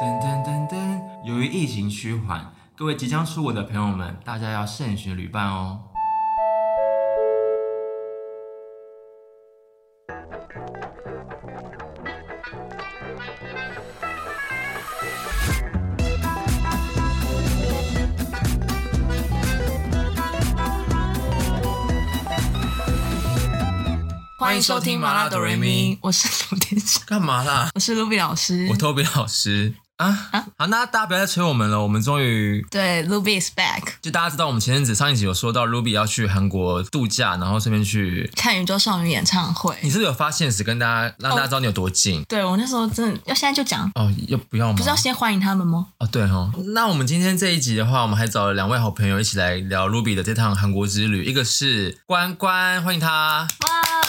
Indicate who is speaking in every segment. Speaker 1: 噔噔噔噔！由于疫情趋缓，各位即将出国的朋友们，大家要慎选旅伴哦。
Speaker 2: 欢迎收听麻辣哆瑞咪，我是董天使，
Speaker 1: 干嘛啦？
Speaker 2: 我是卢比老师
Speaker 1: 我。托比老师啊好，那大家不要再催我们了，我们终于。
Speaker 2: 对，Ruby is back，
Speaker 1: 就大家知道，我们前阵子上一集有说到 Ruby 要去韩国度假，然后顺便去，
Speaker 2: 看宇宙少女演唱
Speaker 1: 你
Speaker 2: 会。
Speaker 1: 是不是有发现实跟大家让大家知道你有多近？
Speaker 2: 对我那时候真的要现在就讲，
Speaker 1: 哦，要不要吗？
Speaker 2: 不是要先欢迎他们吗？
Speaker 1: 哦，对哦。那我们今天这一集的话，我们还找了两位好朋友一起来聊 Ruby 的这趟韩国之旅，一个是关关，欢迎他。然后
Speaker 2: 哇！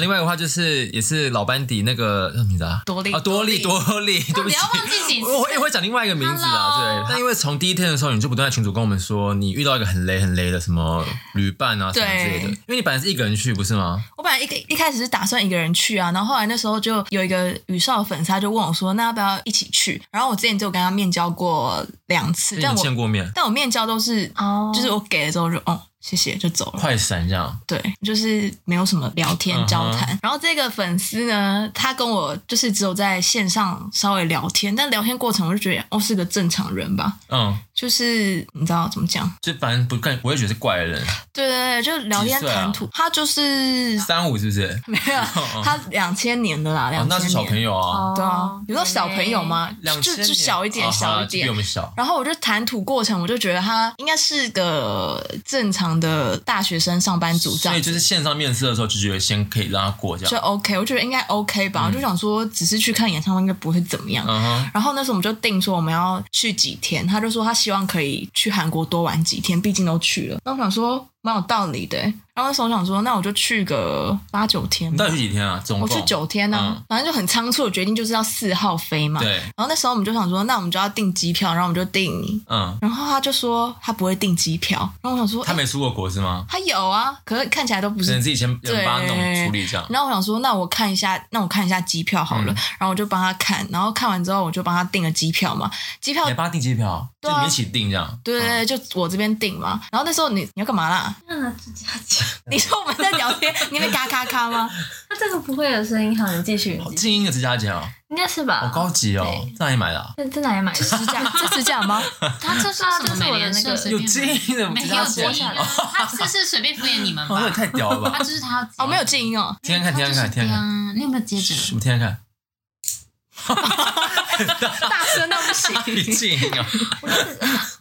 Speaker 1: 另外一个话就是，也是老班底那个叫什么名字啊？
Speaker 2: 多莉
Speaker 1: 啊，多利
Speaker 2: 多
Speaker 1: 多 利，对
Speaker 2: 不
Speaker 1: 不起
Speaker 2: 要。忘记几次，
Speaker 1: 我我也会讲另外一个名字啊，
Speaker 2: Hello
Speaker 1: 对。但因为从第一天的时候，你就不断在群主跟我们说，你遇到一个很雷很雷的什么旅伴啊什
Speaker 2: 对
Speaker 1: 么之类的，因为你本来是一个人去，不是吗？
Speaker 2: 我本来一个一开始是打算一个人去啊，然后后来那时候就有一个宇少粉丝，他就问我说，那要不要一起去？然后我之前就有跟他面交过两次，
Speaker 1: 因为
Speaker 2: 但
Speaker 1: 你
Speaker 2: 我
Speaker 1: 见过面，
Speaker 2: 但我面交都是，
Speaker 3: 哦
Speaker 2: 就是我给了之后就哦，谢谢就走了。
Speaker 1: 快闪这样。
Speaker 2: 对，就是没有什么聊
Speaker 1: 嗯
Speaker 2: 天
Speaker 1: 哼
Speaker 2: 交谈。然后这个粉丝呢，他跟我就是只有在线上稍微聊天，但聊天过程我就觉得哦是个正常人吧，
Speaker 1: 嗯，
Speaker 2: 就是你知道怎么讲？
Speaker 1: 就反正不干，我也觉得是怪人，
Speaker 2: 对对对，就聊天
Speaker 1: 几岁啊
Speaker 2: 谈吐，他就是
Speaker 1: 三五是不是？
Speaker 2: 没有啊
Speaker 1: 哦
Speaker 2: 他两千年的啦，
Speaker 1: 哦
Speaker 2: 两，
Speaker 1: 那是
Speaker 2: 千
Speaker 1: 小
Speaker 2: 年。
Speaker 1: 朋友啊，
Speaker 2: 对啊，
Speaker 3: 哦
Speaker 2: 有时候小朋友？吗？
Speaker 1: 两
Speaker 2: 就
Speaker 1: 千
Speaker 2: 就小一点，
Speaker 1: 哦好啦
Speaker 2: 小一
Speaker 1: 就比我
Speaker 2: 点。
Speaker 1: 们小。
Speaker 2: 然后我就谈吐过程，我就觉得他应该是个正常的大学生上班族这
Speaker 1: 所
Speaker 2: 样
Speaker 1: 以就是线上面试的时候，就觉得先可以让他过这
Speaker 2: 就
Speaker 1: 样。
Speaker 2: OK，我觉得应该 OK 吧。我就想说，只是去看演唱会应该不会怎么样。
Speaker 1: 嗯哼，
Speaker 2: 然后那时候我们就定说我们要去几天，他就说他希望可以去韩国多玩几天，毕竟都去了。那我想说蛮有道理的欸。然后那时候我想说，那我就去个八九天
Speaker 1: 你
Speaker 2: 吧
Speaker 1: 到。底去几天啊？总
Speaker 2: 我
Speaker 1: 共
Speaker 2: 去九天啊呢、
Speaker 1: 嗯
Speaker 2: 反正就很仓促的决定，就是要四号飞嘛。
Speaker 1: 对，
Speaker 2: 然后那时候我们就想说，那我们就要订机票，然后我们就订，
Speaker 1: 嗯，
Speaker 2: 然后他就说他不会订机票，然后我想说，
Speaker 1: 他
Speaker 2: 诶
Speaker 1: 没出过国是吗？
Speaker 2: 他有啊，可是看起来都不
Speaker 1: 只
Speaker 2: 是
Speaker 1: 能自己先先帮他弄处理这样。
Speaker 2: 然后我想说，那我看一下，那我看一下机票好了。
Speaker 1: 嗯
Speaker 2: 然后我就帮他看，然后看完之后我就帮他订了机票嘛。机票
Speaker 1: 你还帮他哎订机票，就
Speaker 2: 对啊
Speaker 1: 你们一起订这样。嗯
Speaker 2: 对对对，就我这边订嘛。然后那时候你你要干嘛啦？
Speaker 3: 让他自己讲。
Speaker 2: 你说我们在聊天，你们嘎嘎嘎吗？
Speaker 3: 他这个不会有声音，好，你继续，
Speaker 1: 好静音的指甲剪哦，
Speaker 3: 应该是吧？
Speaker 2: 啊
Speaker 1: 好高级哦，在哪里买的啊？
Speaker 3: 在在哪里买的？
Speaker 2: 指甲 这指甲吗？
Speaker 4: 他这是
Speaker 3: 啊
Speaker 4: 什么
Speaker 3: 这是我的
Speaker 4: 美联
Speaker 3: 那
Speaker 4: 社
Speaker 3: 个
Speaker 4: 随
Speaker 1: 有
Speaker 4: 便
Speaker 1: 静
Speaker 4: 买？
Speaker 1: 音的
Speaker 4: 没
Speaker 1: 指
Speaker 4: 有
Speaker 1: 甲
Speaker 4: 多
Speaker 1: 剪
Speaker 4: 少
Speaker 3: 剪
Speaker 4: 人， 他这是随便敷衍你
Speaker 2: 啊
Speaker 4: 们
Speaker 1: 哦，那也
Speaker 4: 吧？
Speaker 1: 太屌了吧
Speaker 4: 他！就是他要接
Speaker 2: 哦，没有静音哦。
Speaker 1: 天天看
Speaker 4: 他
Speaker 1: 天天看
Speaker 4: 就是
Speaker 1: 天天看
Speaker 4: 这样啊你有没有接着？
Speaker 1: 我们天天看，
Speaker 2: 大声到不
Speaker 1: 你
Speaker 2: 行。
Speaker 1: 静音哦，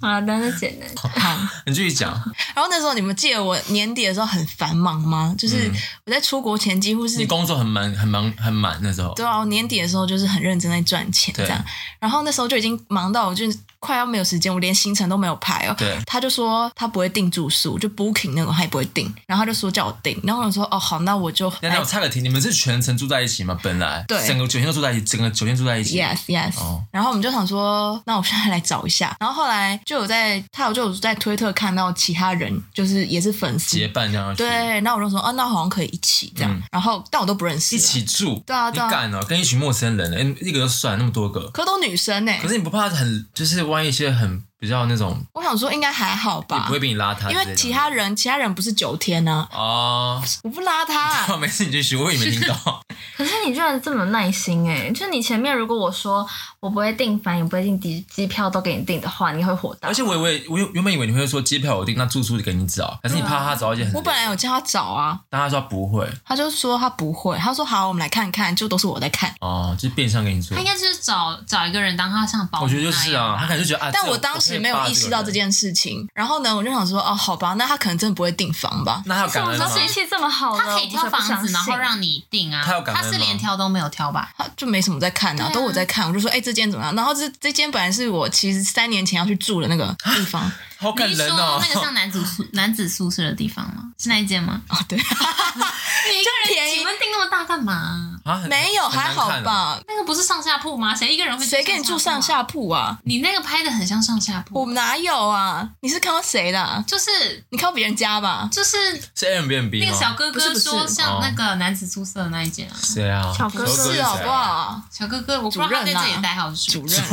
Speaker 3: 好了，但啊是简单。
Speaker 2: 好，
Speaker 1: 你继续讲。
Speaker 2: 然后那时候你们记得我年底的时候很繁忙吗？就是
Speaker 1: 嗯
Speaker 2: 我在出国前几乎是
Speaker 1: 你工作很忙，很忙，很满那时候。
Speaker 2: 对啊，我年底的时候就是很认真在赚钱
Speaker 1: 对
Speaker 2: 这样，然后那时候就已经忙到我就是快要没有时间，我连行程都没有排哦。
Speaker 1: 对
Speaker 2: 他就说他不会订住宿，就 Booking 那种他也不会订，然后他就说叫我订，然后我说哦好，那我就
Speaker 1: 等一下，我插个题，你们是全程住在一起吗？本来
Speaker 2: 对
Speaker 1: 整个九天都住在一起，整个九天住在一起。
Speaker 2: Yes, yes、
Speaker 1: 哦
Speaker 2: 然后我们就想说，那我现在来找一下。然后后来就有在，他有就有在推特看到其他人，就是也是粉丝
Speaker 1: 结，伴这样去，
Speaker 2: 对。那我就说，啊，那好像可以一起这样。
Speaker 1: 嗯
Speaker 2: 然后但我都不认识，
Speaker 1: 一，起住，
Speaker 2: 对啊
Speaker 1: 你
Speaker 2: 对啊
Speaker 1: 敢哦，跟一群陌生人，哎，一个就算了那么多个，
Speaker 2: 可都女生呢、欸
Speaker 1: 可是你不怕很，就是万一一些很比较那种，
Speaker 2: 我想说应该还好
Speaker 1: 也
Speaker 2: 吧
Speaker 1: 不会，比你邋遢之类
Speaker 2: 因
Speaker 1: 的，
Speaker 2: 为其他人其他人不是九天啊，
Speaker 1: 哦，
Speaker 2: 我不拉 他、啊
Speaker 1: 好，没事，你继续，我也没听到，
Speaker 3: 可是你居然这么有耐心哎！就是你前面如果我说我不会订房，也不会订机机票，都给你订的话，你会火大
Speaker 1: 而。且我以为我原本以为你会说机票我订，那住
Speaker 2: 嗯
Speaker 1: 宿给你找，可是你怕他找一些很，
Speaker 2: 我本来有叫他找啊，
Speaker 1: 但他说他不会，
Speaker 2: 他就说他不会，他说好，我们来看看，就都是我在看。
Speaker 1: 哦，就变相给你做
Speaker 4: 他应，该就是找找一个人当他像保姆
Speaker 1: 我觉得就
Speaker 4: 那
Speaker 1: 是
Speaker 4: 样
Speaker 1: 啊，他
Speaker 4: 吧。
Speaker 1: 可能就觉得啊，
Speaker 2: 但
Speaker 1: 这
Speaker 2: 我当时没有
Speaker 1: 可以扒
Speaker 2: 意识到
Speaker 1: 个
Speaker 2: 这
Speaker 1: 人，
Speaker 2: 件事情，然后呢，我就想说，哦，好吧，那他可能真的不会订房吧？
Speaker 1: 那他有
Speaker 3: 可是
Speaker 1: 感啊
Speaker 3: 我
Speaker 1: 恩
Speaker 3: 说
Speaker 1: 吗？
Speaker 3: 脾气这么好的，
Speaker 4: 他可以挑
Speaker 3: 我不是不
Speaker 4: 房子，
Speaker 3: 相
Speaker 4: 然后
Speaker 3: 信
Speaker 4: 让你定啊。
Speaker 1: 他有感恩吗
Speaker 4: 他是连挑都没有挑吧？
Speaker 2: 他就没什么在看啊，
Speaker 4: 对啊
Speaker 2: 都 我在看，我就说，哎、这间怎么样？然后这这间本来是我其实三年前要去住的那个地方，
Speaker 1: 好感
Speaker 4: 你是
Speaker 1: 人
Speaker 4: 说
Speaker 1: 哦
Speaker 4: 那。个像男子宿男子宿舍的地方吗？是那一间吗？
Speaker 2: 哦，对，
Speaker 4: 你一个人
Speaker 2: 便宜
Speaker 4: 请问订那么大干嘛？
Speaker 1: 啊，很
Speaker 2: 没有，
Speaker 1: 很难
Speaker 2: 还好
Speaker 1: 看哦
Speaker 2: 吧？
Speaker 4: 那个不是上下铺吗？谁一个人会
Speaker 2: 谁给你住上
Speaker 4: 铺啊？
Speaker 2: 下铺啊？
Speaker 4: 你那个拍的很像上下
Speaker 2: 我
Speaker 4: 铺，
Speaker 2: 哪有啊？你是看到谁的啊？
Speaker 4: 就是
Speaker 2: 你看到别人家吧？
Speaker 4: 就是
Speaker 1: 是 Airbnb
Speaker 4: 那个
Speaker 1: 吗
Speaker 4: 小哥
Speaker 2: 不是
Speaker 4: 哥
Speaker 2: 不是
Speaker 4: 说像
Speaker 1: 哦
Speaker 4: 那个男子宿舍的那一间啊。
Speaker 1: 谁啊？
Speaker 3: 小哥哥
Speaker 1: 小
Speaker 2: 是
Speaker 1: 谁啊
Speaker 2: 好不好？
Speaker 4: 小哥哥，我不知道他在这里待好久。
Speaker 2: 啊主任，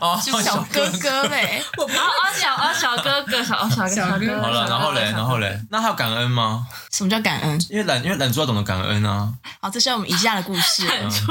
Speaker 1: 哦，
Speaker 2: 小哥哥 呗，
Speaker 3: 哦哦小哦小哥哥小哦小哥小哥哥，
Speaker 1: 好了，然后嘞，然 后嘞，那还有感恩吗？
Speaker 2: 什么叫感恩？
Speaker 1: 因为懒，因为懒猪要懂得感恩啊。
Speaker 2: 好，这是我们以下的故 事。
Speaker 3: 就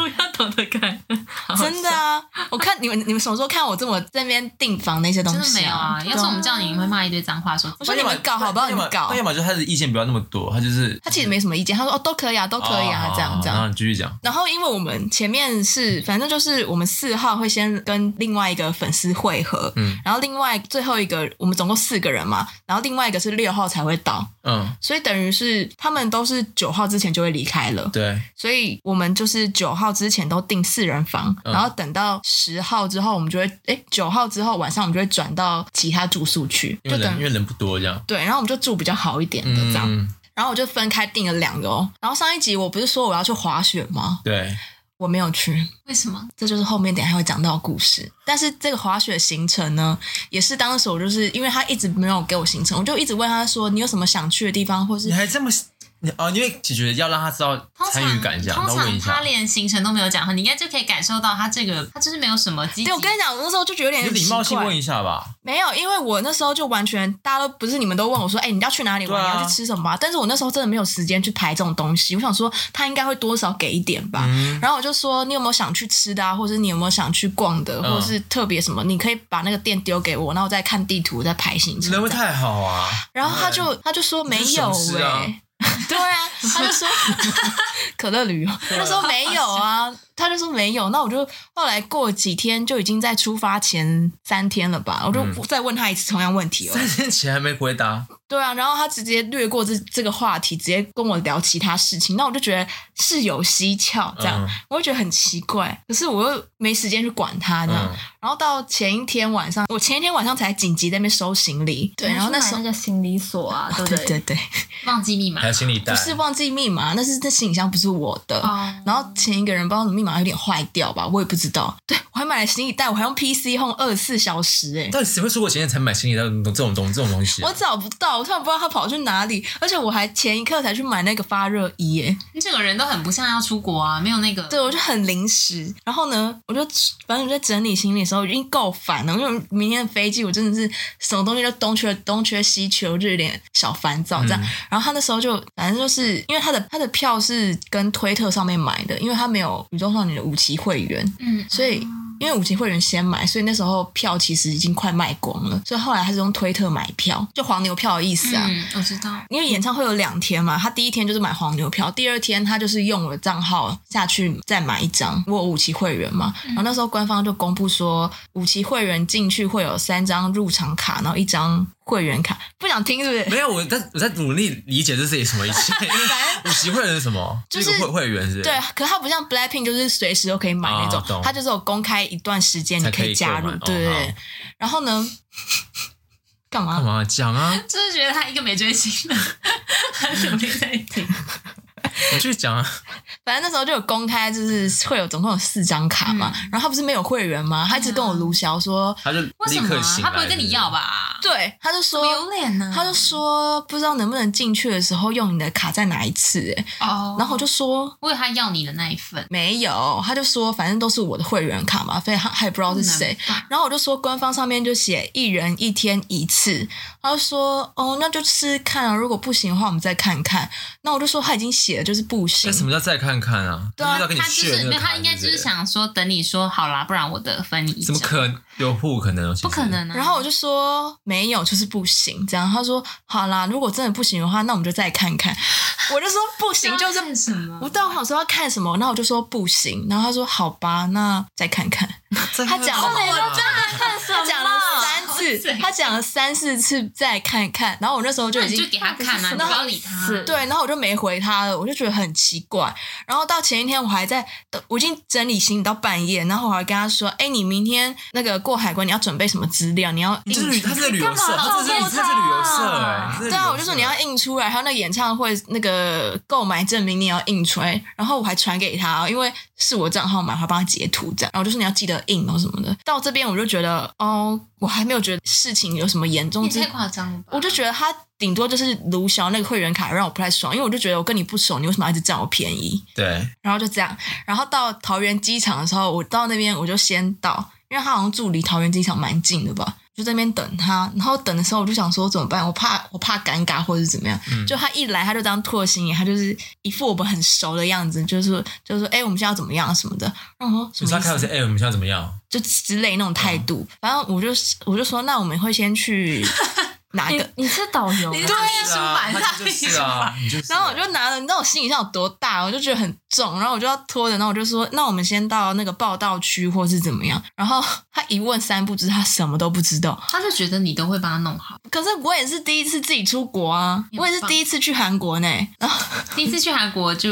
Speaker 3: 要懂得感恩，好
Speaker 2: 真的啊！我看你们，你们什么时候看我这么在那边订房那些东
Speaker 4: 真的
Speaker 2: 西
Speaker 4: 没有啊！要是我们叫你，你会骂一堆脏话说
Speaker 2: 我说你们搞好不好？你们搞
Speaker 1: 那。要么就他的意见不要那么多，他就是
Speaker 2: 他其实没什么意见，他说哦都可以啊，都可以啊，
Speaker 1: 哦
Speaker 2: 这样这
Speaker 1: 然后
Speaker 2: 样。
Speaker 1: 你继续讲。
Speaker 2: 然后因为我们前面是，反正就是我们四号会先跟另外一个粉丝会合，
Speaker 1: 嗯
Speaker 2: 然后另外最后一个我们总共四个人嘛，然后另外一个是六号才会到，
Speaker 1: 嗯，
Speaker 2: 所以等于是他们都是九号之前就会离开了。
Speaker 1: 对，
Speaker 2: 所以我们就是九号之前都订四人房，
Speaker 1: 嗯
Speaker 2: 然后等到十号之后，我们就会哎九号之后晚上我们就会转到其他住宿区，
Speaker 1: 因
Speaker 2: 就
Speaker 1: 为人因
Speaker 2: 等
Speaker 1: 为人不多这样。
Speaker 2: 对，然后我们就住比较好一点的这样。
Speaker 1: 嗯，
Speaker 2: 然后我就分开订了两个哦。然后上一集我不是说我要去滑雪吗？
Speaker 1: 对，
Speaker 2: 我没有去，
Speaker 4: 为什么？
Speaker 2: 这就是后面等一下会讲到的故事。但是这个滑雪行程呢，也是当时我就是因为他一直没有给我行程，我就一直问他说你有什么想去的地方，或是
Speaker 1: 你还这么你哦，因为解决要让他知道
Speaker 4: 通常
Speaker 1: 参与感这样，然后
Speaker 4: 通
Speaker 1: 问
Speaker 4: 常
Speaker 1: 一
Speaker 4: 他
Speaker 1: 下。
Speaker 4: 连行程都没有讲，你应该就可以感受到他这个他就是没有什么积极。
Speaker 2: 对我跟你讲，我那时候就觉得有点
Speaker 1: 你礼貌性
Speaker 2: 奇怪
Speaker 1: 问一下吧，
Speaker 2: 没有，因为我那时候就完全大家都不是你们都问我说，哎、你要去哪里玩？
Speaker 1: 对啊
Speaker 2: 你要去吃什么啊、但是我那时候真的没有时间去排这种东西，我想说他应该会多少给一点吧。
Speaker 1: 嗯，
Speaker 2: 然后我就说你有没有想去吃的啊，或者你有没有想去逛的，
Speaker 1: 嗯
Speaker 2: 或者是特别什么？你可以把那个店丢给我，然后我再看地图再排行
Speaker 1: 你
Speaker 2: 程
Speaker 1: 人会
Speaker 2: 这样。
Speaker 1: 太好啊。
Speaker 2: 然后他就他就说没有
Speaker 1: 你是
Speaker 2: 哎、
Speaker 1: 雄狮啊
Speaker 2: 对啊，他就说可乐旅游， 他就说没有啊，他就说没有。那我就后来过几天就已经在出发前三天了吧，我就
Speaker 1: 嗯
Speaker 2: 再问他一次同样问题了。
Speaker 1: 三天 前还没回答，
Speaker 2: 对啊，然后他直接略过这这个话题，直接跟我聊其他事情，那我就觉得事有蹊跷，这样、
Speaker 1: 嗯
Speaker 2: 我就觉得很奇怪。可是我又没时间去管他这样。
Speaker 1: 嗯，
Speaker 2: 然后到前一天晚上，我前一天晚上才紧急在那边收行李，对，然后那时候
Speaker 3: 那。个行李锁啊，对不
Speaker 2: 对对对，
Speaker 4: 忘记密码
Speaker 1: 还有行李袋
Speaker 2: 不，是忘记密码，那是这行李箱不是我的。
Speaker 4: 哦，
Speaker 2: 然后前一个人不知道密码有点坏掉吧，我也不知道。对我还买了行李袋，我还用 PC Home 二十四小时哎、
Speaker 1: 到底谁会出国前天才买行李袋这种东这种东西啊？
Speaker 2: 我找不到，我突然不知道他跑去哪里，而且我还前一刻才去买那个发热衣哎、
Speaker 4: 你整个人都很不像要出国啊，没有那个
Speaker 2: 对，我就很临时。然后呢，我就反正我在整理行李的时候已经够烦了，因为明天的飞机我真的是什么东西都东缺东缺西缺，我就有点小烦躁这样。
Speaker 1: 嗯
Speaker 2: 然后他那时候就反正就是因为他的他的票是跟推特上面买的，因为他没有宇宙少女的五期会员，
Speaker 4: 嗯，
Speaker 2: 所以。因为五期会员先买，所以那时候票其实已经快卖光了，所以后来他是用推特买票，就黄牛票的意思啊。
Speaker 4: 嗯，我知道。
Speaker 2: 因为演唱会有两天嘛，他第一天就是买黄牛票，第二天他就是用我的账号下去再买一张。我有五期会员嘛，然后那时候官方就公布说，五期会员进去会有三张入场卡，然后一张会员卡。不想听是不是？
Speaker 1: 没有，我在我在努力理解这是什么意思。因为
Speaker 2: 反
Speaker 1: 五席会员是什么？
Speaker 2: 就是是
Speaker 1: 一个会会员是不是？
Speaker 2: 对，可它不像 Blackpink 就是随时都可以买那种
Speaker 1: 啊，懂
Speaker 2: 它就是有公开一段时间你
Speaker 1: 才可以
Speaker 2: 以加入
Speaker 1: 购买，
Speaker 2: 对对
Speaker 1: 哦
Speaker 2: 对
Speaker 1: 好。
Speaker 2: 然后呢，干嘛
Speaker 1: 干？嘛讲啊？
Speaker 4: 就是觉得他一个没追星的，很努力在 听。
Speaker 1: 你继续讲啊。
Speaker 2: 反正那时候就有公开，就是会有总共有四张卡嘛。然后他不是没有会员吗？他一直跟我卢晓说，
Speaker 1: 他就
Speaker 4: 为
Speaker 1: 立
Speaker 4: 什么
Speaker 1: 刻
Speaker 4: 啊？
Speaker 1: 醒来。
Speaker 4: 他不会跟你要吧？
Speaker 2: 对，他就说
Speaker 4: 不要脸啊呢、
Speaker 2: 他就说不知道能不能进去的时候用你的卡再拿一次、欸，
Speaker 4: 哦，
Speaker 2: 然后我就说
Speaker 4: 为他要你的那一份，
Speaker 2: 没有，他就说反正都是我的会员卡嘛，所以他他也不知道哦是谁。
Speaker 4: 不能吧
Speaker 2: 然后我就说官方上面就写一人一天一次，他就说哦那就试试看啊，如果不行的话我们再看看。那我就说他已经写了就是不行
Speaker 1: 那，哎什么叫再看看啊？
Speaker 2: 对啊
Speaker 1: 他要跟你
Speaker 4: 他就
Speaker 1: 炫
Speaker 4: 是
Speaker 1: 那
Speaker 4: 没
Speaker 1: 个
Speaker 4: 有，
Speaker 1: 卡
Speaker 4: 他应该就
Speaker 1: 不
Speaker 4: 是想说等你说好啦，不然我的分你一
Speaker 1: 怎么
Speaker 4: 张
Speaker 1: 可能有户可能哦？其实
Speaker 4: 不可。能、啊？
Speaker 2: 然后我就说没有，就是不行。这样他说好啦，如果真的不行的话，那我们就再看看。我就说不 行，就是
Speaker 4: 看什么
Speaker 2: 我？但我想说要看什么，然后我就说不行，然后他说好吧，那再看看。
Speaker 1: 再
Speaker 2: 他
Speaker 1: 看
Speaker 2: 讲了
Speaker 3: 哦
Speaker 1: 看啊
Speaker 3: 看什
Speaker 2: 他讲了三次，
Speaker 4: 啊
Speaker 2: 他讲了三四次再看一看，然后我那时候就
Speaker 4: 那
Speaker 2: 已
Speaker 4: 你
Speaker 2: 经
Speaker 4: 就给他看啊，你
Speaker 3: 那
Speaker 4: 不要理他。
Speaker 3: 是
Speaker 2: 对，然后我就没回他了，我就觉得很奇怪。然后到前一天，我还在，我已经整理行李到半夜，然后我还跟他说：“哎，你明天那个过海关，你要准备什么资料？你要
Speaker 1: 你这
Speaker 2: 印
Speaker 1: 是旅，他是旅游社，
Speaker 3: 干嘛
Speaker 1: 他这是
Speaker 3: 照顾
Speaker 1: 他是旅游社哎。
Speaker 3: 他
Speaker 1: 这是旅游社
Speaker 2: 对啊，我就说你要印出来，还有那个演唱会那个购买证明你也要印出来，然后我还传给他，因为是我账号买，我还帮他截图这样，然后我就说你要记得印哦什么的。到这边我就觉得哦，我还没有觉得事情有什么严重
Speaker 4: 你
Speaker 2: 之，
Speaker 4: 太夸张了吧？
Speaker 2: 我就觉得他顶多就是卢晓那个会员卡让我不太爽，因为我就觉得我跟你不熟，你为什么要一直占我便宜？
Speaker 1: 对，
Speaker 2: 然后就这样，然后到桃园机场的时候，我到那边我就先到，因为他好像住离桃园机场蛮近的吧，就在那边等他。然后等的时候我就想说怎么办，我怕我怕尴尬或者是怎么样。
Speaker 1: 嗯
Speaker 2: 就他一来他就当拖行李，他就是一副我们很熟的样子，就是就是说哎、我们现在要怎么样什么的。然后我
Speaker 1: 你知
Speaker 2: 说什
Speaker 1: 道
Speaker 2: 么
Speaker 1: 开
Speaker 2: 意
Speaker 1: 头是
Speaker 2: 思？
Speaker 1: 哎，我们现在怎么样？
Speaker 2: 就之类那种态度。反正我就我就说那我们会 先去哪个
Speaker 3: 你你是导游，
Speaker 4: 你是大秘
Speaker 1: 是
Speaker 4: 书
Speaker 1: 啊
Speaker 4: 吧？，你
Speaker 1: 他
Speaker 4: 大
Speaker 1: 就
Speaker 4: 秘书
Speaker 1: 是啊
Speaker 4: 吧？，
Speaker 1: 你就是啊。
Speaker 2: 然后我就拿了，你知道我行李箱有多大，我就觉得很重，然后我就要拖着，然后我就说，那我们先到那个报道区或是怎么样。然后 他一问三不知，他什么都不知道。
Speaker 4: 他就觉得你都会帮他弄好。
Speaker 2: 可是我也是第一次自己出国啊，
Speaker 4: 你
Speaker 2: 我
Speaker 4: 很棒
Speaker 2: 也是第一次去韩国呢。然后
Speaker 4: 第一次去韩国就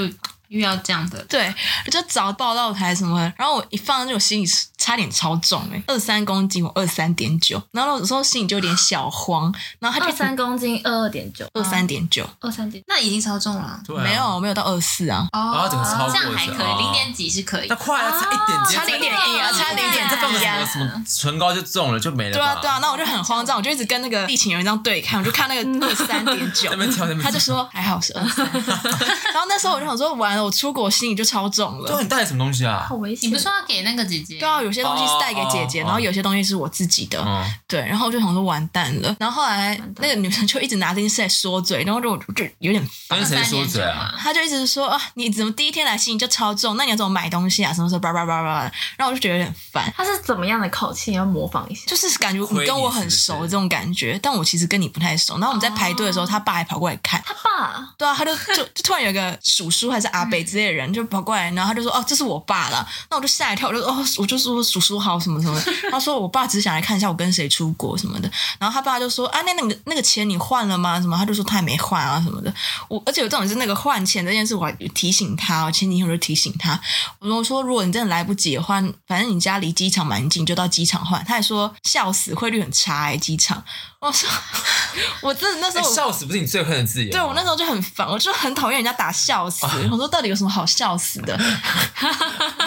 Speaker 4: 遇到这样的，
Speaker 2: 对，我就找报道台什么的，然后我一放上去，我行李差点超重哎、欸，二三公斤，我二三点九，然后有时候心里就有点小慌，然后他
Speaker 3: 二
Speaker 2: 就
Speaker 3: 三啊公斤，二二点九，
Speaker 2: 二三点九，
Speaker 3: 二三点，
Speaker 4: 那已经超重了啊。
Speaker 1: 对啊
Speaker 2: 没有没有到二四啊，
Speaker 1: 啊整个超过
Speaker 4: 这样还
Speaker 1: 是
Speaker 4: 可
Speaker 1: 哦
Speaker 4: 以，零点几是可以
Speaker 1: 那。快啊，差一点点，
Speaker 2: 差零点一啊，差零点
Speaker 1: 再放
Speaker 2: 一
Speaker 1: 个什
Speaker 2: 啊
Speaker 1: 么。什么唇膏就中了，就没了
Speaker 2: 对
Speaker 1: 吧。
Speaker 2: 啊，对啊，那我就很慌张，我就一直跟那个地勤人这样对看，我就看那个二三点九
Speaker 1: 在那，边跳，在那边
Speaker 2: 他
Speaker 1: 跳
Speaker 2: 就 说还好是二三。 然后那时候我就想说，完了，我出国行李就超重
Speaker 1: 对啊，
Speaker 2: 了。
Speaker 1: 你带了什么东西啊
Speaker 3: 好？危险。
Speaker 4: 你不是说要给那个姐姐？
Speaker 2: 对啊，有些东西是带给姐姐，
Speaker 1: 哦哦哦
Speaker 2: 然后有些东西是我自己的，
Speaker 1: 嗯，
Speaker 2: 对。然后我就想说完蛋了。然后后来那个女生就一直拿这件事来说嘴，然后就我就有点
Speaker 1: 跟谁说嘴啊？
Speaker 2: 他就一直说啊，你怎么第一天来行李就超重？那你要怎么买东西啊？什么时候叭叭叭叭叭？然后我就觉得有点烦，
Speaker 3: 他是怎么样的口气？你要模仿一下。
Speaker 2: 就是感觉
Speaker 1: 亏
Speaker 2: 你
Speaker 1: 你
Speaker 2: 跟我很
Speaker 1: 是不
Speaker 2: 熟
Speaker 1: 是
Speaker 2: 这种感觉，但我其实跟你不太熟。然后我们在排队的时候，他爸还跑过来看，
Speaker 3: 他爸，
Speaker 2: 对啊，他就就就突然有个叔叔还是阿伯之类的人就跑过来，然后他就说：“哦，这是我爸了。”那我就吓一跳，我就说哦，我就说叔叔好什么什么的。他说我爸只是想来看一下我跟谁出国什么的。然后他爸就说：“啊，那那个那个钱你换了吗？什么？”他就说他也没换啊什么的。我而且有这种是那个换钱这件事，我还提醒他，我前几天我就提醒他，我说如果你真的来不及的话，反正你家离机场蛮近，就到机场换。他还说笑死，汇率很差哎、机场。我说 我真的那时
Speaker 1: 哎
Speaker 2: 候我
Speaker 1: 笑死，不是你最恨的字眼吗。
Speaker 2: 对我那时候就很烦，我就很讨厌人家打笑死。我说到底有什么好笑死的？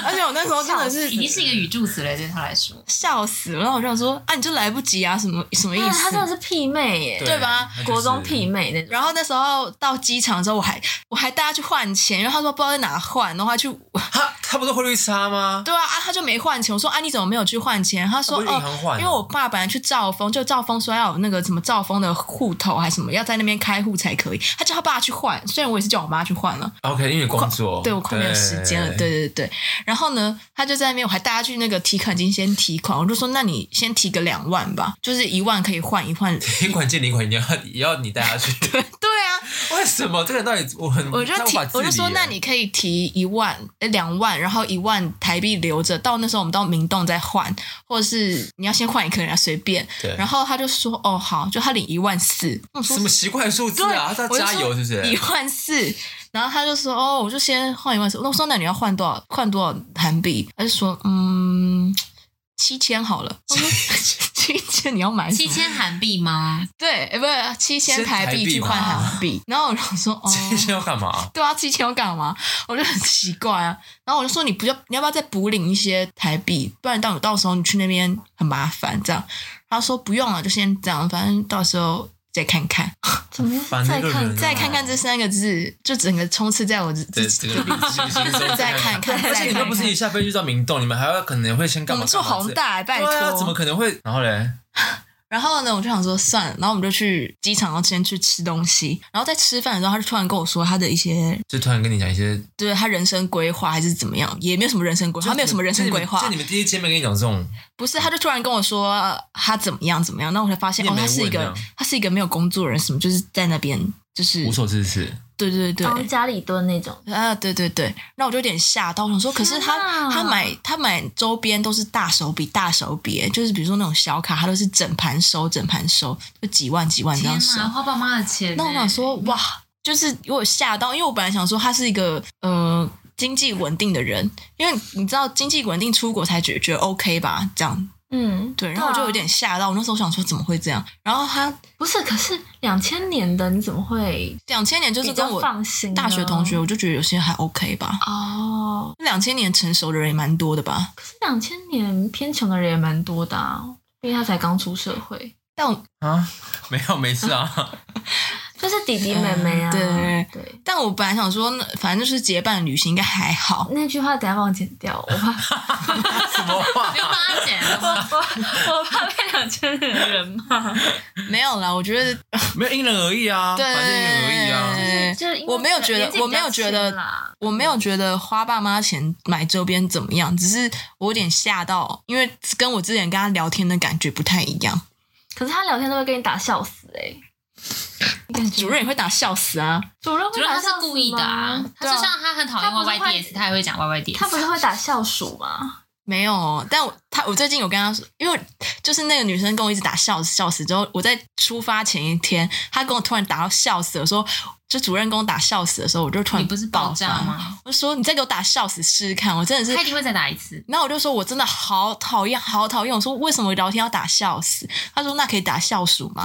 Speaker 2: 而且我那时候真的是
Speaker 4: 已经是一个语助词了，对他来说。
Speaker 2: 笑死，然后我就想说啊，你就来不及啊，什么什么意
Speaker 3: 哎
Speaker 2: 思
Speaker 3: 他？真的是媲妹耶，
Speaker 2: 对吧
Speaker 1: 他就是
Speaker 3: 国中媲妹那种。
Speaker 2: 然后那时候到机场的时候，我还我还带他去换钱，因为他说不知道在哪换，然后他去
Speaker 1: 他他不是汇率差吗？
Speaker 2: 对啊啊，他就没换钱。我说啊，你怎么没有去换钱？他说
Speaker 1: 他不是银行换
Speaker 2: 哦，
Speaker 1: 的
Speaker 2: 因为我爸本来去兆丰，就兆丰说要有那个什么兆丰的户头还是什么，要在那边开户才可以。他叫他爸去换，虽然我也是叫我妈去换了。
Speaker 1: OK，因为工作，
Speaker 2: 对我快没有时间了，对对对。然后呢，他就在那边，我还带他去那个提款机先提款，我就说那你先提个两万吧，就是一万可以换一 换。
Speaker 1: 提款机领款你要也要你带他去，
Speaker 2: 对啊，
Speaker 1: 为什么这个人到底我很
Speaker 2: 我就
Speaker 1: 他无
Speaker 2: 提
Speaker 1: 法，自
Speaker 2: 我就
Speaker 1: 理啊
Speaker 2: 说
Speaker 1: 耶
Speaker 2: 那你可以提一万、呃两万，然后一万台币留着，到那时候我们到明洞再换，或者是你要先换一个人家随便。
Speaker 1: 对
Speaker 2: 然后他就说哦好，就他领一万四，我说
Speaker 1: 什么奇怪的数字
Speaker 2: 对
Speaker 1: 啊？他
Speaker 2: 我就
Speaker 1: 加油是不
Speaker 2: 说一
Speaker 1: 是？
Speaker 2: 万四，然后他就说哦，我就先换一万四。那我说那你要换多少？换多少韩币？他就说嗯，七千好了。 我说七千你要买什么
Speaker 4: 七？千韩币吗？
Speaker 2: 对，哎，不是七千
Speaker 1: 先台
Speaker 2: 台币
Speaker 1: 币
Speaker 2: 去
Speaker 1: 嘛
Speaker 2: 换韩币。然后我就说哦。
Speaker 1: 这些要干嘛？
Speaker 2: 对啊，七千要干嘛？我就很奇怪啊。然后我就说，你不要，你要不要再补领一些台币？不然到到时候你去那边很麻烦。这样，他说不用了，啊就先这样，反正到时候再看看。
Speaker 3: 怎么
Speaker 1: 烦
Speaker 3: 样？
Speaker 1: 那
Speaker 3: 再
Speaker 1: 个人
Speaker 3: 看
Speaker 1: 啊
Speaker 2: 再看看这三个字，就整个充斥在我自
Speaker 1: 对，
Speaker 2: 自己
Speaker 1: 这个心心中
Speaker 2: 再看看，
Speaker 1: 而且
Speaker 2: 再
Speaker 1: 你们
Speaker 2: 看
Speaker 1: 不是一
Speaker 2: 看。
Speaker 1: 下飞机到明洞，你们还要可能会先
Speaker 2: 我
Speaker 1: 干嘛？
Speaker 2: 们住
Speaker 1: 干嘛
Speaker 2: 宏
Speaker 1: 之类
Speaker 2: 大，欸拜
Speaker 1: 对啊，怎么
Speaker 2: 托。
Speaker 1: 可能会？然后嘞，
Speaker 2: 然后呢，我就想说算了，然后我们就去机场，然后先去吃东西。然后在吃饭的时候，他就突然跟我说他的一些，
Speaker 1: 就突然跟你讲一些，
Speaker 2: 就是他人生规划还是怎么样，也没有什么人生规划，他没有什么人生规
Speaker 1: 就
Speaker 2: 划
Speaker 1: 你，们第一见面跟你讲这种，
Speaker 2: 不是，他就突然跟我说呃他怎么样怎么样，那我才发现
Speaker 1: 你也
Speaker 2: 哦，
Speaker 1: 没
Speaker 2: 他是一
Speaker 1: 问
Speaker 2: 个
Speaker 1: 啊
Speaker 2: 他是一个没有工作的人，什么就是在那边就是
Speaker 1: 无所事事，
Speaker 2: 对对对。
Speaker 3: 当家里蹲那种，
Speaker 2: 啊，对对对，那我就有点吓到，我想说，可是他
Speaker 3: 天哪
Speaker 2: 他买他买周边都是大手笔大手笔，就是比如说那种小卡，他都是整盘收整盘收，就几万几万这
Speaker 4: 天
Speaker 2: 样收
Speaker 4: 哪，。花爸妈的钱、
Speaker 2: 那我想，说，
Speaker 3: 欸
Speaker 2: 哇，就是我有吓到，因为我本来想说他是一个呃经济稳定的人，因为你知道经济稳定出国才觉觉得 OK 吧，这样
Speaker 3: 嗯，
Speaker 2: 对。然后我就有点吓到，我那时候想说怎么会这样？然后他
Speaker 3: 不是，可是两千年的你怎么会
Speaker 2: 两千年就是
Speaker 3: 比
Speaker 2: 跟
Speaker 3: 较
Speaker 2: 我
Speaker 3: 放心哦呢？
Speaker 2: 大学同学，我就觉得有些还 OK 吧。
Speaker 3: 哦，
Speaker 2: 两千年成熟的人也蛮多的吧？
Speaker 3: 可是两千年偏穷的人也蛮多的啊，因为他才刚出社会，
Speaker 2: 但我
Speaker 1: 啊，没有没事啊，
Speaker 3: 就是弟弟妹妹啊，
Speaker 2: 嗯
Speaker 3: 对对。
Speaker 2: 但我本来想说，那反正就是结伴旅行应该还好。
Speaker 3: 那句话等一下帮我剪掉，我怕
Speaker 1: 什么话
Speaker 4: 不？用帮他剪了吗？
Speaker 3: 我我怕被两千年的人骂，
Speaker 2: 没有啦，我觉得
Speaker 1: 没有因人而异啊，
Speaker 2: 对
Speaker 1: 反正因人而异啊。
Speaker 2: 对
Speaker 3: 就是因为
Speaker 2: 我没有觉得
Speaker 3: 年纪比较
Speaker 2: 我没有觉得
Speaker 3: 轻啦，
Speaker 2: 我没有觉得花爸妈钱买周边怎么样，只是我有点吓到，因为跟我之前跟他聊天的感觉不太一样。
Speaker 3: 可是他聊天都会跟你打笑死哎、欸，感觉
Speaker 2: 主任也会打笑死啊！
Speaker 3: 主任
Speaker 4: 主
Speaker 3: 会
Speaker 4: 要
Speaker 3: 打
Speaker 4: 他
Speaker 3: 笑死
Speaker 4: 是故意的啊
Speaker 3: 吗，
Speaker 4: 他就像他很讨厌
Speaker 3: 他不是
Speaker 4: Y
Speaker 3: 会
Speaker 4: Y D S，他也会讲 Y Y D S。
Speaker 3: 他不是会打笑鼠吗？
Speaker 2: 没有，但我他我最近有跟他说，因为就是那个女生跟我一直打笑死笑死之后，我在出发前一天，她跟我突然打到笑死的时候，就主任跟我打笑死的时候，我就突然
Speaker 4: 你不是爆炸
Speaker 2: 发？
Speaker 4: 吗？
Speaker 2: 我就说你再给我打笑死试试看，我真的是
Speaker 4: 他一定会再打一次。
Speaker 2: 然后我就说，我真的好讨厌，好讨厌。我说为什么聊天要打笑死？他说那可以打笑鼠吗？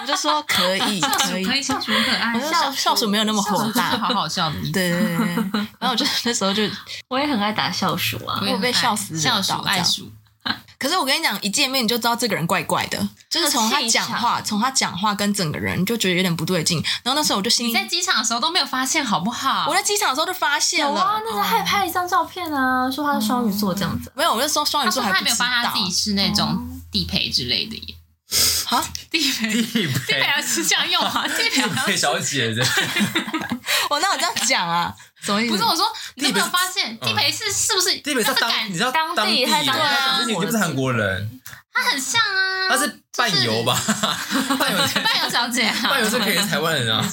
Speaker 2: 我就说可以，
Speaker 4: 笑鼠
Speaker 2: 可以。
Speaker 4: 可以，笑鼠很可爱
Speaker 2: 我，说笑
Speaker 3: 笑
Speaker 2: 笑
Speaker 3: 鼠
Speaker 2: 鼠没有那么
Speaker 4: 笑
Speaker 2: 火
Speaker 4: 鼠就是
Speaker 2: 大。
Speaker 4: 好好笑的意思。
Speaker 2: 对对对对，对然后我就那时候就，
Speaker 3: 我也很爱打笑鼠啊
Speaker 4: 我，也很
Speaker 2: 我被
Speaker 4: 爱
Speaker 2: 笑死惹
Speaker 4: 笑鼠
Speaker 2: 到这
Speaker 4: 爱
Speaker 2: 样
Speaker 4: 鼠，
Speaker 2: 可是我跟你讲，一见面你就知道这个人怪怪的，就是从他
Speaker 3: 气
Speaker 2: 讲
Speaker 3: 场
Speaker 2: 话，从他讲话跟整个人就觉得有点不对劲。然后那时候我就心
Speaker 4: 你
Speaker 2: 里，
Speaker 4: 在机场的时候都没有发现好不好
Speaker 2: 我？在机场的时候就发现
Speaker 3: 有
Speaker 2: 了，哦
Speaker 3: 啊，那时候还拍了一张照片啊，说他是双鱼座这样子。
Speaker 2: 没有，我那时候双鱼
Speaker 4: 他
Speaker 2: 座
Speaker 4: 说
Speaker 2: 还
Speaker 4: 他
Speaker 2: 不
Speaker 4: 也没
Speaker 2: 知
Speaker 4: 有
Speaker 2: 道
Speaker 4: 发现他自己是那种地陪之类的耶，
Speaker 2: 啊，
Speaker 4: 地陪地
Speaker 1: 地陪
Speaker 4: 陪要是这样用啊，地陪
Speaker 1: 地
Speaker 4: 好像
Speaker 1: 陪小姐的，
Speaker 2: 我哪有这样讲啊？什么意思？
Speaker 4: 不是我说，你有没有
Speaker 1: 地陪是
Speaker 4: 发现地陪是是不是？
Speaker 1: 地陪是
Speaker 4: 他是
Speaker 1: 当
Speaker 4: 感
Speaker 1: 你知道
Speaker 3: 当地
Speaker 1: 地
Speaker 3: 他当
Speaker 4: 地
Speaker 1: 啊，
Speaker 4: 啊
Speaker 1: 可是你就是韩国人，
Speaker 4: 他很像啊，
Speaker 1: 他是伴游吧？伴 游
Speaker 4: 伴游小姐啊，
Speaker 1: 伴游是可以是台湾人啊，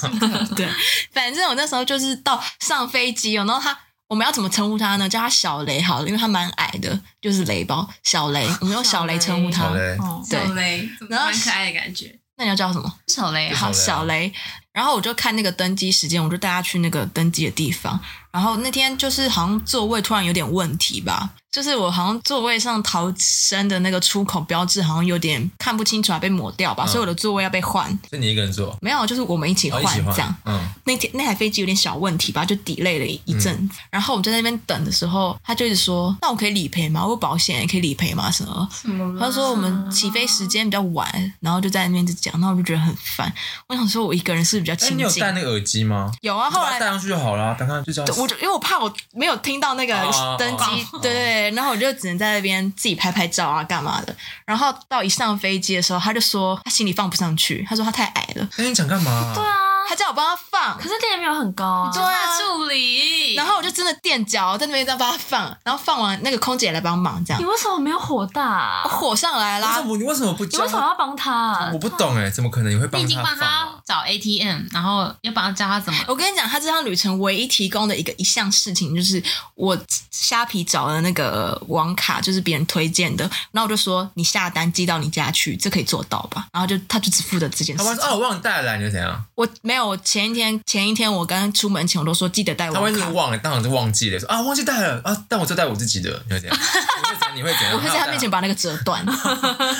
Speaker 2: 对，反正我那时候就是到上飞机哦，然后他我们要怎么称呼他呢？叫他小雷好了，因为他蛮矮的，就是雷包小雷，我们用小雷称呼
Speaker 1: 好
Speaker 2: 他。
Speaker 1: 嘞，
Speaker 3: 哦，
Speaker 2: 对
Speaker 4: 小雷，怎么
Speaker 2: 然后
Speaker 4: 蛮可爱的感觉。
Speaker 2: 那你要叫他什么？
Speaker 4: 小雷
Speaker 1: 就小雷啊
Speaker 2: 好，
Speaker 4: 啊，
Speaker 2: 小雷。然后我就看那个登机时间，我就带他去那个登机的地方。然后那天就是好像座位突然有点问题吧，就是我好像座位上逃生的那个出口标志好像有点看不清楚，还被抹掉吧，
Speaker 1: 嗯
Speaker 2: 所以我的座位要被换。
Speaker 1: 就你一个人做，
Speaker 2: 没有，就是我们一起
Speaker 1: 哦
Speaker 2: 换
Speaker 1: 一起
Speaker 2: 这样
Speaker 1: 换。，嗯，
Speaker 2: 那天那台飞机有点小问题吧，就 delay 了一阵、然后我们就在那边等的时候，他就一直说：“那我可以理赔吗？我有保险也可以理赔吗？什么
Speaker 4: 什么？”
Speaker 2: 他说：“我们起飞时间比较晚，然后就在那边一直讲，然后我就觉得很烦。我想说，我一个人是不是比较
Speaker 1: 哎，
Speaker 2: 亲
Speaker 1: 你有
Speaker 2: 近。
Speaker 1: 戴那个耳机吗？
Speaker 2: 有啊，后
Speaker 1: 把它
Speaker 2: 来
Speaker 1: 戴上去就好啦，刚刚就这样。
Speaker 2: 我就因为我怕我没有听到那个
Speaker 1: 哦
Speaker 2: 登机，
Speaker 1: 哦
Speaker 2: 对对，然后我就只能在那边自己拍拍照啊，干嘛的。然后到一上飞机的时候，他就说他心里放不上去，他说他太矮了，
Speaker 1: 那你想干嘛？
Speaker 3: 对啊，
Speaker 2: 他叫我帮他放
Speaker 3: 可。是你也没有很高啊
Speaker 2: 就。
Speaker 4: 大助理，
Speaker 2: 然后我就真的垫脚在那边这样帮他放，然后放完那个空姐来帮忙，这样
Speaker 3: 你为什么没有火大啊、
Speaker 2: 我火上来
Speaker 1: 为什
Speaker 2: 啦。
Speaker 1: 么你为什么不
Speaker 3: 你
Speaker 1: 叫
Speaker 3: 为什么
Speaker 1: 他？
Speaker 3: 要帮他啊？
Speaker 1: 我不懂哎，怎么可能你会帮
Speaker 4: 你已经帮
Speaker 1: 放
Speaker 4: 他
Speaker 1: 啊？
Speaker 4: 找 ATM，然后又帮他教他怎么。
Speaker 2: 我跟你讲，他这趟旅程唯一提供的一个一项事情，就是我虾皮找的那个网卡，就是别人推荐的。然后我就说你下单寄到你家去，这可以做到吧？然后就他就只负责这件
Speaker 1: 他
Speaker 2: 事
Speaker 1: 会
Speaker 2: 情
Speaker 1: 说。哦，我忘了带来，你又怎样？
Speaker 2: 我没有，我前一天前一天我刚出门前我都说记得带
Speaker 1: 他
Speaker 2: 网
Speaker 1: 万一
Speaker 2: 卡。
Speaker 1: 忘了，当场就忘记了，说啊忘记带了啊，但我就带我自己的，你会怎 样？你会怎样？你会怎样？
Speaker 2: 我会在他面前把那个折断，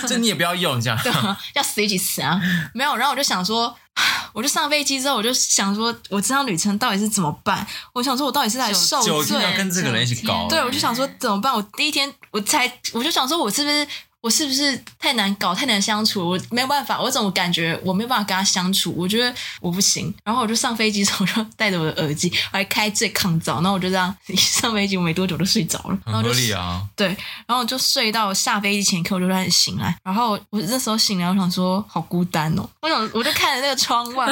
Speaker 1: 就你也不要用这样。
Speaker 2: 对啊， 要死一起死啊！没有，然后我就想说， 我就上飞机之后，我就想说，我这趟旅程到底是怎么办？我想说，我到底是来受
Speaker 1: 酒精啊要
Speaker 2: 罪？
Speaker 1: 跟这个人一起搞，
Speaker 2: 对，我就想说怎么办？我第一天我才，我就想说，我是不是我是不是太难搞、太难相处？我没有办法，我怎么感觉我没有办法跟他相处？我觉得我不行。然后我就上飞机之后，我就戴着我的耳机，我还开最抗噪，然后我就这样一上飞机，我没多久就睡着了，然后
Speaker 1: 很
Speaker 2: 我
Speaker 1: 合
Speaker 2: 就
Speaker 1: 理 啊。
Speaker 2: 对，然后我就睡到下飞机前一刻，我就开始醒来。然后我那时候醒来，我想说好孤单哦，我想我就看着那个窗外，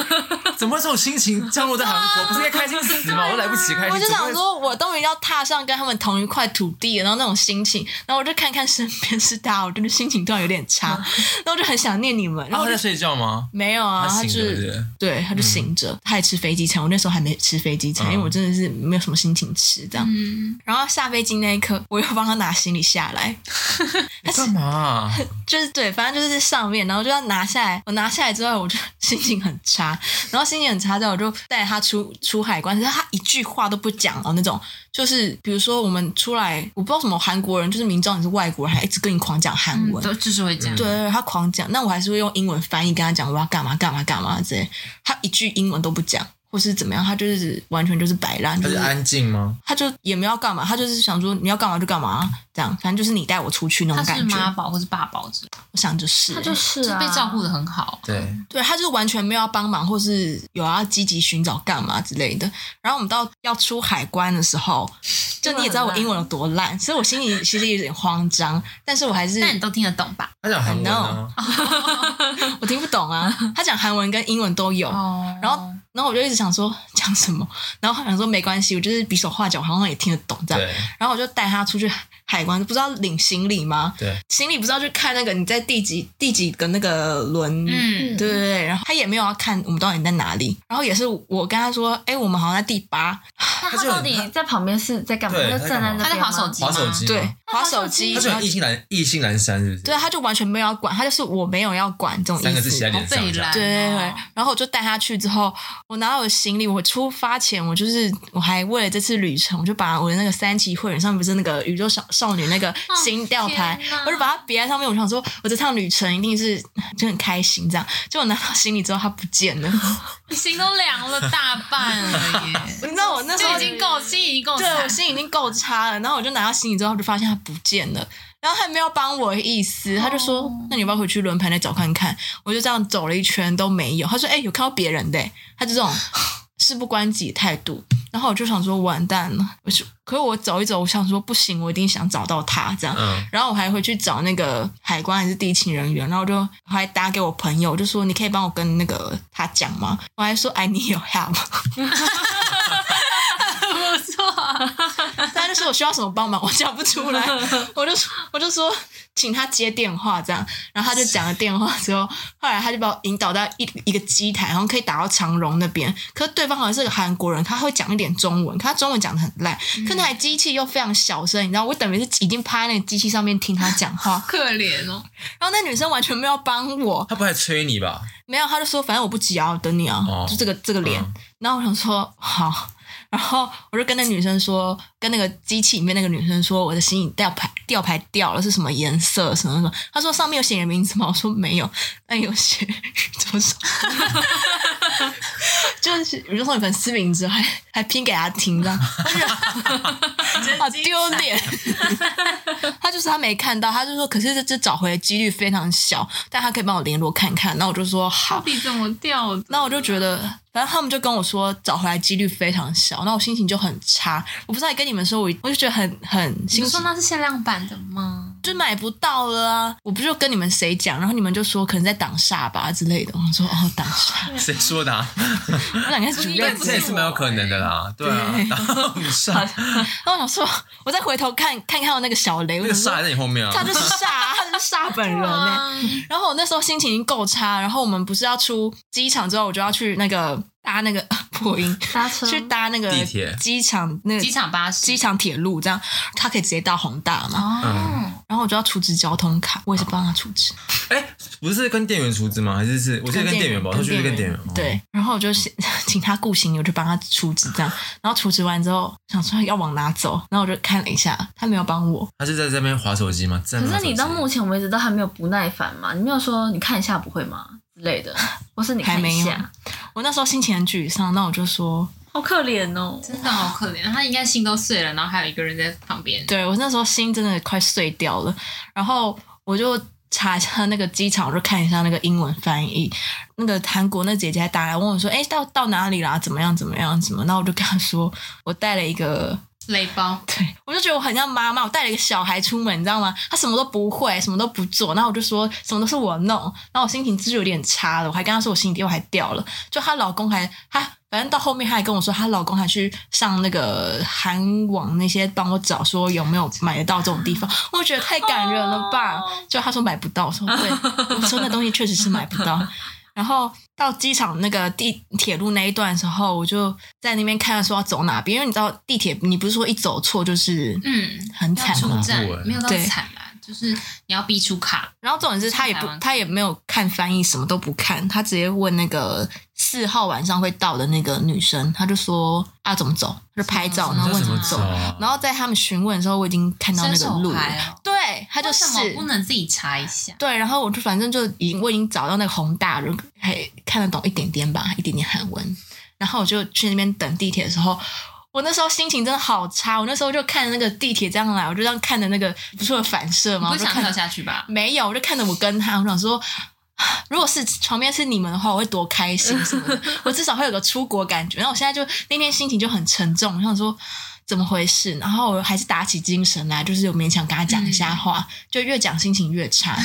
Speaker 1: 怎么会这种心情降落在韩国？不是应该开心死吗？我来不 及开心，
Speaker 2: 啊我就
Speaker 1: 怎么
Speaker 2: 想
Speaker 1: 会
Speaker 2: 说，我终于要踏上跟他们同一块土地了，然后那种心情，然后我就看看身边是他，我就就心情突然有点差，然后我就很想念你们，然
Speaker 1: 然
Speaker 2: 后
Speaker 1: 后嗯哦他
Speaker 2: 我就
Speaker 1: 在睡觉吗？
Speaker 2: 没有啊，
Speaker 1: 他
Speaker 2: 他就
Speaker 1: 醒了对不
Speaker 2: 是
Speaker 1: 对
Speaker 2: 对，他就醒着，他也吃飞机餐。我那时候还没吃飞机餐，
Speaker 1: 嗯
Speaker 2: 因为我真的是没有什么心情吃这样。
Speaker 4: 嗯，
Speaker 2: 然后下飞机那一刻，我又帮他拿行李下来，
Speaker 1: 你干嘛啊？
Speaker 2: 就是对，反正就是在上面，然后就要拿下来。我拿下来之后，我就 心情很差，然后心情很差之后，我就带他出出海关，可是他一句话都不讲哦，那种就是比如说我们出来，我不知道什么韩国人，就是明知道你是外国人，还一直跟你狂讲韩
Speaker 4: 嗯
Speaker 2: 文。
Speaker 4: 都就是会这样。
Speaker 2: 对对，对他狂讲，那我还是会用英文翻译跟他讲我要干嘛干嘛干嘛之类，他一句英文都不讲，或是怎么样，他就是完全就是摆烂，
Speaker 1: 他
Speaker 2: 就是是
Speaker 1: 安静吗？
Speaker 2: 他就也没有要干嘛，他就是想说你要干嘛就干嘛，啊这样，反正就是你带我出去那
Speaker 4: 他
Speaker 2: 种
Speaker 4: 是
Speaker 2: 感
Speaker 4: 妈
Speaker 2: 觉。
Speaker 4: 宝或是爸宝之类
Speaker 2: 我想就是、
Speaker 3: 他就
Speaker 2: 欸
Speaker 3: 是
Speaker 4: 的，就是
Speaker 3: 啊，
Speaker 4: 被照顾的很好。
Speaker 1: 对，
Speaker 2: 对他就是完全没有要帮忙，或是有要积极寻找干嘛之类的。然后我们到要出海关的时候，就你也知道我英文有多烂，所以我心里其实有点慌张，但是我还是
Speaker 4: 但你都听得懂吧？
Speaker 1: 他讲韩文啊，
Speaker 2: 我听不懂啊，他讲韩文跟英文都有。
Speaker 4: 哦
Speaker 2: 然后，然后我就一直想说讲什么，然后他想说没关系，我就是比手画脚，好像也听得懂这样。
Speaker 1: 对
Speaker 2: 然后我就带他出去海关，不是要领行李吗？
Speaker 1: 对，
Speaker 2: 行李不是要去看那个你在第几第几个那个轮？
Speaker 4: 嗯，
Speaker 2: 对对对，然后他也没有要看我们到底在哪里，然后也是我跟他说，哎，我们好像在第八，
Speaker 3: 那
Speaker 1: 他
Speaker 3: 他
Speaker 1: 就
Speaker 3: 到
Speaker 1: 很
Speaker 3: 底在旁边是在干嘛？
Speaker 1: 对
Speaker 3: 就
Speaker 1: 他在
Speaker 3: 站在
Speaker 1: 干
Speaker 2: 嗯
Speaker 3: 那
Speaker 1: 嘛
Speaker 4: 他在
Speaker 3: 边
Speaker 4: 划
Speaker 3: 吗
Speaker 4: 手机吗
Speaker 1: 滑手机，
Speaker 2: 对，划手
Speaker 3: 机
Speaker 2: 机，
Speaker 1: 他就
Speaker 2: 然后
Speaker 1: 很意兴阑意兴阑珊，是不是？
Speaker 2: 对，他啊就完全没有要管，他就是我没有要管这种
Speaker 1: 三
Speaker 2: 意
Speaker 1: 个字
Speaker 2: 思
Speaker 1: 写。在脸上
Speaker 4: 好，被
Speaker 1: 这样
Speaker 4: 拦
Speaker 2: 对对
Speaker 4: 哦
Speaker 2: 对，然后我就带他去之后，我拿到我的行李，我出发前我就是我还为了这次旅程，我就把我的那个三期会员上面不是那个宇宙少少女那个新吊牌，
Speaker 4: 天哪
Speaker 2: 我就把它别在上面，我想说我这趟旅程一定是 就很开心这样。结果拿到行李之后，它不见了，，
Speaker 4: 你心都凉了大半了耶
Speaker 2: 你知道我那时
Speaker 4: 就
Speaker 2: 候
Speaker 4: 已经够心已经够
Speaker 2: 对
Speaker 4: 惨
Speaker 2: 我。心已经够差了，然后我就拿到行李之后，我就发现它不见了。然后他也没有帮我的意思，他就说：“那你要不要回去轮盘再找看看？”我就这样走了一圈都没有。他说：“哎、有看到别人的、他就这种事不关己的态度。然后我就想说：“完蛋了！”我就可是我走一走，我想说不行，我一定想找到他这样。
Speaker 1: 嗯，
Speaker 2: 然后我还回去找那个海关还是地勤人员，然后我就我还打给我朋友，我就说你可以帮我跟那个他讲吗？我还说 I need your help，
Speaker 4: 不错啊，
Speaker 2: 他就说我需要什么帮忙，我讲不出来，我就说我就说请他接电话这样，然后他就讲了电话之后，后来他就把我引导到一一个机台，然后可以打到长荣那边，可是对方好像是个韩国人，他会讲一点中文，可他中文讲的很烂，可那台机器又非常小声，你知道我等于是已经趴在那个机器上面听他讲 话，
Speaker 4: 可怜哦。
Speaker 2: 然后那女生完全没有帮我，
Speaker 1: 他不还催你吧？
Speaker 2: 没有，他就说反正我不急啊，我等你啊，
Speaker 1: 哦
Speaker 2: 就这个这个脸。
Speaker 1: 嗯
Speaker 2: 然后我想说好，然后我就跟那女生说，跟那个机器里面那个女生说，我的行李吊牌吊牌掉了是什么颜色什么什么。她说上面有写你的名字吗？我说没有，但有写多少。就是宇宙少女粉丝名字，还还拼给她 听，这样，好丢脸。他就是他没看到，他就说，可是这这找回的几率非常小，但他可以帮我联络看看。那我就说好
Speaker 4: 到，底怎么掉的？
Speaker 2: 那我就觉得，反正他们就跟我说找回来几率非常小，那我心情就很差。我不是还跟你们说，我我就觉得很很
Speaker 4: 你
Speaker 2: 心
Speaker 4: 不说
Speaker 2: 情
Speaker 4: 那是限量版的吗？
Speaker 2: 就买不到了啊！我不就跟你们谁讲，然后你们就说可能在挡煞吧之类的。我说哦，挡煞，
Speaker 1: 谁说的啊？
Speaker 2: 我们两个主
Speaker 4: 应
Speaker 2: 任
Speaker 4: 该不
Speaker 1: 这
Speaker 4: 是
Speaker 1: 也是蛮有可能的啦，对啊，然后你煞，
Speaker 2: 然后我想说，我再回头看看看我那个小雷，
Speaker 1: 那
Speaker 2: 我
Speaker 1: 个
Speaker 2: 想
Speaker 1: 煞还
Speaker 2: 说
Speaker 1: 在你后面
Speaker 2: 他
Speaker 1: 啊，
Speaker 2: 就是煞啊，他就是煞本人呢、
Speaker 4: 啊
Speaker 2: 然后我那时候心情已经够差，然后我们不是要出机场之后，我就要去那个搭那个 破音，
Speaker 3: 搭车
Speaker 2: 去搭那个
Speaker 1: 地铁
Speaker 2: 机场那个
Speaker 4: 机场巴士，
Speaker 2: 机场铁路，这样他可以直接到宏大嘛。
Speaker 4: 哦，
Speaker 2: 然后我就要出值交通卡，我也是帮他出值，
Speaker 1: 哎，不是跟店员出资吗？还是是我记得跟店员吧，我去跟店员，哦，
Speaker 2: 对，然后我就先 请他顾行李，我就帮他出值这样。然后出值完之后，想说要往哪走，然后我就看了一下，他没有帮我，
Speaker 1: 他是在这边划手机吗？可
Speaker 3: 可是你到目前为止都还没有不耐烦嘛？你没有说你看一下不会吗之类的，或是你看一
Speaker 2: 还没有
Speaker 3: 下，
Speaker 2: 我那时候心情很沮丧，那我就说，
Speaker 3: 好可怜哦。
Speaker 4: 真的好可怜，他应该心都碎了，然后还有一个人在旁边。
Speaker 2: 对我那时候心真的快碎掉了，然后我就。查一下那个机场，我就看一下那个英文翻译。那个韩国那姐姐还打来问我说：“哎、到到哪里啦？怎么样？怎么样？怎么？”那我就跟她说：“我带了一个
Speaker 4: 泪包，
Speaker 2: 对， 我就觉得我很像妈妈，我带了一个小孩出门，你知道吗？他什么都不会，什么都不做，然后我就说什么都是我弄，然后我心情就是有点差了，我还跟他说我行李垫我还掉了，就她老公还她。反正到后面她还跟我说，她老公还去上那个韩网那些帮我找，说有没有买得到这种地方。我觉得太感人了吧！就她说买不到，我说对，我说那东西确实是买不到。然后到机场那个地铁路那一段的时候，我就在那边看说要走哪边，因为你知道地铁，你不是说一走错就是
Speaker 4: 嗯，
Speaker 2: 很
Speaker 4: 要
Speaker 2: 惨
Speaker 4: 出
Speaker 2: 吗？
Speaker 4: 站
Speaker 1: 恐怖欸
Speaker 4: 没有到
Speaker 2: 对
Speaker 4: 惨啦，就是你要逼出卡，
Speaker 2: 然后重点是他也不
Speaker 4: 上台湾
Speaker 2: 他也没有看翻译，什么都不看，他直接问那个四号晚上会到的那个女生，他就说啊怎么走，他就拍照，
Speaker 4: 什
Speaker 2: 然
Speaker 4: 么
Speaker 2: 后
Speaker 1: 这
Speaker 2: 问
Speaker 1: 怎
Speaker 2: 怎
Speaker 1: 么
Speaker 2: 么
Speaker 1: 走
Speaker 2: 走。
Speaker 1: 啊？
Speaker 2: 然后在他们询问的时候，我已经看到
Speaker 4: 伸
Speaker 2: 那个
Speaker 4: 手
Speaker 2: 路
Speaker 4: 牌
Speaker 2: 了。
Speaker 4: 哦。
Speaker 2: 对，他就
Speaker 4: 为
Speaker 2: 是
Speaker 4: 什么不能自己查一下？
Speaker 2: 对，然后我就反正就已经我已经找到那个宏大了，还看得懂一点点吧，一点点韩文。然后我就去那边等地铁的时候，我那时候心情真的好差。我那时候就看着那个地铁这样来，我就这样看着那个不是有反射
Speaker 4: 你
Speaker 2: 吗？
Speaker 4: 不
Speaker 2: 我就
Speaker 4: 想
Speaker 2: 看
Speaker 4: 跳下去 吧？
Speaker 2: 没有，我就看着我跟他，我想说，啊如果是旁边是你们的话，我会多开心什么的，我至少会有个出国感觉。然后我现在就那天心情就很沉重，我想说怎么回事，然后我还是打起精神来，就是有勉强跟他讲一下话，就越讲心情越差。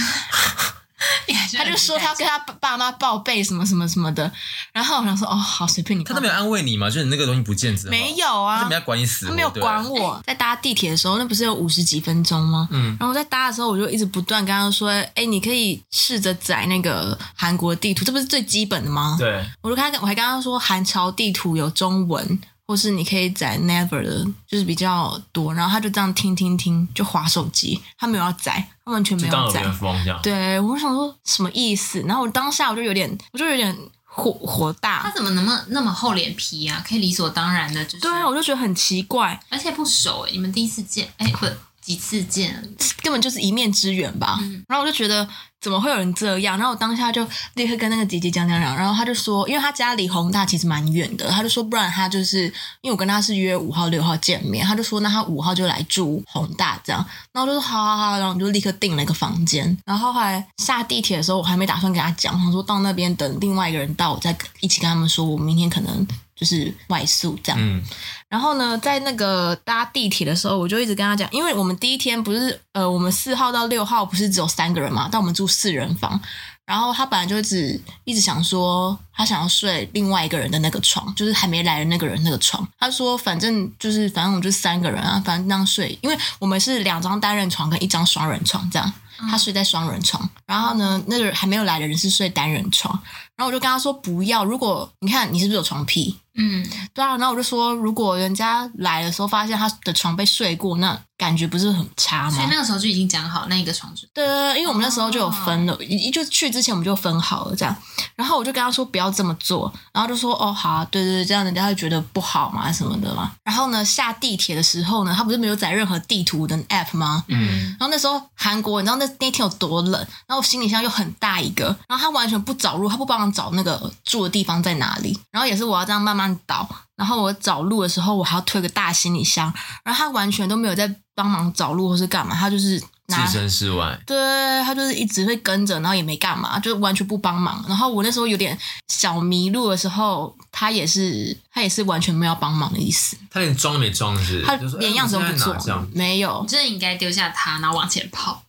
Speaker 2: 他
Speaker 4: 他
Speaker 2: 就说他要跟他爸妈报备什么什么什么的，然后我想说哦，好随便你报
Speaker 1: 他
Speaker 2: 备，
Speaker 1: 都没有安慰你吗？就是你那个东西不见之后，
Speaker 2: 没，有
Speaker 1: 他
Speaker 2: 啊，
Speaker 1: 没有管你死活，
Speaker 2: 他没有
Speaker 1: 对哎
Speaker 2: 管我，在搭地铁的时候，那不是有五十几分钟吗？
Speaker 1: 嗯
Speaker 2: 然后我在搭的时候，我就一直不断跟他说：“哎、你可以试着载那个韩国地图，这不是最基本的吗？”
Speaker 1: 对，
Speaker 2: 我就跟他，我还跟他说，韩朝地图有中文，或是你可以载 Never 的，就是比较多。然后他就这样听听听，就划手机，他没有要载，他完全没
Speaker 1: 就当
Speaker 2: 有
Speaker 1: 耳
Speaker 2: 载
Speaker 1: 边。风这样。
Speaker 2: 对，我想说什么意思？然后我当下我就有点，我就有点火火
Speaker 4: 他
Speaker 2: 大，
Speaker 4: 怎么那么那么厚脸皮啊？可以理所当然的，就是
Speaker 2: 对啊，我就觉得很奇怪，
Speaker 4: 而且不熟哎、你们第一次见哎、不几次见而已，
Speaker 2: 根本就是一面之缘吧。然后我就觉得怎么会有人这样？然后我当下就立刻跟那个姐姐讲讲讲，然后她就说，因为她家离宏大其实蛮远的，她就说不然她就是因为我跟她是约五号六号见面，她就说那她五号就来住宏大这样。然后我就说好好好，然后我们就立刻订了一个房间。然后后来下地铁的时候，我还没打算跟她讲，我想说到那边等另外一个人到，我再一起跟他们说我明天可能就是外宿这样。
Speaker 1: 嗯，
Speaker 2: 然后呢，在那个搭地铁的时候，我就一直跟他讲，因为我们第一天不是呃，我们四号到六号不是只有三个人嘛，但我们住四人房。然后他本来就只一直想说，他想要睡另外一个人的那个床，就是还没来的那个人那个床。他说，反正就是反正我们就三个人啊，反正那样睡，因为我们是两张单人床跟一张双人床这样。他睡在双人床，然后呢，那个还没有来的人是睡单人床。然后我就跟他说，不要，如果你看你是不是有床癖，
Speaker 4: 嗯，
Speaker 2: 对啊，然后我就说，如果人家来的时候发现他的床被睡过，那感觉不是很差
Speaker 4: 所以
Speaker 2: 吗？
Speaker 4: 那个时候就已经讲好那一个床是
Speaker 2: 对对对，因为我们那时候就有分了，一、一就去之前我们就分好了这样。然后我就跟他说不要这么做，然后就说哦好、啊，对对对，这样人家会觉得不好嘛什么的嘛。然后呢，下地铁的时候呢，他不是没有载任何地图的 app 吗？
Speaker 1: 嗯，
Speaker 2: 然后那时候韩国，你知道那那天有多冷，然后我行李箱又很大一个，然后他完全不找路，他不帮我找那个住的地方在哪里，然后也是我要这样慢慢倒，然后我找路的时候我还要推个大行李箱，然后他完全都没有在帮忙找路或是干嘛，他就是拿
Speaker 1: 置身事外，
Speaker 2: 对他就是一直会跟着，然后也没干嘛，就完全不帮忙。然后我那时候有点小迷路的时候，他也是他也是完全没有帮忙的意思，
Speaker 1: 他连装都没装是，哎
Speaker 2: 他
Speaker 1: 就说
Speaker 2: 连样子都不做，没有
Speaker 4: 你。真的应该丢下他，然后往前跑。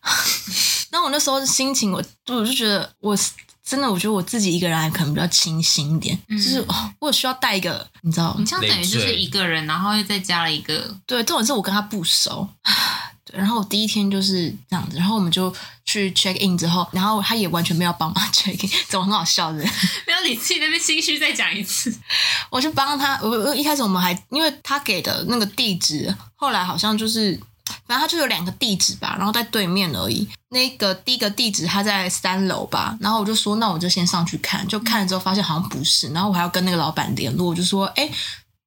Speaker 2: 那我那时候心情我，我就觉得我真的，我觉得我自己一个人还可能比较清醒一点，
Speaker 4: 嗯
Speaker 2: 就是哦我有需要带一个，你知道
Speaker 4: 你，这样等于
Speaker 1: 累
Speaker 4: 就是
Speaker 1: 赘
Speaker 4: 一个人，然后又再加了一个，
Speaker 2: 对，重点是我跟他不熟。 对，然后我第一天就是这样子，然后我们就去 check in 之后，然后他也完全没有帮忙 check in，怎么很好笑的？
Speaker 4: 不要你自己在那边心虚，再讲一次。
Speaker 2: 我就帮他，我我一开始我们还因为他给的那个地址，后来好像就是，反正他就有两个地址吧，然后在对面而已。那个第一个地址他在三楼吧，然后我就说那我就先上去看，就看了之后发现好像不是，然后我还要跟那个老板联络，我就说哎、诶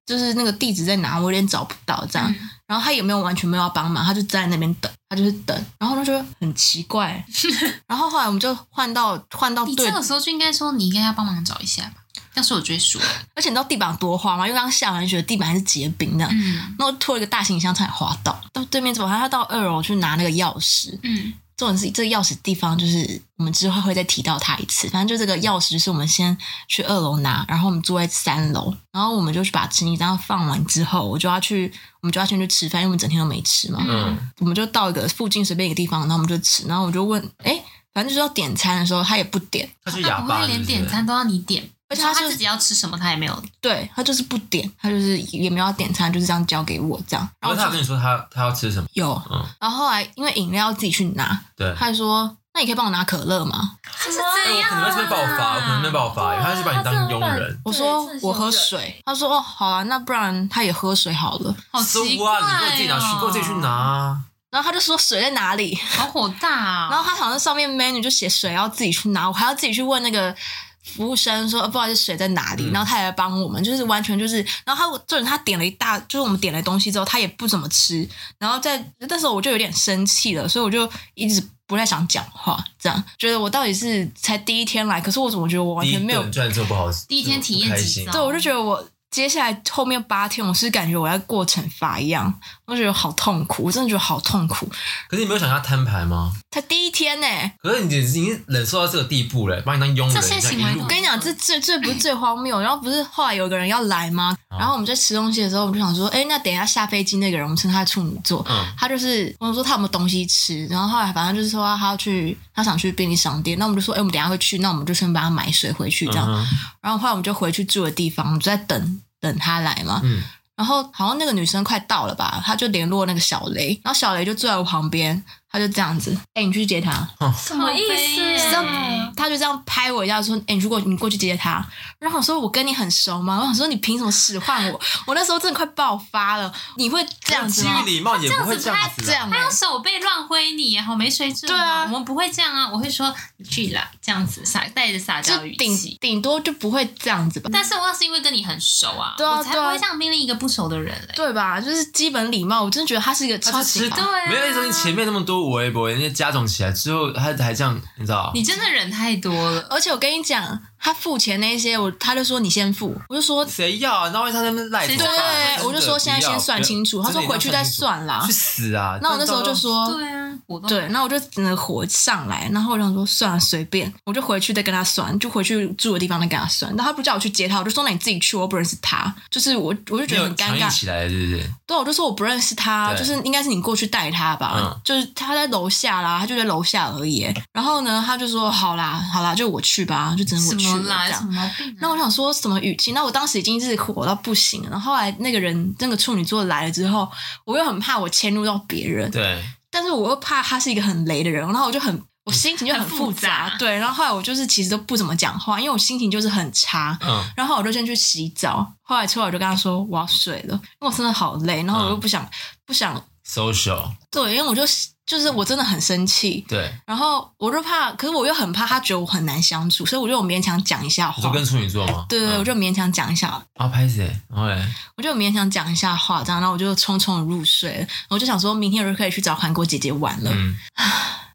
Speaker 2: 就是那个地址在哪，我有点找不到这样。
Speaker 4: 嗯
Speaker 2: 然后他也没有完全没有要帮忙，他就在那边等，他就是等，然后他就很奇 怪。然后后来我们就换到换到
Speaker 4: 你
Speaker 2: 对
Speaker 4: 这个时候就应该说，你应该要帮忙找一下吧。要是我追数，
Speaker 2: 而且你知道地板有多滑吗？因为刚刚下完雪，地板还是结冰这样。
Speaker 4: 嗯
Speaker 2: 然后拖了一个大行李箱差点滑倒，到对面走，还要到二楼去拿那个钥匙。
Speaker 4: 嗯，
Speaker 2: 重点是这个钥匙地方，就是我们之后会再提到它一次。反正就这个钥匙，就是我们先去二楼拿，然后我们住在三楼，然后我们就去把行李箱放完之后，我就要去，我们就要先去吃饭，因为我们整天都没吃嘛。
Speaker 1: 嗯，
Speaker 2: 我们就到一个附近随便一个地方，然后我们就吃，然后我就问，哎，反正就是要点餐的时候，他也不点，
Speaker 1: 他是
Speaker 4: 他
Speaker 1: 哑
Speaker 4: 不
Speaker 1: 巴，
Speaker 4: 会连点餐都要你点，
Speaker 2: 而且
Speaker 4: 他
Speaker 2: 他
Speaker 4: 他
Speaker 2: 就
Speaker 4: 自己要吃什么，他也没有。
Speaker 2: 对他就是不点，他就是也没有要点餐，就是这样交给我这样。
Speaker 1: 那
Speaker 2: 然后
Speaker 1: 他有
Speaker 2: 我
Speaker 1: 跟
Speaker 2: 就
Speaker 1: 你说他他要吃什么？
Speaker 2: 有
Speaker 1: 嗯，
Speaker 2: 然后后来因为饮料要自己去拿，
Speaker 1: 对。
Speaker 2: 他就说：“那你可以帮我拿可乐吗
Speaker 4: 这是
Speaker 1: 哎
Speaker 4: 这
Speaker 1: 我
Speaker 4: 样、啊
Speaker 1: 可能会这边爆发，我可能没爆发，啊
Speaker 3: 啊
Speaker 1: 他是把你当佣人。？”
Speaker 2: 我
Speaker 3: 对
Speaker 2: 说
Speaker 3: 真的：“是
Speaker 2: 我喝
Speaker 3: 有人
Speaker 2: 水。”他说：“哦，好啊，那不然他也喝水好了。
Speaker 4: 好
Speaker 1: 所
Speaker 4: 奇
Speaker 1: 以
Speaker 4: 怪、
Speaker 1: 哇，
Speaker 4: 哦，
Speaker 1: 你给我自己拿去，给我自己去拿，啊。”
Speaker 2: 然后他就说：“水在哪里？”
Speaker 4: 好火大啊！
Speaker 2: 然后他好像上面 menu 就写水要自己去拿，我还要自己去问那个服务生说，呃不好意思，水在哪里？
Speaker 1: 嗯
Speaker 2: 然后他也来帮我们，就是完全就是，然后他就是他点了一大，就是我们点了东西之后，他也不怎么吃，然后在那时候我就有点生气了，所以我就一直。不太想讲话，这样觉得我到底是才第一天来，可是我怎么觉得我完
Speaker 1: 第一
Speaker 2: 全没有
Speaker 1: 顿赚就不好，
Speaker 4: 第一天体验
Speaker 1: 不开
Speaker 4: 几
Speaker 1: 心
Speaker 4: 招
Speaker 2: 对，我就觉得我接下来后面八天，我是感觉我在过惩罚一样，我觉得好痛苦，我真的觉得好痛苦。
Speaker 1: 可是你没有想要摊牌吗？
Speaker 2: 才第一天呢、
Speaker 1: 可是你已经忍受到这个地步了，把你当佣人，
Speaker 4: 这些行
Speaker 1: 这
Speaker 4: 为
Speaker 1: 样一
Speaker 4: 都
Speaker 1: 路
Speaker 2: 我跟你讲，这这这不是最荒谬。然后不是后来有个人要来吗？
Speaker 1: 啊
Speaker 2: 然后我们在吃东西的时候，我们就想说，哎，那等一下下飞机那个人，我们称他是处女座，
Speaker 1: 嗯，
Speaker 2: 他就是我们说他有没有东西吃。然后后来反正就是说他要去，他想去便利商店。那我们就说，哎，我们等一下会去，那我们就先帮他买水回去这样。
Speaker 1: 嗯哼
Speaker 2: 然后后来我们就回去住的地方，我们就在等等他来嘛。
Speaker 1: 嗯，
Speaker 2: 然后好像那个女生快到了吧，他就联络那个小雷，然后小雷就坐在我旁边，他就这样子，哎，你去接他。
Speaker 3: 什么意
Speaker 4: 靠
Speaker 3: 思？
Speaker 4: 背
Speaker 3: 什
Speaker 4: 耶
Speaker 3: 么
Speaker 2: 他就这样拍我一下，说：“哎、你如果你过去接他。”然后我说：“我跟你很熟吗？”我想说：“你凭什么使唤我？”我那时候真的快爆发了。你会这样子
Speaker 1: 基
Speaker 2: 吗
Speaker 1: 于？礼貌也不会这样子
Speaker 2: 这
Speaker 1: 啊，
Speaker 2: 样、
Speaker 4: 他用手背乱挥你，好没水准哦。
Speaker 2: 对啊
Speaker 4: 我们不会这样啊，我会说你去啦，这样子撒带着撒娇
Speaker 2: 就
Speaker 4: 语
Speaker 2: 顶
Speaker 4: 气。
Speaker 2: 顶多就不会这样子吧？
Speaker 4: 但是我是因为跟你很熟啊，
Speaker 2: 对啊
Speaker 4: 我才
Speaker 2: 对
Speaker 4: 不
Speaker 2: 啊
Speaker 4: 会这样命令一个不熟的人嘞、
Speaker 2: 对吧？就是基本礼貌，我真的觉得他是一个
Speaker 1: 他
Speaker 2: 超
Speaker 1: 是吃的
Speaker 2: 级好
Speaker 4: 对啊
Speaker 1: 没有那时候你前面那么多无微博，人家加总起来之后，他还这样，你知道？
Speaker 4: 你真的人太多了。
Speaker 2: 而且我跟你讲，他付钱那些，我他就说你先付，我就说
Speaker 1: 谁要啊？然后他在那边赖着
Speaker 4: 谁
Speaker 1: 吧，
Speaker 4: 对
Speaker 1: 真的
Speaker 2: 我就说现在
Speaker 1: 不要
Speaker 2: 先算清楚
Speaker 1: 不要
Speaker 2: 他说
Speaker 1: 真的
Speaker 2: 回去再算啦
Speaker 1: 去死啊！
Speaker 2: 那我那时候就说
Speaker 4: 对啊，我都
Speaker 2: 哦对，那我就整个火上来，然后我想说算了随便，我就回去再跟他算，就回去住的地方再跟他算。但他不叫我去接他，我就说那你自己去，我又不认识他，就是我我就
Speaker 1: 没
Speaker 2: 觉得
Speaker 1: 有
Speaker 2: 很尴
Speaker 1: 强硬
Speaker 2: 尬。
Speaker 1: 起来，对不对？
Speaker 2: 对，我就说我不认识他，
Speaker 1: 对
Speaker 2: 就是应该是你过去带他吧，
Speaker 1: 嗯
Speaker 2: 就是他在楼下啦，他就在楼下而已。然后呢，他就说好啦，好啦，就我去吧，就只能我
Speaker 4: 什
Speaker 2: 去
Speaker 4: 么
Speaker 2: 了
Speaker 4: 啦，
Speaker 2: 这
Speaker 4: 有什
Speaker 2: 样。
Speaker 4: 么毛病、啊？
Speaker 2: 那我想说什么语气？那我当时已经是火到不行了。然后后来那个人，那个处女座来了之后，我又很怕我迁怒到别人，
Speaker 1: 对，
Speaker 2: 但是我又怕他是一个很雷的人，然后我就很我心情就很
Speaker 4: 很
Speaker 2: 复
Speaker 4: 复
Speaker 2: 杂，
Speaker 4: 杂
Speaker 2: 对。然后后来我就是其实都不怎么讲话，因为我心情就是很差。
Speaker 1: 嗯，
Speaker 2: 然后我就先去洗澡，后来出来我就跟他说我要睡了，因为我真的好累，然后我又不想、不想
Speaker 1: social，
Speaker 2: 对，因为我就就是我真的很生气，
Speaker 1: 对，
Speaker 2: 然后我就怕，可是我又很怕他觉得我很难相处，所以我就有勉强讲一下
Speaker 1: 你说
Speaker 2: 话。
Speaker 1: 跟处女座吗？
Speaker 2: 对对，对
Speaker 1: 嗯
Speaker 2: 我就勉强讲一下，
Speaker 1: 啊，拍谁？然后嘞，
Speaker 2: 我就有勉强讲一下话，这样，然后我就匆匆地入睡了。然后我就想说明天我就可以去找韩国姐姐玩了。
Speaker 1: 嗯，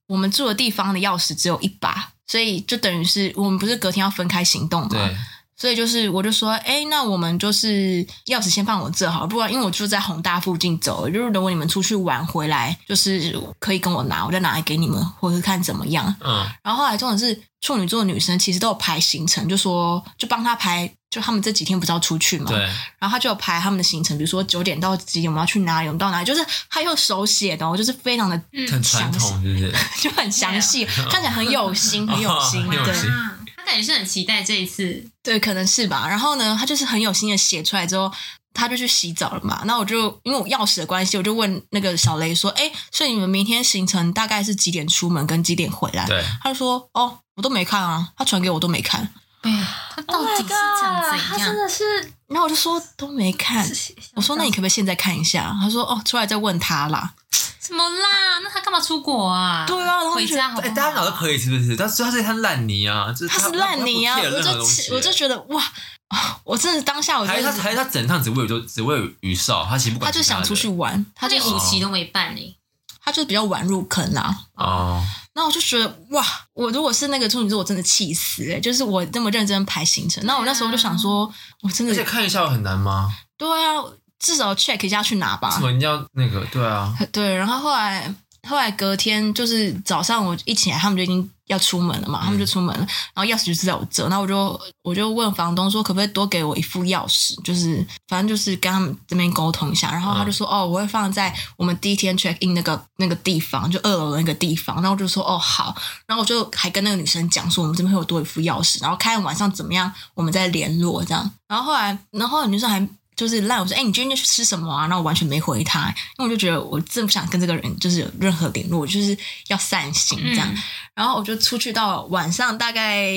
Speaker 2: 我们住的地方的钥匙只有一把，所以就等于是我们不是隔天要分开行动嘛
Speaker 1: 对，，
Speaker 2: 所以就是我就说，哎，那我们就是钥匙先放我这好了，不然因为我住在宏大附近走，就是如果你们出去玩回来，就是可以跟我拿，我再拿来给你们，或是看怎么样。
Speaker 1: 嗯，
Speaker 2: 然后后来重点是处女座的女生其实都有排行程，就说就帮她排，就他们这几天不是要出去嘛，
Speaker 1: 对，
Speaker 2: 然后他就有排他们的行程，比如说九点到几点我们要去哪里，我们到哪里，就是他又手写的、哦，就是非常的
Speaker 1: 很传统，是不是？
Speaker 2: 就很详细， 看起来很有心，很有心，
Speaker 1: 啊哦很有
Speaker 2: 对啊
Speaker 1: 心
Speaker 4: 哇他感觉是很期待这一次。
Speaker 2: 对，可能是吧。然后呢，他就是很有心的写出来之后，他就去洗澡了嘛。那我就因为我钥匙的关系，我就问那个小雷说：“哎，所以你们明天行程大概是几点出门，跟几点回来
Speaker 1: 对，？”
Speaker 2: 他就说：“哦，我都没看啊，他传给我都没看。
Speaker 4: 对啊，他到
Speaker 2: Oh
Speaker 4: 底是长
Speaker 3: ？Oh god！
Speaker 4: 怎
Speaker 3: 他真
Speaker 4: 样？
Speaker 3: 的是，”
Speaker 2: 然后我就说：“都没看。”哎我说：“那你可不可以现在看一下？”他说：“哦，出来再问他啦。
Speaker 4: 什么啦？那他干嘛出国啊？
Speaker 2: 对啊然后
Speaker 4: 回
Speaker 2: 就觉得
Speaker 4: 家好不好？
Speaker 1: 哎，大家脑都可以是不是？但是他是一滩烂泥啊，就是”
Speaker 2: 他是烂泥啊！
Speaker 1: 他不 care
Speaker 2: 我
Speaker 1: 任何
Speaker 2: 就
Speaker 1: 东
Speaker 2: 气
Speaker 1: 西
Speaker 2: 我就觉得哇，哦我真的当下我就
Speaker 1: 还是他还
Speaker 2: 是
Speaker 1: 是他整趟只为就只为于少，他其实不管
Speaker 2: 他就想出去玩，他
Speaker 4: 他
Speaker 2: 就
Speaker 4: 连五期都没办呢、
Speaker 2: 他就比较晚入坑啦、
Speaker 1: 哦，
Speaker 2: 然后我就觉得哇，我如果是那个处女座，我真的气死哎、就是我这么认真排行程，那我那时候就想说，我真
Speaker 1: 啊而且
Speaker 2: 的
Speaker 1: 看一下很难吗？
Speaker 2: 对啊，至少 check 一下去哪
Speaker 1: 为什
Speaker 2: 吧。
Speaker 1: 么人家那个对啊？
Speaker 2: 对，然后后来后来隔天就是早上我一起来，他们就已经要出门了嘛，他们就出门了，然后钥匙就是在我这，然后我就我就问房东说可不可以多给我一副钥匙，就是反正就是跟他们这边沟通一下，然后他就说、哦，我会放在我们第一天 check in 那个那个地方，就二楼的那个地方，然后我就说哦好，然后我就还跟那个女生讲说我们这边会有多一副钥匙，然后看晚上怎么样，我们再联络这样，然后后来然后女生还。就是赖我说，哎、你今天去吃什么啊？然后我完全没回他、因为我就觉得我真的不想跟这个人就是有任何联络，我就是要散心这样。
Speaker 4: 嗯
Speaker 2: 然后我就出去到晚上大概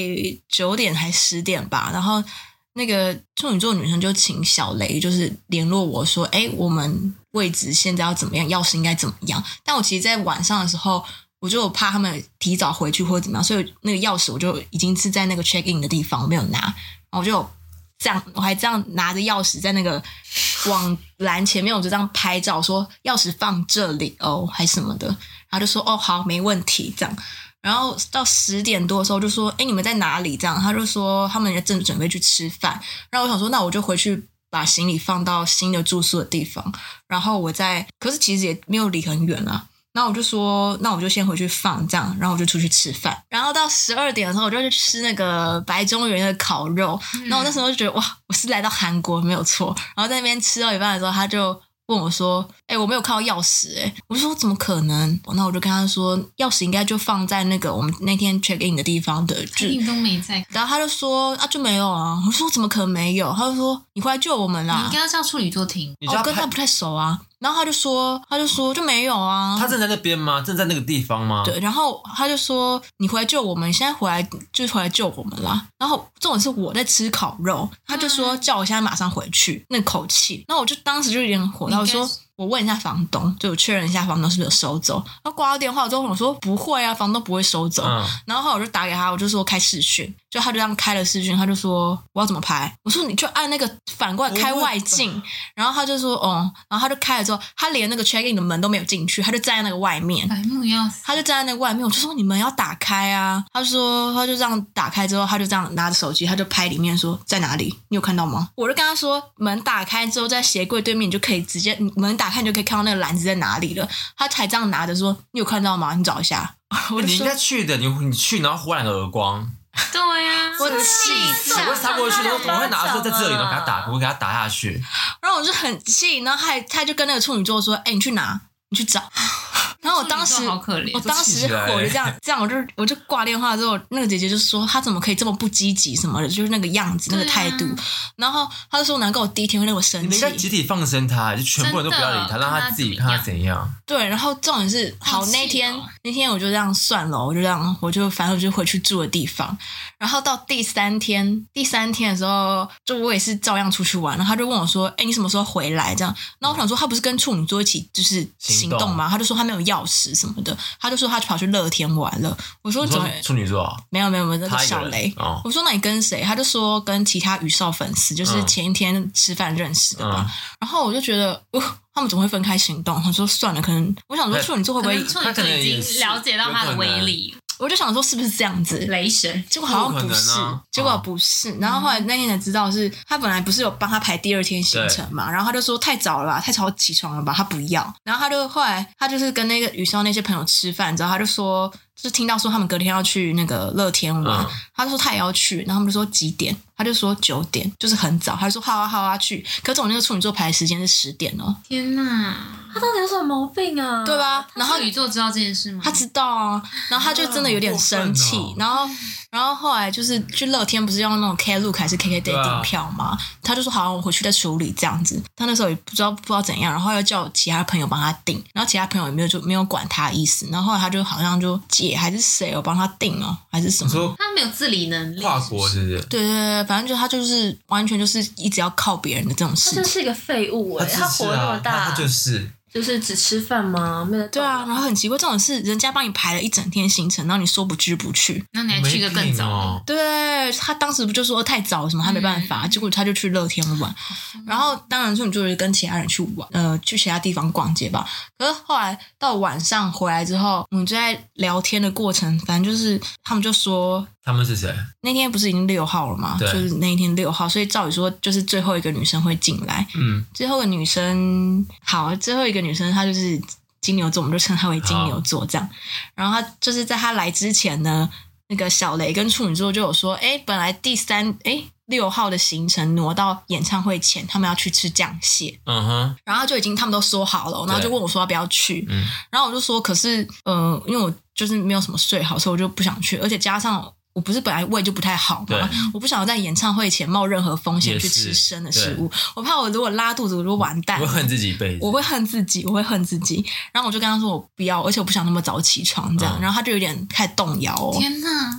Speaker 2: 九点还十点吧，然后那个处女座女生就请小雷就是联络我说，哎、我们位置现在要怎么样，钥匙应该怎么样？但我其实，在晚上的时候。我就怕他们提早回去或者怎么样，所以那个钥匙我就已经是在那个 check in 的地方，我没有拿，然后我就这样，我还这样拿着钥匙在那个网栏前面，我就这样拍照，说钥匙放这里哦，还什么的，然后就说哦好，没问题这样。然后到十点多的时候就说，哎，你们在哪里？这样，他就说他们正准备去吃饭。然后我想说，那我就回去把行李放到新的住宿的地方，然后我再，可是其实也没有离很远啦。然后我就说，那我就先回去放这样，然后我就出去吃饭。然后到十二点的时候，我就去吃那个白中原的烤肉，那我那时候就觉得哇，我是来到韩国没有错。然后在那边吃到一半的时候，他就问我说：“哎、我没有看到钥匙、哎，我就说怎么可能？那我就跟他说，钥匙应该就放在那个我们那天 check in 的地方的，就
Speaker 4: 一定都没在。
Speaker 2: 然后他就说啊就没有啊。我说怎么可能没有？他就说你回来救我们
Speaker 4: 你
Speaker 2: 啦
Speaker 4: 应。该要叫处女座听，
Speaker 1: 你知
Speaker 2: 哦我
Speaker 1: 道
Speaker 2: 跟他
Speaker 1: 他
Speaker 2: 不太熟啊。然后他就说他就说就没有啊。
Speaker 1: 他正在那边吗？正在那个地方吗？
Speaker 2: 对，然后他就说：“你回来救我们，你现在回来就是回来救我们啦。”然后重点是我在吃烤肉，他就说
Speaker 4: 嗯
Speaker 2: 叫我现在马上回去，那口气。然后我就当时就有点火大，我
Speaker 4: 你应该
Speaker 2: 说
Speaker 4: 是。
Speaker 2: 我问一下房东，就我确认一下房东是不是有收走。然后挂了电话之后，我说不会啊，房东不会收走。
Speaker 1: 嗯，
Speaker 2: 然后后来我就打给他，我就说开视讯，就他就这样开了视讯，他就说我要怎么拍？我说你就按那个反过来开外镜，然后他就说哦，然后他就开了之后，他连那个 check in 的门都没有进去，他就站在那个外面，
Speaker 4: 白目要死。
Speaker 2: 他就站在那个外面，我就说你们要打开啊。他说他就这样打开之后，他就这样拿着手机，他就拍里面说在哪里，你有看到吗？我就跟他说门打开之后，在鞋柜对面你就可以直接你门打开，你就可以看到那个篮子在哪里了。他才这样拿着说你有看到吗？你找一下。 我就
Speaker 1: 你应
Speaker 2: 说
Speaker 1: 该去的，你你去，然后呼然个耳光，
Speaker 4: 对啊呀、
Speaker 2: 我气
Speaker 1: 我
Speaker 2: 炸
Speaker 1: 会
Speaker 2: 了，
Speaker 1: 杀过去，然后
Speaker 3: 他两巴掌啊
Speaker 1: 我会拿说在这里，然后给他打，我会给他打下去。
Speaker 2: 然后我就很气，然后还他就跟那个处女座说：“哎、你去拿，你去找。” 然后我当
Speaker 4: 处
Speaker 2: 时
Speaker 4: 女座好可怜
Speaker 2: 我当时
Speaker 1: 这气起来
Speaker 2: 火就这样，这样我就我就挂电话之后，那个姐姐就说她怎么可以这么不积极什么的，就是那个样子、那个
Speaker 4: 对啊
Speaker 2: 态度。然后她就说难怪我第一天会让我
Speaker 1: 你
Speaker 2: 生
Speaker 1: 们应该集
Speaker 2: 气。
Speaker 1: 体放生他，就全部人都不要理他，
Speaker 4: 真的
Speaker 1: 让他自己
Speaker 4: 看
Speaker 1: 看
Speaker 4: 他
Speaker 1: 他怎样。
Speaker 2: 对，然后重点是
Speaker 4: 好
Speaker 2: 好
Speaker 4: 气
Speaker 2: 那天
Speaker 4: 哦
Speaker 2: 那天我就这样算了，我就这样我就反正我就回去住的地方。然后到第三天，第三天的时候，就我也是照样出去玩，然后他就问我说：“哎、你什么时候回来？”这样，然后我想说，他不是跟处女座一起就是行
Speaker 1: 行动
Speaker 2: 动吗？他就说他没有钥匙什么的，他就说他跑去乐天玩了。我说
Speaker 1: 你
Speaker 2: 怎
Speaker 1: 说
Speaker 2: 么
Speaker 1: 处女座啊，
Speaker 2: 没有没有没有那个
Speaker 1: 他一
Speaker 2: 小
Speaker 1: 个
Speaker 2: 雷
Speaker 1: 人？哦，
Speaker 2: 我说那你跟谁？他就说跟其他宇少粉丝，就是
Speaker 1: 嗯
Speaker 2: 前一天吃饭认识的吧。
Speaker 1: 嗯
Speaker 2: 然后我就觉得，哇、他们怎么会分开行动？我说算了，可能我想说
Speaker 1: 哎
Speaker 2: 处女座会不
Speaker 4: 可
Speaker 2: 会
Speaker 4: 能？处
Speaker 1: 他
Speaker 4: 女
Speaker 1: 可
Speaker 4: 座
Speaker 1: 能
Speaker 4: 已
Speaker 1: 也
Speaker 4: 经
Speaker 1: 是
Speaker 4: 了解到它的威力，
Speaker 2: 我就想说是不是这样子？
Speaker 4: 雷神。
Speaker 2: 结果好像不是，
Speaker 1: 有可能啊
Speaker 2: 结果不是。然后后来那天才知道是，他本来不是有帮他排第二天行程嘛，然后他就说太早了吧，太早起床了吧，他不要。然后他就后来他就是跟那个雨潇那些朋友吃饭之后，他就说就是听到说他们隔天要去那个乐天玩，
Speaker 1: 嗯
Speaker 2: 他就说他也要去，然后他们就说几点，他就说九点，就是很早。他就说好啊好啊去，可是我那个处女座排的时间是十点哦，
Speaker 4: 天哪！
Speaker 3: 他到底有什么毛病
Speaker 1: 嗯
Speaker 3: 啊？
Speaker 2: 对？吧？然
Speaker 4: 然
Speaker 2: 后
Speaker 4: 后宇宙知道这件事吗？
Speaker 2: 他知道啊，然后他就真的有点生气，
Speaker 1: 啊好过分哦
Speaker 2: 然后然后后来就是去乐天不是用那种 Klook 还是 KKday
Speaker 1: 对啊
Speaker 2: 订票吗？他就说好，我回去再处理这样子。他那时候也不知道不知道怎样，然后又叫其他朋友帮他订，然后其他朋友也没有就没有管他的意思，然后后来他就好像就姐还是谁有帮他订哦，还是什
Speaker 1: 你
Speaker 2: 么。
Speaker 1: 说
Speaker 4: 他没有自理能力，
Speaker 1: 跨国是不是？
Speaker 2: 对对对，反正就他就是完全就是一直要靠别人的这种
Speaker 3: 他
Speaker 2: 事
Speaker 3: 真
Speaker 2: 情，
Speaker 3: 是一个废物哎、
Speaker 1: 只
Speaker 3: 他活
Speaker 1: 是
Speaker 3: 那么
Speaker 1: 啊，
Speaker 3: 大，
Speaker 1: 他他就是
Speaker 3: 就是只吃饭吗？没有
Speaker 2: 对啊，然后很奇怪，这种事人家帮你排了一整天行程，然后你说不知不去，
Speaker 4: 那你还去一个更
Speaker 1: 没病
Speaker 4: 早
Speaker 1: 哦。
Speaker 2: 对他当时不就说太早什么，他没办法，结果他就去乐天玩，然后当然处女座就跟其他人去玩，呃，去其他地方逛街吧。可是后来到晚上回来之后，我们就在聊天的过程，反正就是他们就说
Speaker 1: 他们是谁？
Speaker 2: 那天不是已经六号了吗？就
Speaker 1: 对
Speaker 2: 是那一天六号，所以照理说就是最后一个女生会进来，
Speaker 1: 嗯，
Speaker 2: 最后一个女生好，最后一个女生她就是金牛座，我们就称他为金牛座这样。然后他就是在他来之前呢，那个小雷跟处女座就有说，哎，本来第三哎六号的行程挪到演唱会前，他们要去吃酱蟹，
Speaker 1: 嗯哼，
Speaker 2: 然后就已经他们都说好了，然后就问我说要不要去，
Speaker 1: 嗯
Speaker 2: 然后我就说可是呃，因为我就是没有什么睡好，所以我就不想去，而且加上。我不是本来胃就不太好
Speaker 1: 对
Speaker 2: 嘛，我不想要在演唱会前冒任何风险
Speaker 1: 也
Speaker 2: 去
Speaker 1: 是
Speaker 2: 吃生的食物，我怕我如果拉肚子，我就完蛋
Speaker 1: 我
Speaker 2: 了。
Speaker 1: 恨自己一辈子。
Speaker 2: 哎我会恨自己，我会恨自己。然后我就跟他说我不要，而且我不想那么早起床这样。
Speaker 1: 嗯
Speaker 2: 然后他就有点开始动摇哦。
Speaker 4: 天哪，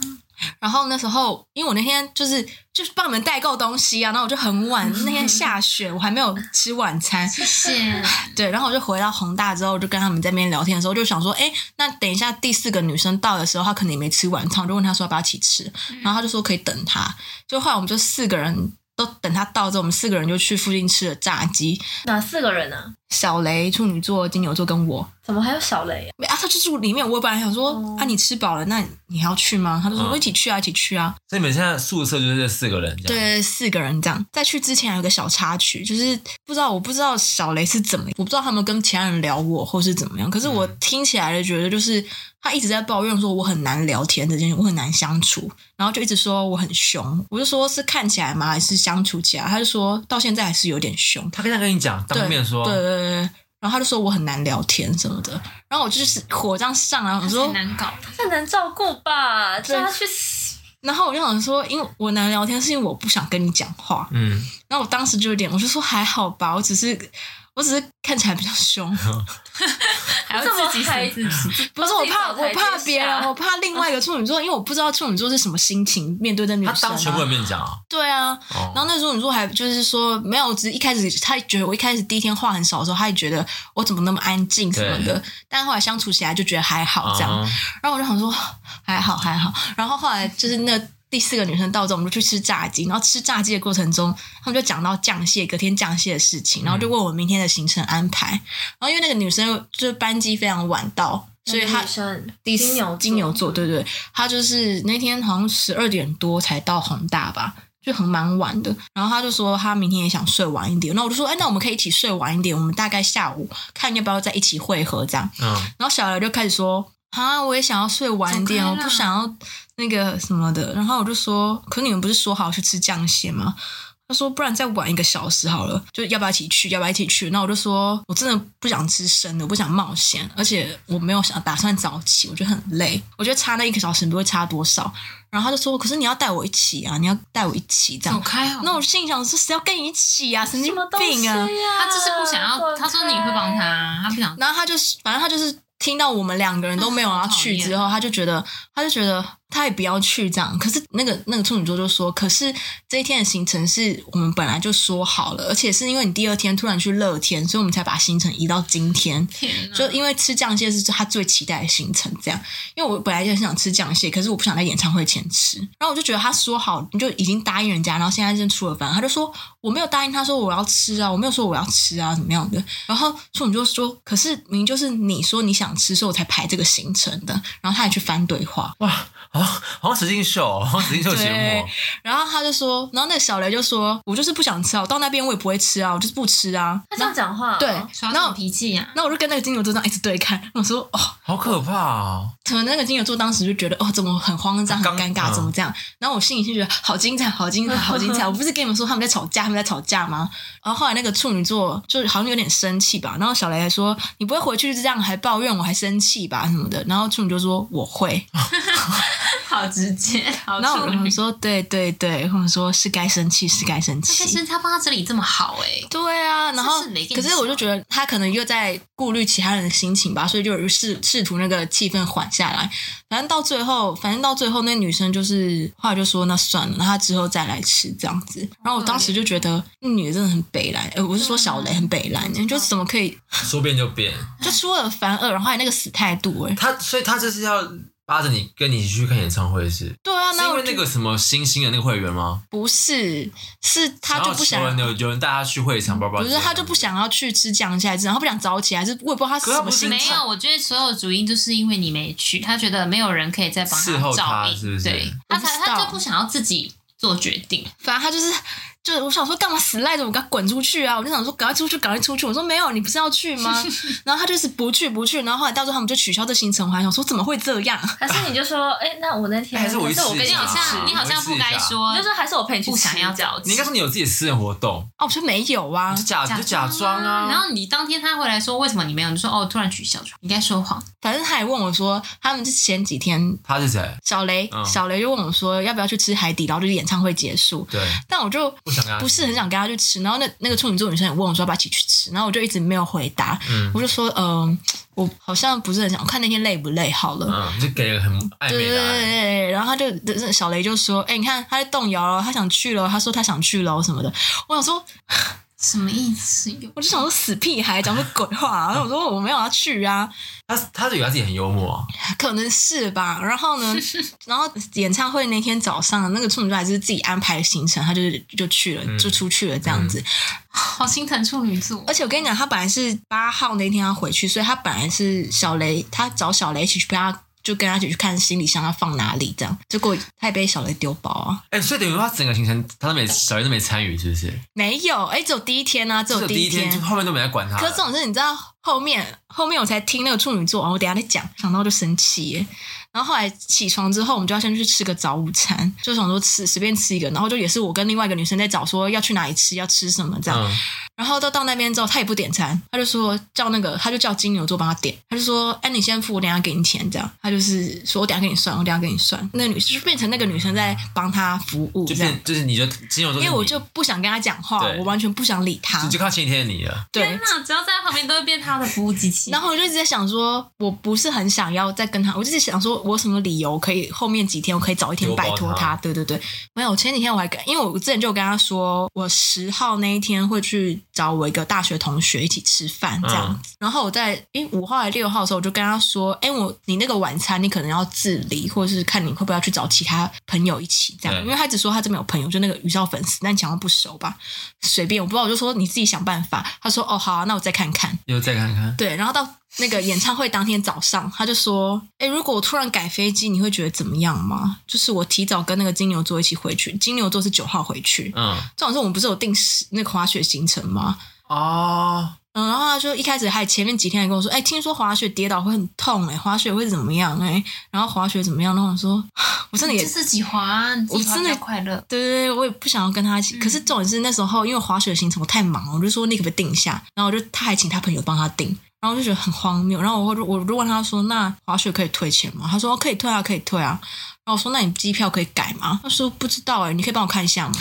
Speaker 2: 然后那时候因为我那天就是就是帮你们代购东西啊，然后我就很晚，那天下雪，我还没有吃晚餐，
Speaker 4: 谢谢。
Speaker 2: 对，然后我就回到宏大之后，就跟他们在那边聊天的时候，就想说，哎，那等一下第四个女生到的时候，她可能也没吃晚餐，我就问她说要不要一起吃，然后她就说可以等她。就后来我们就四个人都等她到之后，我们四个人就去附近吃了炸鸡。
Speaker 3: 哪四个人呢？
Speaker 2: 小雷、处女座、金牛座跟我，
Speaker 3: 怎么还有小雷啊？
Speaker 2: 没啊，他就住里面。我本来想说，
Speaker 3: 哦
Speaker 2: 啊，你吃饱了，那你还要去吗？他就说、
Speaker 1: 嗯
Speaker 2: 我一起去啊，一起去啊。
Speaker 1: 所以你们现在宿舍就是这四个人，这样，
Speaker 2: 对，四个人这样。在去之前还有个小插曲，就是不知道我不知道小雷是怎么，我不知道他们跟其他人聊我或是怎么样。可是我
Speaker 1: 嗯
Speaker 2: 听起来的觉得就是他一直在抱怨说我很难聊天这件事，我很难相处，然后就一直说我很凶。我就说是看起来吗，还是相处起来？他就说到现在还是有点凶。
Speaker 1: 他跟他跟你讲，当面说，
Speaker 2: 对对对对。然后他就说我很难聊天什么的，然后我就是火这样上啊来，我说
Speaker 4: 很难搞，
Speaker 3: 太难照顾吧，叫他去死。
Speaker 2: 然后我就想说，因为我难聊天，是因为我不想跟你讲话。
Speaker 1: 嗯，
Speaker 2: 然后我当时就有点，我就说还好吧，我只是我只是看起来比较凶，
Speaker 4: 还要自己审自己。
Speaker 2: 不是我怕
Speaker 3: 帮自己找
Speaker 2: 我
Speaker 3: 台阶
Speaker 2: 怕
Speaker 3: 下
Speaker 2: 别人，我怕另外一个处女座，因为我不知道处女座是什么心情面对这女
Speaker 1: 他
Speaker 2: 生、
Speaker 1: 当全部
Speaker 2: 啊。
Speaker 1: 人面讲啊，
Speaker 2: 对啊，
Speaker 1: 哦，
Speaker 2: 然后那时候你说还就是说没有，只是一开始他觉得我一开始第一天话很少的时候，他也觉得我怎么那么安静什么的，但后来相处起来就觉得还好这样。
Speaker 1: 嗯
Speaker 2: 然后我就想说还好还好，然后后来就是那第四个女生到之后，我们就去吃炸鸡，然后吃炸鸡的过程中，他们就讲到酱蟹隔天酱蟹的事情，然后就
Speaker 3: 嗯
Speaker 2: 问我明天的行程安排，然后因为那个女生就是班机非常晚到，所以她
Speaker 3: 女生
Speaker 2: 第四
Speaker 3: 金牛座
Speaker 2: 金牛座，对对，他就是那天好像十二点多才到宏大吧。就很蛮晚的，然后他就说他明天也想睡晚一点，那我就说，哎，那我们可以一起睡晚一点，我们大概下午看要不要在一起会合这样。
Speaker 1: 嗯，
Speaker 2: 然后小刘就开始说：“啊，我也想要睡晚一点，
Speaker 4: 走
Speaker 2: 我
Speaker 4: 开啦
Speaker 2: 不想要那个什么的。”然后我就说：“可你们不是说好去吃酱蟹吗？”他说：“不然再晚一个小时好了，就要不要一起去？要不要一起去？”那我就说：“我真的不想吃生的，我不想冒险，而且我没有想打算早起，我觉得很累，我觉得差那一个小时不会差多少。”然后他就说：“可是你要带我一起啊，你要带我一起这
Speaker 4: 走
Speaker 2: 样。”
Speaker 4: 开哦！
Speaker 2: 那我心里想说：“谁要跟你一起啊？神
Speaker 3: 什
Speaker 2: 经
Speaker 3: 么东西
Speaker 2: 病啊！”
Speaker 4: 他就是不想要，
Speaker 3: 滚开
Speaker 4: 他说你会帮他，他不想。
Speaker 2: 然后他就是，反正他就是听到我们两个人都没有要去之后，他就觉得，他就觉得他也不要去这样。可是那个那个处女座就说，可是这一天的行程是我们本来就说好了，而且是因为你第二天突然去乐天，所以我们才把行程移到今天。
Speaker 4: 天哪，
Speaker 2: 就因为吃酱蟹是他最期待的行程，这样，因为我本来就很想吃酱蟹，可是我不想在演唱会前吃，然后我就觉得他说好，你就已经答应人家，然后现在正出了饭，他就说我没有答应，他说我要吃啊，我没有说我要吃啊，怎么样的，然后处女就说，可是明明就是你说你想吃，所以我才排这个行程的，然后他也去翻对话，
Speaker 1: 好，好像实境秀哦，好像实境秀节目哦，
Speaker 2: 然后他就说，然后那个小雷就说，我就是不想吃啊，我到那边我也不会吃啊，我就是不吃啊，
Speaker 3: 他这样讲话、
Speaker 2: 对，
Speaker 4: 耍
Speaker 2: 然
Speaker 4: 什么
Speaker 2: 后。
Speaker 4: 脾气 呀？
Speaker 2: 那我就跟那个金牛座这样一直对看，我说哦，
Speaker 1: 好可怕哦，
Speaker 2: 可能那个金牛座当时就觉得哦，怎么很慌张、很
Speaker 1: 刚
Speaker 2: 尴尬，
Speaker 1: 嗯
Speaker 2: 怎么这样？然后我心里就觉得好精彩、好精彩、好精彩！我不是跟你们说他们在吵架，他们在吵架吗？然后后来那个处女座就好像有点生气吧，然后小雷还说你不会回去就这样还抱怨我还生气吧什么的，然后处女就说我会，
Speaker 4: 好直接，好
Speaker 2: 然后
Speaker 4: 处
Speaker 2: 我
Speaker 4: 女
Speaker 2: 们。说对对对，我们说是该生气是该生
Speaker 4: 他开
Speaker 2: 气。
Speaker 4: 心，他帮他整理这么好哎，
Speaker 2: 对啊，然后
Speaker 4: 是没跟
Speaker 2: 可
Speaker 4: 你
Speaker 2: 是我就
Speaker 4: 讲
Speaker 2: 觉得他可能又在顾虑其他人的心情吧，所以就有试试图那个气氛缓下来。反正到最后，反正到最后那女生就是后来就说那算了，那她之后再来吃这样子。然后我当时就觉得那女的真的很北蓝，呃，我是说小雷很北蓝，你就怎么可以
Speaker 1: 说变就变，
Speaker 2: 就出尔反尔，然后还那个死态度哎、
Speaker 1: 他所以他就是要拉着你跟你一起去看演唱会是，
Speaker 2: 对啊，
Speaker 1: 是
Speaker 2: 那
Speaker 1: 因
Speaker 2: 我
Speaker 1: 为那个什么星星的那个会员吗？
Speaker 2: 不是是他就不
Speaker 1: 然后
Speaker 2: 想
Speaker 1: 有。人有人带他去会场，包包
Speaker 2: 不是，他就不，想要去吃酱下之，然后不想早起来，还是我也不知道他
Speaker 1: 可他
Speaker 2: 什么
Speaker 1: 不是
Speaker 2: 心
Speaker 1: 那
Speaker 2: 情
Speaker 4: 没有，我觉得所有主因就是因为你没去，他觉得没有人可以再帮
Speaker 1: 伺候
Speaker 4: 照
Speaker 1: 他
Speaker 4: 应，
Speaker 1: 是不是
Speaker 4: 对，他
Speaker 2: 我不
Speaker 4: 才
Speaker 2: 知道
Speaker 4: 他就不想要自己做决定，
Speaker 2: 反正他就是就是我想说干嘛死赖着我，赶快滚出去啊！我就想说赶快出去，赶快出去。我说没有，你不是要去 吗？然后他就是不去不去，然后后来到时候他们就取消这行程，我还想说怎么会这样？
Speaker 3: 还是你就说，哎、那我那天
Speaker 1: 还是啊我
Speaker 3: 还
Speaker 1: 一
Speaker 3: 是
Speaker 1: 次
Speaker 3: 我跟你
Speaker 4: 你好像你好像不该说
Speaker 3: 你就，说还是我陪你去
Speaker 4: 不
Speaker 3: 吃
Speaker 4: 想要
Speaker 3: 这样
Speaker 4: 早
Speaker 1: 你应该
Speaker 4: 起。
Speaker 1: 说你有自己的私人活动，
Speaker 2: 哦，我说没有啊
Speaker 1: 你就，假你就假装啊。
Speaker 4: 然后你当天他回来说为什么你没有？你说哦突然取消，你应该说谎。
Speaker 2: 反正他还问我说，他们是前几天
Speaker 1: 他是谁？
Speaker 2: 小雷、
Speaker 1: 嗯
Speaker 2: 小雷就问我说要不要去吃海底捞，就是演唱会结束，
Speaker 1: 对，
Speaker 2: 但我就
Speaker 1: 不想跟他
Speaker 2: 不是很想跟他去吃。然后那那个处女座女生也问我说要不要一起去吃，然后我就一直没有回答，
Speaker 1: 嗯
Speaker 2: 我就说嗯、我好像不是很想，我看那天累不累好了。
Speaker 1: 嗯，就给了个很暧
Speaker 2: 对
Speaker 1: 昧
Speaker 2: 对
Speaker 1: 的答案。
Speaker 2: 对，然后他就小雷就说：“哎、你看他在动摇了，他想去了，他说他想去了什么的。”我想说，
Speaker 4: 什么意思？有
Speaker 2: 我就想说死屁孩讲什么鬼话、啊，然后我说我没有要去啊，
Speaker 1: 他他以为他自己很幽默啊，
Speaker 2: 可能是吧。然后呢，然后演唱会那天早上，那个处女座还是自己安排行程，他就是就去了，
Speaker 1: 嗯
Speaker 2: 就出去了这样子。
Speaker 4: 好心疼处女座
Speaker 2: 而，且我跟你讲，他本来是八号那天要回去，所以他本来是小雷，他找小雷一起去陪他。就跟他一起去看行李箱要放哪里，这样结果他也被小雷丢包啊！
Speaker 1: 哎、所以等于说他整个行程他都没小人都没参与，是不是？
Speaker 2: 没有，哎、只有第一天啊，只
Speaker 1: 只
Speaker 2: 有
Speaker 1: 有
Speaker 2: 第
Speaker 1: 第
Speaker 2: 一
Speaker 1: 一
Speaker 2: 天。
Speaker 1: 天，后面都没来管他了。
Speaker 2: 可是这种事你知道，后面后面我才听那个处女座，我等一下再讲，想到就生气耶。然后后来起床之后，我们就要先去吃个早午餐，就想说吃随便吃一个，然后就也是我跟另外一个女生在找说要去哪里吃，要吃什么这样。
Speaker 1: 嗯，
Speaker 2: 然后到到那边之后，他也不点餐，他就说叫那个，他就叫金牛座帮他点，他就说，哎，你先付，我等一下给你钱，这样。他就是说我等一下给你算，我等一下给你算。那个女生就变成那个女生在帮他服务
Speaker 1: 就
Speaker 2: 这样，
Speaker 1: 变就是你就金牛座是
Speaker 2: 因
Speaker 1: 你，
Speaker 2: 为我就不想跟他讲话，
Speaker 1: 对
Speaker 2: 我完全不想理他
Speaker 1: 你。就靠前几天的你了。
Speaker 2: 对
Speaker 4: 天，哪！只要在旁边都会变他的服务机器。
Speaker 2: 然后我就一直在想说，我不是很想要再跟他，我就是想说我有什么理由可以后面几天我可以早一天
Speaker 1: 丢包
Speaker 2: 摆脱
Speaker 1: 他
Speaker 2: 他。对对对，没有，我前几天我还跟，因为我之前就有跟他说，我十号那一天会去找我一个大学同学一起吃饭这样子。然后我在诶五号还六号的时候，我就跟他说，哎，我你那个晚餐你可能要自理，或者是看你会不会要去找其他朋友一起这样，
Speaker 1: 对
Speaker 2: 因为他只说他这边有朋友，就那个宇少粉丝，但强像不熟吧，随便，我不知道，我就说你自己想办法。他说哦好啊、那我再看看。
Speaker 1: 又再看看，
Speaker 2: 对，然后到那个演唱会当天早上，他就说：“哎、如果我突然改飞机，你会觉得怎么样吗？就是我提早跟那个金牛座一起回去，金牛座是九号回去。
Speaker 1: 嗯，
Speaker 2: 这种是我们不是有定时那个滑雪行程吗？
Speaker 1: 哦，
Speaker 2: 嗯，然后他就一开始还前面几天还跟我说：，哎、听说滑雪跌倒会很痛、哎，滑雪会怎么样、哎，然后滑雪怎么样？然后我说， 我真的
Speaker 4: 你
Speaker 2: 也
Speaker 4: 就自己滑，你自己
Speaker 2: 我
Speaker 4: 滑
Speaker 2: 真
Speaker 4: 比
Speaker 2: 的
Speaker 4: 较快乐。
Speaker 2: 对对对，我也不想要跟他一起。可是重点是那时候因为滑雪行程我太忙了，我就说你可不可以定一下？然后我就他还请他朋友帮他定，然后我就觉得很荒谬。然后我就我就问他说：“那滑雪可以退钱吗？”他说：“可以退啊，可以退啊。”然后我说：“那你机票可以改吗？”他说：“不知道哎、你可以帮我看一下吗？”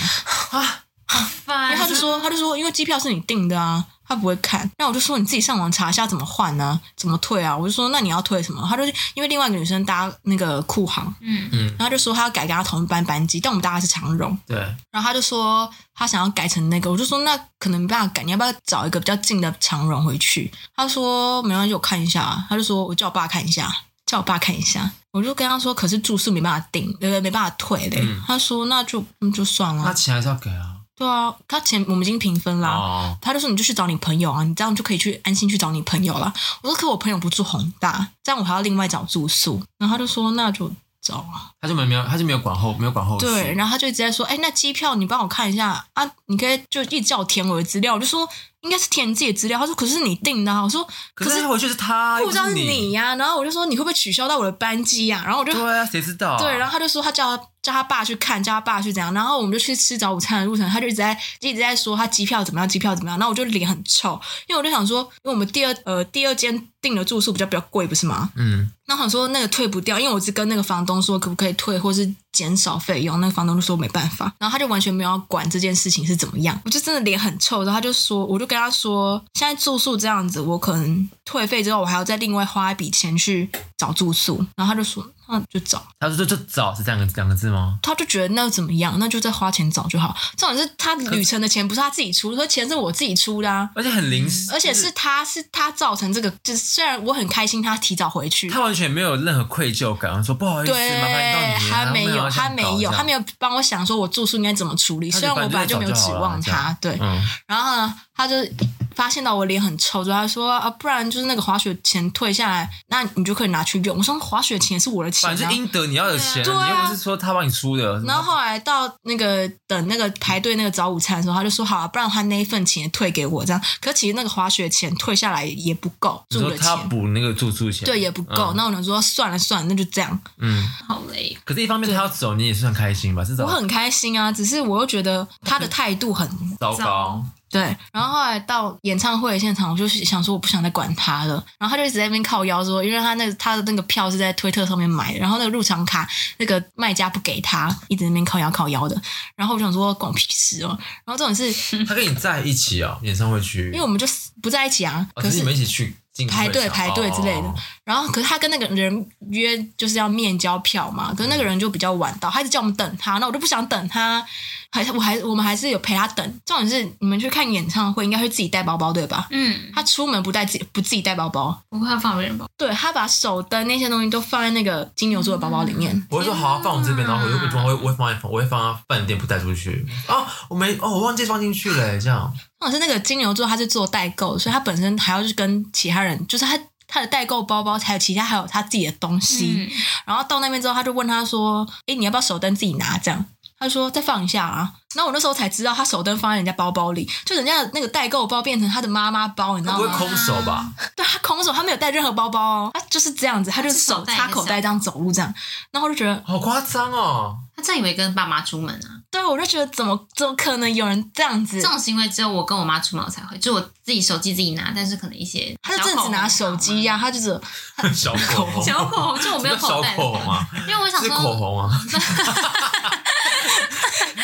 Speaker 2: 因
Speaker 4: 烦
Speaker 2: 为他就说他就说因为机票是你订的啊。他不会看，那我就说你自己上网查一下怎么换呢、怎么退啊？我就说那你要退什么？他就因为另外一个女生搭那个酷航，
Speaker 4: 嗯，
Speaker 2: 然后他就说他要改跟他同一班班机，但我们大家是长荣，
Speaker 1: 对，
Speaker 2: 然后他就说他想要改成那个，我就说那可能没办法改，你要不要找一个比较近的长荣回去？他说没关系，我看一下。啊他就说我叫我爸看一下，叫我爸看一下。我就跟他说，可是住宿没办法订，呃，没办法退嘞。
Speaker 1: 嗯
Speaker 2: 他说那就嗯就算
Speaker 1: 那
Speaker 2: 了，
Speaker 1: 钱还是要给啊。
Speaker 2: 对啊，他钱我们已经平分啦。
Speaker 1: 哦，
Speaker 2: 他就说你就去找你朋友啊，你这样就可以去安心去找你朋友了。我说可我朋友不住宏大，这样我还要另外找住宿。然后他就说那就找啊。
Speaker 1: 他就没没有，他就没有管后，没有管后续。
Speaker 2: 对，然后他就一直在说：“哎，那机票你帮我看一下啊，你可以就一直叫我填我的资料。”我就说：“应该是填你自己的资料。”他说：“可是你定的、啊。”我说：“
Speaker 1: 可
Speaker 2: 是
Speaker 1: 是回去是他，
Speaker 2: 护照
Speaker 1: 又不啊
Speaker 2: 是
Speaker 1: 是
Speaker 2: 你
Speaker 1: 你，
Speaker 2: 呀、然后我就说：“你会不会取消到我的班机呀、然后我就
Speaker 1: 对啊，谁知道啊？
Speaker 2: 对，然后他就说他叫他叫他爸去看，叫他爸去怎样，然后我们就去吃早午餐的路程，他就一直在一直在说他机票怎么样，机票怎么样，然后我就脸很臭，因为我就想说，因为我们第二呃第二间订的住宿比较比较贵，不是吗？
Speaker 1: 嗯，
Speaker 2: 那我想说那个退不掉，因为我是跟那个房东说可不可以退，或是减少费用，那个房东就说没办法，然后他就完全没有要管这件事情是怎么样，我就真的脸很臭，然后他就说，我就跟他说，现在住宿这样子，我可能退费之后，我还要再另外花一笔钱去找住宿，然后他就说那就找，
Speaker 1: 他说就就找是这两个两个字吗？
Speaker 2: 他就觉得那又怎么样，那就再花钱找就好，重点是他旅程的钱不是他自己出，所以钱是我自己出的、啊。
Speaker 1: 而且很临时，
Speaker 2: 而且是他是他造成这个，就是虽然我很开心他提早回去，
Speaker 1: 他完全没有任何愧疚感，我说不好意思，
Speaker 2: 对，
Speaker 1: 麻烦到你了，
Speaker 2: 他没有，他没有，他没
Speaker 1: 有
Speaker 2: 有帮我想说我住宿应该怎么处理。
Speaker 1: 他就
Speaker 2: 虽然我
Speaker 1: 反
Speaker 2: 本
Speaker 1: 正
Speaker 2: 来就没有
Speaker 1: 早就
Speaker 2: 指
Speaker 1: 好了
Speaker 2: 望
Speaker 1: 这样
Speaker 2: 他，对
Speaker 1: 这。样，嗯，
Speaker 2: 然后呢，他就发现到我脸很臭，之后他说啊，不然就是那个滑雪钱退下来，那你就可以拿去用。我说滑雪钱也是我的钱、
Speaker 1: 反正
Speaker 2: 啊。
Speaker 1: 应得你要的钱，
Speaker 2: 对啊
Speaker 1: 你又不是说他帮你出的。
Speaker 2: 然后后来到那个等那个排队那个早午餐的时候，他就说好、啊，不然他那一份钱也退给我这样。可其实那个滑雪钱退下来也不够
Speaker 1: 你
Speaker 2: 住
Speaker 1: 说
Speaker 2: 的
Speaker 1: 啊他
Speaker 2: 钱，
Speaker 1: 补那个住宿钱，
Speaker 2: 对，也不够。
Speaker 1: 嗯
Speaker 2: 那我能说算了算了，那就这样。
Speaker 1: 嗯，
Speaker 4: 好累。
Speaker 1: 可是一方面他要走，你也算开心吧？至少
Speaker 2: 我很开心啊，只是我又觉得他
Speaker 1: 嗯
Speaker 2: 的态度很
Speaker 1: 糟糕，
Speaker 2: 对，然后后来到演唱会现场，我就是想说我不想再管他了，然后他就一直在那边靠腰说，因为他那个他的那个票是在推特上面买的，然后那个入场卡那个卖家不给他，一直在那边靠腰靠腰的，然后我想说管我屁事哦，然后这种是
Speaker 1: 他跟你在一起哦，演唱会去，
Speaker 2: 因为我们就不在一起啊，
Speaker 1: 哦
Speaker 2: 可
Speaker 1: 只是
Speaker 2: 是
Speaker 1: 你们一起去进
Speaker 2: 排队
Speaker 1: 场
Speaker 2: 排队之类的
Speaker 1: 哦
Speaker 2: 然后可是他跟那个人约就是要面交票嘛，可是那
Speaker 1: 嗯
Speaker 2: 个人就比较晚到，他一直叫我们等他，那我就不想等他，还是我还我们还是有陪他等，重点是你们去看演唱会应该会自己带包包对吧？
Speaker 4: 嗯，
Speaker 2: 他出门不带自己不自己带包包，
Speaker 4: 不会要放别人包。
Speaker 2: 对他把手灯那些东西都放在那个金牛座的包包里面。
Speaker 1: 我会说好、啊，放我这边，然后我就不放，我会我会放在我会放在饭店不带出去啊，我没哦，我忘记放进去了，这样
Speaker 2: 或者是那个金牛座他是做代购，所以他本身还要去跟其他人，就是他他的代购包包还有其他还有他自己的东西。
Speaker 4: 嗯，
Speaker 2: 然后到那边之后，他就问他说：“诶，你要不要手灯自己拿？”这样，他就说：“再放一下啊。”然后我那时候才知道，他手灯放在人家包包里，就人家的那个代购包变成他的妈妈包，你知
Speaker 1: 他
Speaker 2: 道
Speaker 1: 不会
Speaker 2: 吗？
Speaker 1: 空手吧？
Speaker 2: 对他空手，他没有带任何包包哦，他就是这样子，他就是
Speaker 4: 手
Speaker 2: 手
Speaker 4: 带一
Speaker 2: 插
Speaker 4: 个
Speaker 2: 口袋这样走路这样。然后我就觉得，
Speaker 1: 好夸张哦！
Speaker 4: 他真以为跟爸妈出门啊，
Speaker 2: 对我就觉得怎么怎么可能有人这样子
Speaker 4: 这？种行为只有我跟我妈出门我才会，就我自己手机自己拿，但是可能一些
Speaker 2: 他就真的只拿手机呀、他就 只
Speaker 1: 小口红，
Speaker 4: 小口红，小口红就我没有
Speaker 1: 这
Speaker 4: 口
Speaker 1: 小
Speaker 4: 袋，
Speaker 1: 口红啊，
Speaker 4: 因为我想
Speaker 1: 是
Speaker 4: 说
Speaker 1: 口红啊，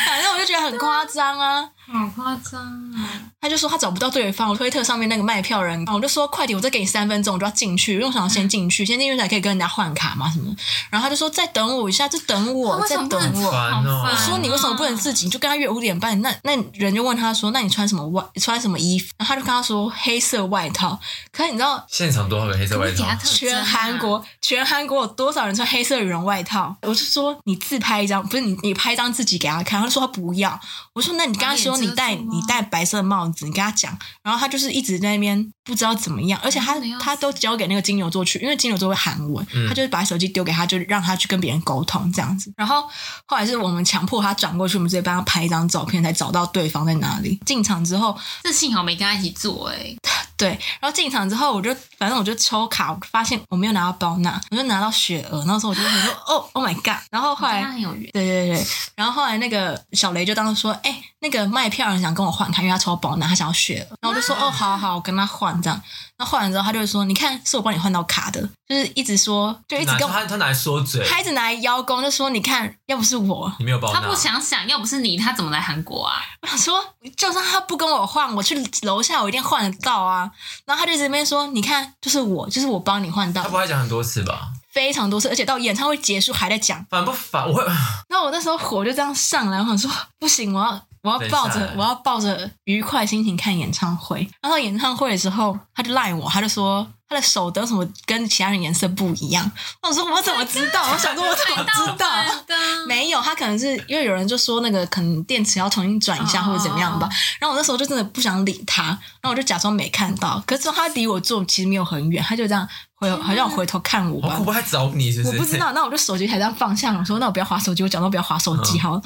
Speaker 2: 反正我就觉得很夸张啊。
Speaker 4: 好夸张啊！
Speaker 2: 他就说他找不到对方，我推特上面那个卖票人，我就说快点，我再给你三分钟，我就要进去，因为我想先进去，先进去才可以跟人家换卡嘛什么的。然后他就说再等我一下，再等我，
Speaker 4: 为
Speaker 2: 再
Speaker 4: 什么不能
Speaker 2: 等我。
Speaker 1: 烦哦
Speaker 4: 好烦啊
Speaker 2: 我说你为什么不能自己？你就跟他约五点半。那那人就问他说，那你穿什么外穿什么衣服？然后他就跟他说黑色外套。可是你知道
Speaker 1: 现场多少个黑色外
Speaker 4: 给
Speaker 1: 套
Speaker 4: 他？特征啊
Speaker 2: 全韩国，全韩国有多少人穿黑色羽绒外套？我就说你自拍一张，不是你你拍一张自己给他看，他就说他不要。我说那你刚刚说你戴
Speaker 4: 把脸遮住啊
Speaker 2: 你戴白色帽子，你跟他讲，然后他就是一直在那边不知道怎么样，而且他
Speaker 4: 真的要死
Speaker 2: 他都交给那个金牛座去，因为金牛座会韩文，
Speaker 1: 嗯
Speaker 2: 他就是把手机丢给他，就让他去跟别人沟通这样子。然后后来是我们强迫他转过去，我们直接帮他拍一张照片，才找到对方在哪里。进场之后，
Speaker 4: 这幸好没跟他一起做哎，
Speaker 2: 对，然后进场之后，我就反正我就抽卡，我发现我没有拿到包娜，我就拿到雪儿。那时候我就想说，哦，Oh my god！然后后
Speaker 4: 跟他
Speaker 2: 来，
Speaker 4: 很有缘。
Speaker 2: 对对对，然后后来那个小雷就当时说，哎、那个卖票人想跟我换卡，因为他抽包娜，他想要雪儿。然后我就说，哦，好好，我跟他换这样。那换完之后，他就会说，你看，是我帮你换到卡的，就是一直说，就一直
Speaker 1: 拿
Speaker 2: 跟我，
Speaker 1: 他他拿来说嘴，
Speaker 2: 他一直拿来邀功，就说，你看，要不是我，
Speaker 1: 你没有包
Speaker 4: 他
Speaker 1: 拿
Speaker 4: 不想想，要不是你，他怎么来韩国啊？
Speaker 2: 我想说，就算他不跟我换，我去楼下我一定换得到啊。然后他就一直在那边说，你看，就是我，就是我帮你换到
Speaker 1: 他。不会讲很多次吧？
Speaker 2: 非常多次，而且到演唱会结束还在讲。
Speaker 1: 烦不烦？我会
Speaker 2: 然后我那时候火就这样上来，我想说不行，我要我要抱
Speaker 1: 等一下
Speaker 2: 着我要抱着愉快心情看演唱会。然后演唱会的时候，他就赖我，他就说他的手灯什么跟其他人颜色不一样。我想说我怎么 知道？我想说我怎么知道？
Speaker 4: 的，
Speaker 2: 没有，他可能是因为有人就说那个可能电池要重新转一下
Speaker 1: 啊
Speaker 4: 哦
Speaker 2: 或者怎么样吧。然后我那时候就真的不想理他，然后我就假装没看到。可是之后他离我坐其实没有很远，他就这样回好像回头看我吧。
Speaker 1: 好恐怖，还找你是不
Speaker 2: 我
Speaker 1: 是？
Speaker 2: 不知道，那我就手机才这样放下，我说那我不要划手机，我假装不要划手机。
Speaker 1: 嗯
Speaker 2: 好，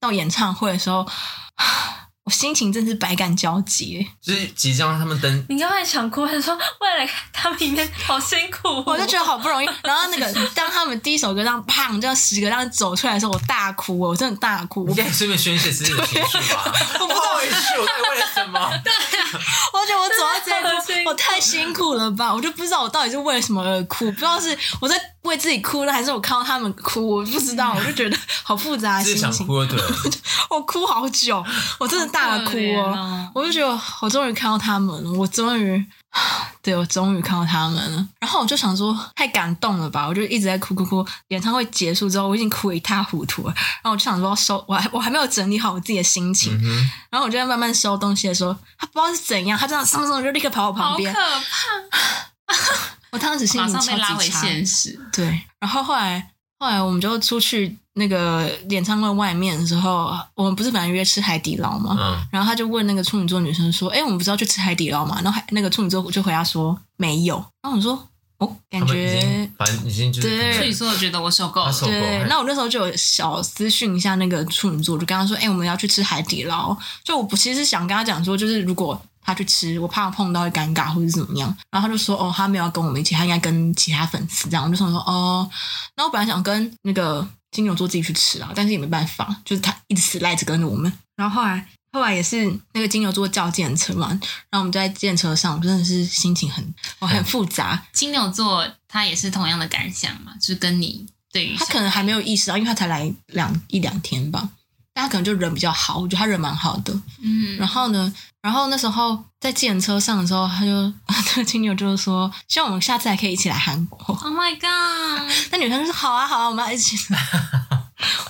Speaker 2: 到演唱会的时候，我心情真是百感交集，
Speaker 1: 就是即将他们登
Speaker 3: 你刚才想哭，还说为了看他们一面好辛苦哦、
Speaker 2: 我就觉得好不容易。然后 那个当他们第一首歌这样砰这样十个这样走出来的时候，我大哭，我真的大哭。
Speaker 1: 你
Speaker 2: 我
Speaker 1: 可以顺便宣泄自己的情绪吧。我不好意思，我到底为了什么？
Speaker 2: 我觉得我走到这
Speaker 3: 真的好辛
Speaker 2: 一
Speaker 3: 苦
Speaker 2: 步，我太辛苦了吧？我就不知道我到底是为什么而哭，不知道是我在为自己哭呢，还是我看到他们哭，我不知道，我就觉得好复杂的
Speaker 1: 就是
Speaker 2: 心
Speaker 1: 想
Speaker 2: 情。
Speaker 1: 哭就对了。
Speaker 2: 我哭好久，我真的大哭
Speaker 4: 好可怜
Speaker 2: 哦
Speaker 4: 哦！
Speaker 2: 我就觉得我终于看到他们了，我终于， 对我终于看到他们了。然后我就想说，太感动了吧！我就一直在哭哭哭。演唱会结束之后，我已经哭得一塌糊涂了。然后我就想说要收，我还我还没有整理好我自己的心情。
Speaker 1: 嗯哼，
Speaker 2: 然后我就在慢慢收东西的时候，他不知道是怎样，他这样上上就立刻跑我旁
Speaker 4: 好可
Speaker 2: 边。
Speaker 4: 怕，
Speaker 2: 我当时心
Speaker 4: 马
Speaker 2: 情
Speaker 4: 上被
Speaker 2: 超
Speaker 4: 拉回
Speaker 2: 级差。
Speaker 4: 现实。
Speaker 2: 对，然后后来后来我们就出去那个演唱会外面的时候，我们不是本来约吃海底捞吗？
Speaker 1: 嗯，
Speaker 2: 然后他就问那个处女座女生说：“哎、我们不是要去吃海底捞吗？”然后还那个处女座就回答说：“没有。”然后我们说：“哦，感
Speaker 1: 他们已
Speaker 2: 觉
Speaker 1: 经反正已经就是可能
Speaker 4: 处女座觉得我受够
Speaker 1: 他
Speaker 4: 了，
Speaker 1: 受够
Speaker 2: 对，
Speaker 1: 了，
Speaker 2: 那我那时候就有小私讯一下那个处女座，我就跟他说：“哎、我们要去吃海底捞。”就我不其实想跟他讲说，就是如果他去吃，我怕碰到会尴尬或者怎么样。然后他就说：“哦，他没有要跟我们一起，他应该跟其他粉丝这样。”我就想说：“哦，那我本来想跟那个金牛座自己去吃啊，但是也没办法，就是他一直死赖着跟着我们。”然后后来。后来也是那个金牛座叫电车嘛，然后我们就在电车上，我真的是心情很我很复杂，
Speaker 4: 金牛座他也是同样的感想嘛，就是跟你对于
Speaker 2: 他可能还没有意识到，因为他才来两一两天吧，但他可能就人比较好，我觉得他人蛮好的。
Speaker 4: 嗯
Speaker 2: 然后呢，然后那时候在计程车上的时候，他就 那个青牛就是说，希望我们下次还可以一起来韩国。
Speaker 4: ，Oh my God，
Speaker 2: 那女生就说好啊好啊，我们要一起。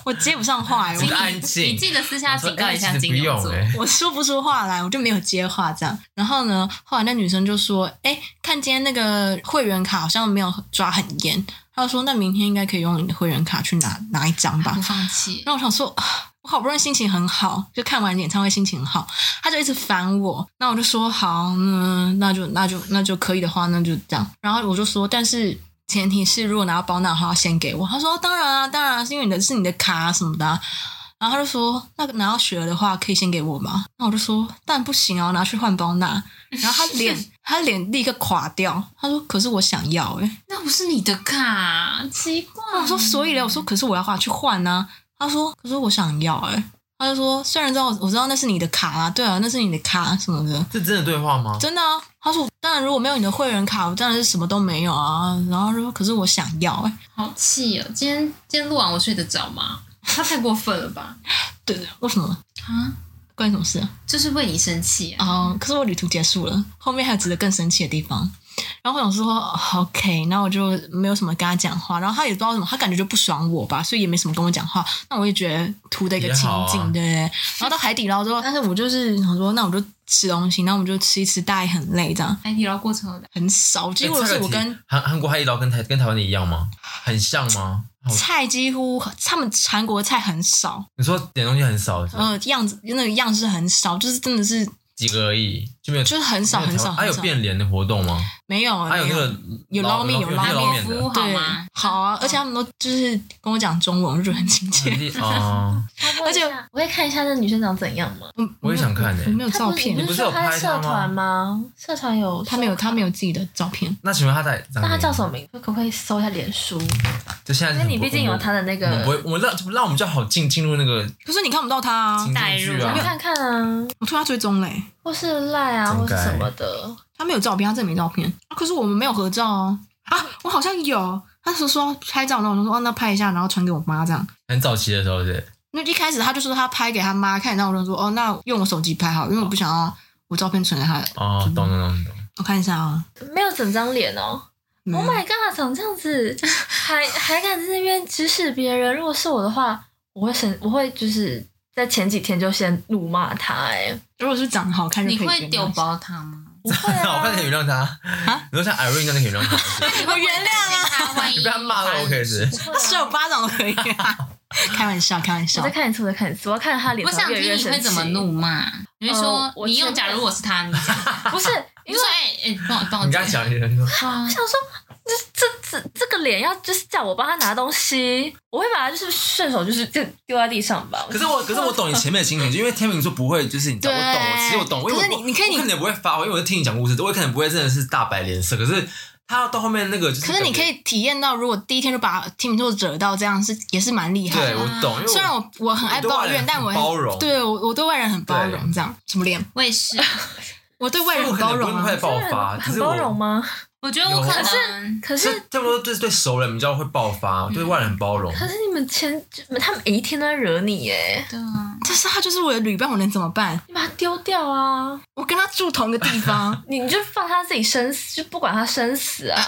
Speaker 2: 我接不上话、欸，
Speaker 1: 你
Speaker 2: 我
Speaker 1: 的安静
Speaker 4: 你。记得私下
Speaker 1: 我说
Speaker 4: 警告
Speaker 1: 哎
Speaker 4: 一下
Speaker 1: 其实
Speaker 4: 金
Speaker 1: 不
Speaker 4: 牛
Speaker 1: 用
Speaker 4: 座，
Speaker 1: 哎
Speaker 2: 我说不出话来，我就没有接话这样。然后呢，后来那女生就说：“哎，看今天那个会员卡好像没有抓很严。”她就说：“那明天应该可以用你的会员卡去拿拿一张吧。”
Speaker 4: 不放弃，
Speaker 2: 那我想说，啊我好不容易心情很好，就看完演唱会心情很好，他就一直烦我。那我就说好，嗯，那就那就那就可以的话，那就这样。然后我就说，但是前提是如果拿到保暖的话，要先给我。他说当然啊，当然啊，是因为你的是你的卡、啊、什么的啊、然后他就说，那拿到雪儿的话，可以先给我吗？那我就说，但不行啊，我拿去换包纳。然后他脸，他脸立刻垮掉。他说，可是我想要哎、欸
Speaker 4: 那不是你的卡，奇怪。
Speaker 2: 那我说，所以嘞，我说，可是我要花去换呢、他说，可是我想要哎、他就说，虽然知道我知道那是你的卡啊，对啊，那是你的卡什么的，
Speaker 1: 这真的对话吗？
Speaker 2: 真的啊。他说，当然如果没有你的会员卡，我当然是什么都没有啊。然后他说，可是我想要哎、
Speaker 4: 好气哦！今天今天录完我睡得着吗？他太过分了吧？
Speaker 2: 对对，为什么？
Speaker 4: 啊，
Speaker 2: 关你什么事啊？
Speaker 4: 就是为你生气啊！
Speaker 2: 哦，可是我旅途结束了，后面还有值得更生气的地方。然后我想说哦，OK，那我就没有什么跟他讲话，然后他也不知道为什么，他感觉就不爽我吧，所以也没什么跟我讲话。那我也觉得图的一个
Speaker 1: 也
Speaker 2: 情
Speaker 1: 好啊
Speaker 2: 境，对不对。然后到海底捞之后，但是我就是想说，那我就吃东西，那我们就吃一吃，大家也很累，这样
Speaker 4: 海底捞过程有两
Speaker 2: 很少，几
Speaker 1: 哎
Speaker 2: 乎
Speaker 1: 这
Speaker 2: 是
Speaker 1: 个
Speaker 2: 我
Speaker 1: 题
Speaker 2: 跟
Speaker 1: 韩韩国海底捞跟台跟台湾的一样吗？很像吗？好
Speaker 2: 菜几乎他们韩国菜很少，
Speaker 1: 你说点东西很少，
Speaker 2: 呃，样子那个样式很少，就是真的是
Speaker 1: 几个而已，就没有
Speaker 2: 就是很少
Speaker 1: 没有
Speaker 2: 很
Speaker 1: 台湾
Speaker 2: 少
Speaker 1: 还有
Speaker 2: 很少
Speaker 1: 变脸的活动吗？啊
Speaker 2: 没有，
Speaker 1: 还有
Speaker 2: 没
Speaker 1: 那
Speaker 2: 有
Speaker 1: 个
Speaker 2: 有捞面有
Speaker 1: 有
Speaker 2: 捞
Speaker 1: 那个
Speaker 2: 面
Speaker 1: 捞面
Speaker 4: 服务
Speaker 1: 的，嗯
Speaker 4: 好吗？
Speaker 2: 好啊，而且他们都就是跟我讲中文，我就觉得很亲切。
Speaker 1: 很厉啊！
Speaker 3: 而且我可以看一下那女生长怎样吗？
Speaker 1: 嗯我也想看欸
Speaker 2: 我
Speaker 1: 诶
Speaker 2: 没有照片
Speaker 3: 她不是你不
Speaker 1: 不
Speaker 3: 是
Speaker 1: 是有
Speaker 3: 说她
Speaker 1: 拍
Speaker 3: 在
Speaker 1: 她
Speaker 3: 社
Speaker 1: 吗
Speaker 3: 团吗？社团有
Speaker 2: 他没有，他没
Speaker 3: 有。
Speaker 2: 有自己的照片。
Speaker 1: 那请问他在？
Speaker 3: 那她叫什么？名？字？可不可以搜一下脸书？因
Speaker 1: 就现在是
Speaker 3: 为
Speaker 1: 很不，
Speaker 3: 你毕竟有她的那
Speaker 1: 我们不
Speaker 3: 个，
Speaker 1: 会，我们让让我们就好进进入那个
Speaker 2: 可是你看不到他啊
Speaker 1: 情，
Speaker 4: 代
Speaker 1: 景剧
Speaker 4: 入
Speaker 1: 啊
Speaker 4: 我没
Speaker 3: 你
Speaker 4: 有。
Speaker 3: 看看啊，
Speaker 2: 我突然追踪嘞、
Speaker 3: 或是赖啊，
Speaker 1: 真
Speaker 3: 或是
Speaker 1: 该
Speaker 3: 什么的。
Speaker 2: 他没有照片，他真的没照片啊。可是我们没有合照哦。啊，我好像有，他那时候说要拍照，然后我就说哦，那拍一下，然后传给我妈这样。
Speaker 1: 很早期的时候是，
Speaker 2: 那一开始他就说他拍给他妈看，然后我就说哦，那用我手机拍好，因为我不想要我照片存在他的。
Speaker 1: 哦，懂懂懂懂。
Speaker 2: 我看一下啊。嗯
Speaker 3: 没有整张脸哦。
Speaker 4: 嗯
Speaker 2: 没有
Speaker 3: Oh my god，长这样子，还还敢在那边指使别人？如果是我的话，我会生，我会就是在前几天就先怒骂他、哎，
Speaker 2: 如果是长得好看就
Speaker 4: 你
Speaker 2: 可以原谅一
Speaker 4: 会
Speaker 2: 下
Speaker 4: 丢 包他 吗？
Speaker 3: 不会
Speaker 1: 那 我
Speaker 3: 啊
Speaker 1: 看，你原谅他，你说像 Irene 那个原谅他，
Speaker 4: 你会原谅他？万一
Speaker 1: 你被他骂了 OK 是？
Speaker 2: 他十有巴掌都可以、啊。开玩笑，开玩
Speaker 3: 啊我
Speaker 2: 笑
Speaker 3: 再。看一次，我再看一次，我要看他脸
Speaker 4: 我
Speaker 3: 上
Speaker 4: 想
Speaker 3: 越来
Speaker 4: 听
Speaker 3: 越
Speaker 4: 你
Speaker 3: 生
Speaker 4: 会
Speaker 3: 气。
Speaker 4: 怎么怒？骂？你会说
Speaker 3: 呃我
Speaker 4: 你用？
Speaker 3: 觉得
Speaker 4: 假如我是他， 你讲
Speaker 3: 不是，
Speaker 4: 你
Speaker 3: 因为
Speaker 4: 就说哎哎，帮我帮我
Speaker 1: 你跟他讲你原谅他，
Speaker 4: 好
Speaker 3: 我想说，这这这这个脸要就是叫我帮他拿东西，我会把他就是顺手就是就丢在地上吧。
Speaker 1: 可是我，可是我懂你前面的心情，因为天明说不会，就是你知道，
Speaker 2: 对
Speaker 1: 我懂，我其实我懂，因为
Speaker 2: 可是
Speaker 1: 我
Speaker 2: 你你可以
Speaker 1: 我可能不会发火，因为我是听你讲故事，我可能不会真的是大摆脸色，可是他到后面那个就是，
Speaker 2: 可是你可，以体验到，如果第一天就把天秤座惹到这样，是也是蛮厉害
Speaker 1: 对
Speaker 2: 的。
Speaker 1: 我懂，因为
Speaker 2: 啊虽然我我很爱抱怨，
Speaker 1: 你对外人
Speaker 2: 但我
Speaker 1: 很包容
Speaker 2: 对我我对外人很包容，
Speaker 1: 对
Speaker 2: 这样什么脸？
Speaker 4: 我也是，
Speaker 2: 我对外人
Speaker 1: 我
Speaker 2: 很
Speaker 1: 可
Speaker 2: 包
Speaker 1: 能
Speaker 2: 容
Speaker 1: 不
Speaker 2: 啊
Speaker 1: 会。爆
Speaker 3: 真的
Speaker 1: 发，
Speaker 3: 很
Speaker 1: 可
Speaker 3: 很
Speaker 1: 是我
Speaker 3: 包容吗？
Speaker 4: 我觉得我
Speaker 1: 有啊
Speaker 4: 可
Speaker 1: 可
Speaker 4: 能
Speaker 3: 可是
Speaker 1: 是差不多对对熟人比较会爆发，对外人很包容。
Speaker 3: 可是你们前他们每一天都在惹你耶，
Speaker 4: 对啊，
Speaker 2: 但是他就是我的旅伴，我能怎么 办？
Speaker 3: 你把他丢掉啊！
Speaker 2: 我跟他住同一个地方
Speaker 3: 你你就放他自己生死，就不管他生死啊！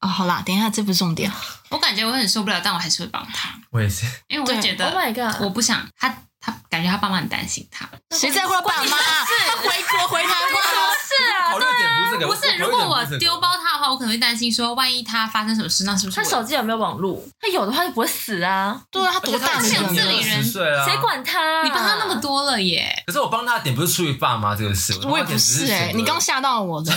Speaker 2: 啊、好啦，等一下，这不是重点。
Speaker 4: 我感觉我很受不了，但我还是会帮他，
Speaker 1: 我也是，
Speaker 4: 因为我会
Speaker 3: 对
Speaker 4: 觉得
Speaker 3: Oh my god
Speaker 4: 我不想他。他他感觉他爸妈很担心他。
Speaker 2: 谁在乎他爸妈？他回国回台湾，
Speaker 3: 是 啊，
Speaker 1: 考虑点不是这个，
Speaker 4: 不
Speaker 1: 考虑点
Speaker 4: 是，如果我
Speaker 1: 不是这个
Speaker 4: 丢包他的话，我可能会担心说，万一他发生什么事，那是不是
Speaker 3: 他
Speaker 4: 我
Speaker 3: 手机有没有网络？他有的话就不会死啊，
Speaker 2: 对啊，他
Speaker 1: 而
Speaker 2: 多
Speaker 1: 且
Speaker 2: 大
Speaker 1: 他
Speaker 2: 的
Speaker 1: 已
Speaker 4: 限
Speaker 1: 经
Speaker 4: 制
Speaker 2: 人
Speaker 4: 里
Speaker 2: 了？
Speaker 4: 人
Speaker 1: 二十岁啊，
Speaker 3: 谁？管他啊？
Speaker 4: 你帮他那么多了耶？
Speaker 1: 可是我帮他的点不是出于爸妈这个事，
Speaker 2: 我
Speaker 1: 我
Speaker 2: 也
Speaker 1: 的点
Speaker 2: 不
Speaker 1: 只
Speaker 2: 是
Speaker 1: 是
Speaker 2: 哎、你刚吓到我了，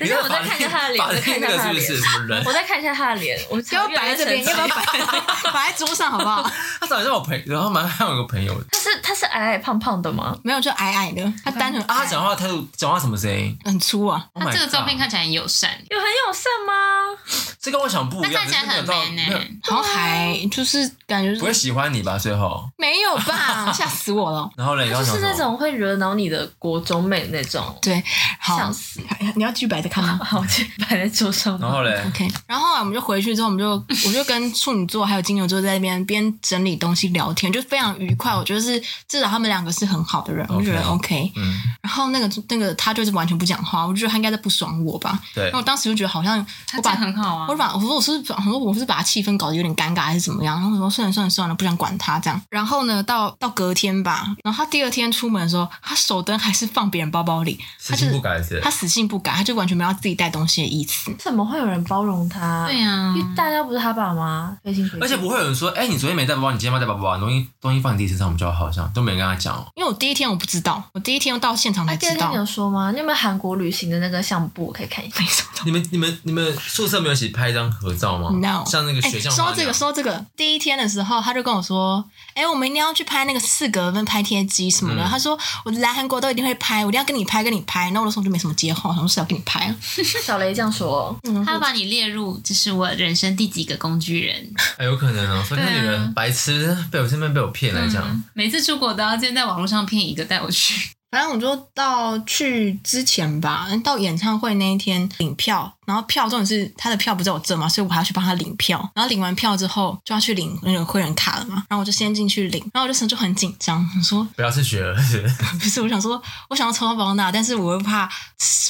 Speaker 1: 你
Speaker 3: 等一下我再看一下他的脸，我再看一
Speaker 1: 那
Speaker 3: 下
Speaker 1: 个是
Speaker 3: 他的
Speaker 1: 不是
Speaker 3: 脸，
Speaker 1: 什么人
Speaker 3: 我？再看一下他的脸，我
Speaker 2: 要不要摆在这边？要不要？摆摆 在桌上好不好？
Speaker 1: 他长得像我朋友，然后蛮像我一个朋友的
Speaker 3: 他是他是矮矮胖胖的吗？
Speaker 2: 没有，就矮矮的，他单纯
Speaker 1: 啊，他
Speaker 2: 啊，
Speaker 1: 讲话态度，讲话什么声音？
Speaker 2: 很粗啊。
Speaker 1: Oh
Speaker 4: 他
Speaker 1: my
Speaker 4: 这个照片
Speaker 1: God
Speaker 4: 看起来很友善，
Speaker 3: 有很友善吗？
Speaker 1: 这跟我想不
Speaker 4: 他
Speaker 1: 一样，
Speaker 4: 看起来很
Speaker 1: 只是
Speaker 4: man 欸
Speaker 1: 没
Speaker 4: 呢、
Speaker 1: 有到没有
Speaker 2: 然后还就是感觉
Speaker 1: 不会喜欢你吧？最后，
Speaker 2: 没有吧，吓死我了。
Speaker 1: 然后嘞，你刚
Speaker 3: 就
Speaker 1: 刚讲
Speaker 3: 是
Speaker 1: 什么
Speaker 3: 那种会惹恼你的国中妹那种，
Speaker 2: 对，好
Speaker 3: 想，死。
Speaker 2: 你要继续摆着看吗？
Speaker 3: 好，我去摆在桌上吧。
Speaker 1: 然后嘞，
Speaker 2: OK，然后后来我们就回去之后，我们就我就跟处女座还有金牛座在那边边整理东西聊天，就非常愉快。我觉得是至少他们两个是很好的人，我就觉得 OK。
Speaker 1: 嗯，
Speaker 2: 然后那个那个他就是完全不讲话，我就觉得他应该在不爽我吧。
Speaker 1: 对
Speaker 2: 然后，我当时就觉得好像
Speaker 4: 他
Speaker 2: 我
Speaker 4: 这
Speaker 2: 把
Speaker 4: 样很好啊
Speaker 2: 我。把我说我是我说我是把他气氛搞得有点尴尬还是怎么样，然后我说算了算了算了，不想管他这样。然后呢，到到隔天吧，然后他第二天出门的时候，他手灯还是放别人包包里，
Speaker 1: 死
Speaker 2: 他
Speaker 1: 性
Speaker 2: 就
Speaker 1: 不
Speaker 2: 是
Speaker 1: 改是
Speaker 2: 他死性不改，他就完全没有要自己带东西的意思。
Speaker 3: 怎么会有人包容他？
Speaker 4: 对啊呀、
Speaker 3: 因为大家不是他爸妈，推心推
Speaker 1: 而且不会有人说，哎、你昨天没带包包，你今天要带包包，东西东西放你自己身上比较好，这样都没人跟他讲哦。
Speaker 2: 因为我第一天我不知道，我第一天到现场
Speaker 3: 那
Speaker 2: 才
Speaker 3: 啊第二
Speaker 2: 知
Speaker 3: 天
Speaker 2: 道
Speaker 3: 你。有说吗？你有没有韩国旅行的那个相簿？我可以看 一下。
Speaker 1: 你们你们你们宿舍没有一起拍一张合照吗
Speaker 2: No，
Speaker 1: 像那个
Speaker 2: 哎
Speaker 1: 学校、
Speaker 2: 说到这个，说到这个，第一天的时候，他就跟我说：“哎、我们一定要去拍那个四格分拍贴机什么的。
Speaker 1: 嗯
Speaker 2: 他说：“我来韩国都一定会拍，我一定要跟你拍，跟你拍。”然后我的时候就没什么接话，我想说是要跟你拍啊。
Speaker 3: 小雷这样说，
Speaker 4: 他把你列入就是我人生第几个工具人。
Speaker 1: 哎、有可能哦、所以那
Speaker 4: 对啊
Speaker 1: 女人白痴，被我身边被我骗来讲、
Speaker 4: 嗯 每次出国都要先在网络上骗一个带我去。
Speaker 2: 反正我就到去之前吧，到演唱会那一天领票，然后票重点是他的票不在我这嘛，所以我还要去帮他领票。然后领完票之后就要去领那个会员卡了嘛，然后我就先进去领，然后我就想就很紧张，我说
Speaker 1: 不要是学儿子，
Speaker 2: 不是，我想说，我想要抽到保纳，但是我又怕，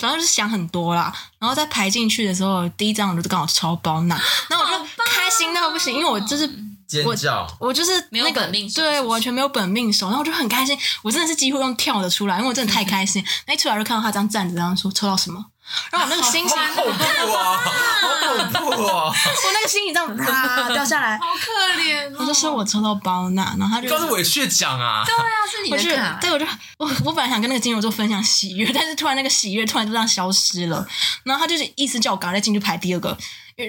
Speaker 2: 反正就是想很多啦。然后在排进去的时候，第一张我就刚好抽保纳，然后我就开心到不行，因为我就是
Speaker 1: 尖叫。
Speaker 2: 我就是
Speaker 4: 没有
Speaker 2: 那个
Speaker 4: 本命手
Speaker 2: 对
Speaker 4: 是不
Speaker 2: 我
Speaker 4: 是
Speaker 2: 完全没有本命手，然后我就很开心，我真的是几乎用跳的出来，因为我真的太开心。那一出来就看到他这样站着，然后说抽到什么，然后我那个心情，
Speaker 1: 好恐怖哦！好恐怖哦！
Speaker 2: 我那个心情这样哇掉下来，
Speaker 4: 好可怜、哦
Speaker 2: 我就说我抽到包纳，然后他
Speaker 1: 你
Speaker 2: 就
Speaker 1: 刚是委屈地讲啊，
Speaker 4: 对啊，是你
Speaker 2: 我
Speaker 4: 的
Speaker 2: 就
Speaker 4: 卡。
Speaker 2: 对，我就我我本来想跟那个金牛座分享喜悦，但是突然那个喜悦突然就这样消失了，然后他就是意思叫我赶快再进去排第二个，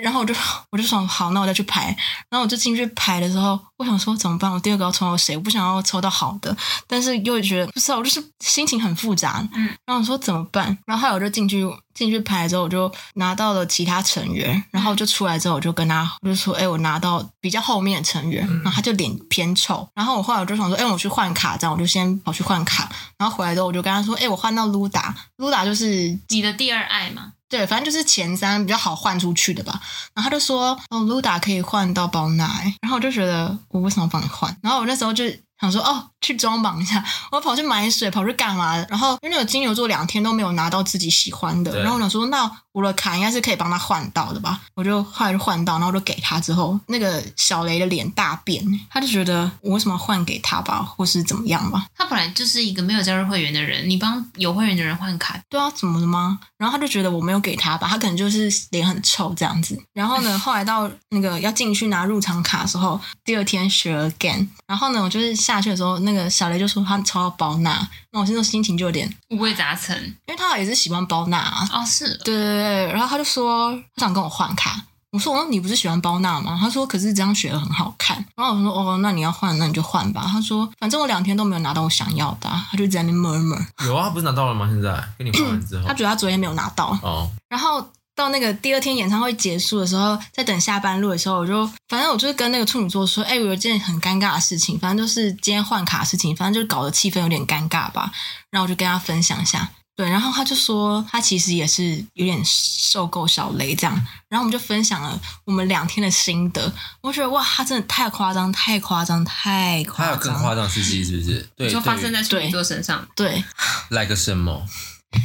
Speaker 2: 然后我就我就想好，那我再去排，然后我就进去排的时候，我想说怎么办？我第二个要抽到谁？我不想要抽到好的，但是又觉得不知道，我就是心情很复杂，
Speaker 4: 嗯，
Speaker 2: 然后我说怎么办？然后后来我就进去进去排之后，我就拿到了其他成员，然后就出来之后，我就跟他我就说，哎、我拿到比较后面的成员，然后他就脸偏臭，然后我后来我就想说，哎、我去换卡，这样我就先跑去换卡，然后回来之后我就跟他说，哎、我换到卢达，卢达就是
Speaker 4: 你的第二爱嘛，
Speaker 2: 对，反正就是前三比较好换出去的吧。然后他就说，哦，Luda 可以换到包奶，然后我就觉得我为什么要帮你换？然后我那时候就想说，哦，去装榜一下，我跑去买水，跑去干嘛的？然后因为那个金牛座两天都没有拿到自己喜欢的，
Speaker 1: 对
Speaker 2: 然后我想说，那我的卡应该是可以帮他换到的吧？我就后来就换到，然后我就给他之后，那个小雷的脸大变，他就觉得我为什么要换给他吧，或是怎么样吧？
Speaker 4: 他本来就是一个没有加入会员的人，你帮有会员的人换卡，
Speaker 2: 对啊，怎么了吗？然后他就觉得我没有给他吧，他可能就是脸很臭这样子。然后呢，后来到那个要进去拿入场卡的时候，第二天学 again。然后呢，我就是下去的时候，那个小雷就说他抽到包娜，那我现在心情就有点，
Speaker 4: 五味杂陈。
Speaker 2: 因为他也是喜欢包娜啊。
Speaker 4: 哦，是哦
Speaker 2: 对对对，然后他就说他想跟我换卡。我说：“哦，你不是喜欢包娜吗？”他说：“可是这张雪儿很好看。”然后我说：“哦，那你要换，那你就换吧。”他说：“反正我两天都没有拿到我想要的、啊。”他就在那边 murmur，
Speaker 1: 有啊，不是拿到了吗？现在跟你换完之后
Speaker 2: 他，觉得他昨天没有拿到。
Speaker 1: 哦，
Speaker 2: 然后到那个第二天演唱会结束的时候，在等下班路的时候，我就反正我就是跟那个处女座说，哎、我有一件很尴尬的事情，反正就是今天换卡的事情，反正就搞得气氛有点尴尬吧。然后我就跟他分享一下，对，然后他就说他其实也是有点受够小雷这样，然后我们就分享了我们两天的心得。我觉得哇，他真的太夸张，太夸张，太
Speaker 1: 还
Speaker 2: 夸张，
Speaker 1: 有更夸张的事迹是不是？对，
Speaker 4: 你说发生
Speaker 1: 对于
Speaker 4: 在处女座身上，
Speaker 2: 对，
Speaker 1: like 什么？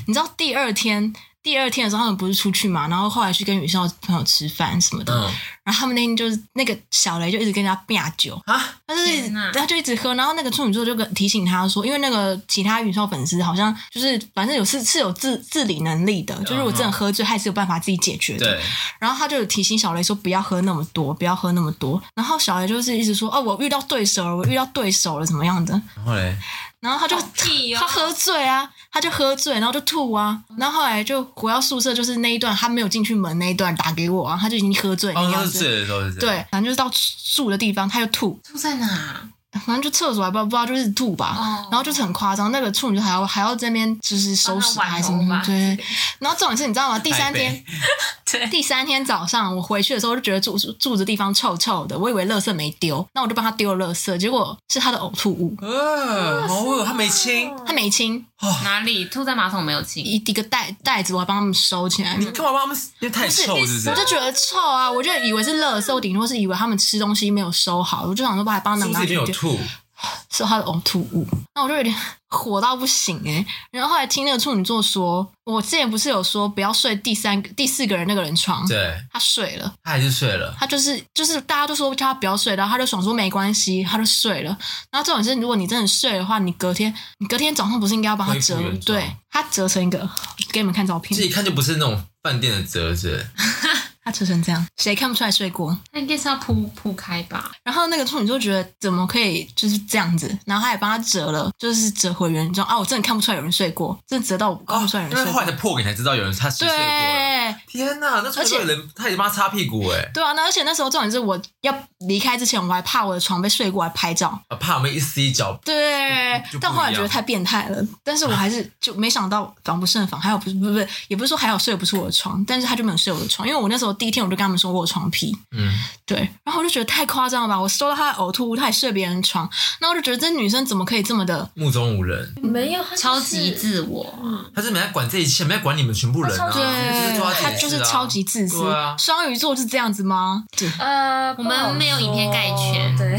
Speaker 2: 你知道第二天第二天的时候，他们不是出去嘛，然后后来去跟雨少朋友吃饭什么的，
Speaker 1: 嗯
Speaker 2: 然后他们那天就是那个小雷就一直跟人家啪酒，
Speaker 1: 啊，
Speaker 2: 他就是一直
Speaker 4: 天哪
Speaker 2: 他就一直喝，然后那个处女座就跟提醒他说，因为那个其他宇宙粉丝好像就是反正有是是有自自理能力的，就是我真的
Speaker 4: 嗯
Speaker 2: 喝醉，还是有办法自己解决的。
Speaker 1: 对，
Speaker 2: 然后他就有提醒小雷说不要喝那么多，不要喝那么多。然后小雷就是一直说哦，我遇到对手了，我遇到对手了，怎么样的？
Speaker 1: 然后嘞，
Speaker 2: 然后他就
Speaker 4: 好屁哦
Speaker 2: 他喝醉啊，他就喝醉，然后就吐啊，然后后来就回到宿舍，就是那一段他没有进去门那一段打给我啊，他就已经喝醉了
Speaker 1: 哦，
Speaker 2: 那
Speaker 1: 他
Speaker 2: 样
Speaker 1: 是
Speaker 2: 子。
Speaker 1: 醉的时候是这样，
Speaker 2: 对，反正就是到住的地方，他就吐，
Speaker 4: 吐在哪？
Speaker 2: 反正就厕所还不知道不知道就是吐吧，
Speaker 4: 哦
Speaker 2: 然后就是很夸张，那个处女就还要还要这边就是收拾
Speaker 4: 帮他挽
Speaker 2: 还是什么
Speaker 4: 头发
Speaker 2: 对，然后这种事你知道吗？第三
Speaker 1: 太
Speaker 2: 天
Speaker 1: 背，
Speaker 4: 对
Speaker 2: 第三天早上我回去的时候就觉得住住住的地方臭臭的，我以为垃圾没丢，那我就帮他丢了垃圾，结果是他的呕吐物，
Speaker 1: 呃，好恶，他没亲，
Speaker 2: 他没清，
Speaker 4: 哪里？吐在马桶没有清？
Speaker 2: 一一个袋袋子我还帮他们收起来。
Speaker 1: 你干嘛帮他们？因为太臭是不是
Speaker 2: 我？就觉得臭啊！我就以为是垃圾，我顶多是以为他们吃东西没有收好，我就想说把它帮他
Speaker 1: 是
Speaker 2: 们
Speaker 1: 不
Speaker 2: 拿
Speaker 1: 是
Speaker 2: 去
Speaker 1: 里面有
Speaker 2: 丢
Speaker 1: 吐？
Speaker 2: 是他的呕吐物，那我就有点 火到不行哎、然后后来听那个处女座说，我之前不是有说不要睡第三个、第四个人那个人床，
Speaker 1: 对，
Speaker 2: 他睡了，
Speaker 1: 他还是睡了。
Speaker 2: 他就是就是大家都说叫他不要睡，然后他就想说没关系，他就睡了。然后这种是，如果你真的睡的话，你隔天你隔天早上不是应该要帮他
Speaker 1: 恢复
Speaker 2: 折
Speaker 1: 原？状
Speaker 2: 对，他折成一个，给你们看照片
Speaker 1: 这，一看就不是那种饭店的折子，
Speaker 2: 他折成这样，谁看不出来睡过？
Speaker 4: 那应该是要铺铺开吧？
Speaker 2: 然后那个处女座觉得怎么可以就是这样子，然后他也帮他折了，就是折回原状啊！我真的看不出来有人睡过，真的折到我看不出来有
Speaker 1: 因
Speaker 2: 人
Speaker 1: 为
Speaker 2: 睡
Speaker 1: 后
Speaker 2: 过。
Speaker 1: 来才破给你才知道有人他是睡过了。
Speaker 2: 对
Speaker 1: 天哪，那
Speaker 2: 而
Speaker 1: 穿
Speaker 2: 且
Speaker 1: 有人他也帮他擦屁股哎，
Speaker 2: 对啊，那而且那时候重点是我要离开之前，我还怕我的床被睡过，还拍照。
Speaker 1: 啊怕我们一撕一脚
Speaker 2: 对
Speaker 1: 就不一样，
Speaker 2: 但后来觉得太变态了，但是我还是就没想到防不胜防。还有不是不是不是，也不是说还好睡不是我的床，但是他就没有睡我的床，因为我那时候第一天我就跟他们说我有床皮，
Speaker 1: 嗯，
Speaker 2: 对，然后我就觉得太夸张了吧，我收到他的呕吐物，他还睡别人的床，那我就觉得这女生怎么可以这么的
Speaker 1: 目中无人，
Speaker 3: 没有，他就是
Speaker 4: 超级自我，
Speaker 1: 他是没在管这一切，没在管你们全部人啊，
Speaker 3: 对
Speaker 1: 就是做
Speaker 2: 他
Speaker 1: 自己的事啊
Speaker 2: 就是超级自私。
Speaker 1: 对啊
Speaker 2: 双鱼座是这样子吗？对，
Speaker 3: 呃，
Speaker 4: 我们没有以偏概 全
Speaker 3: 对，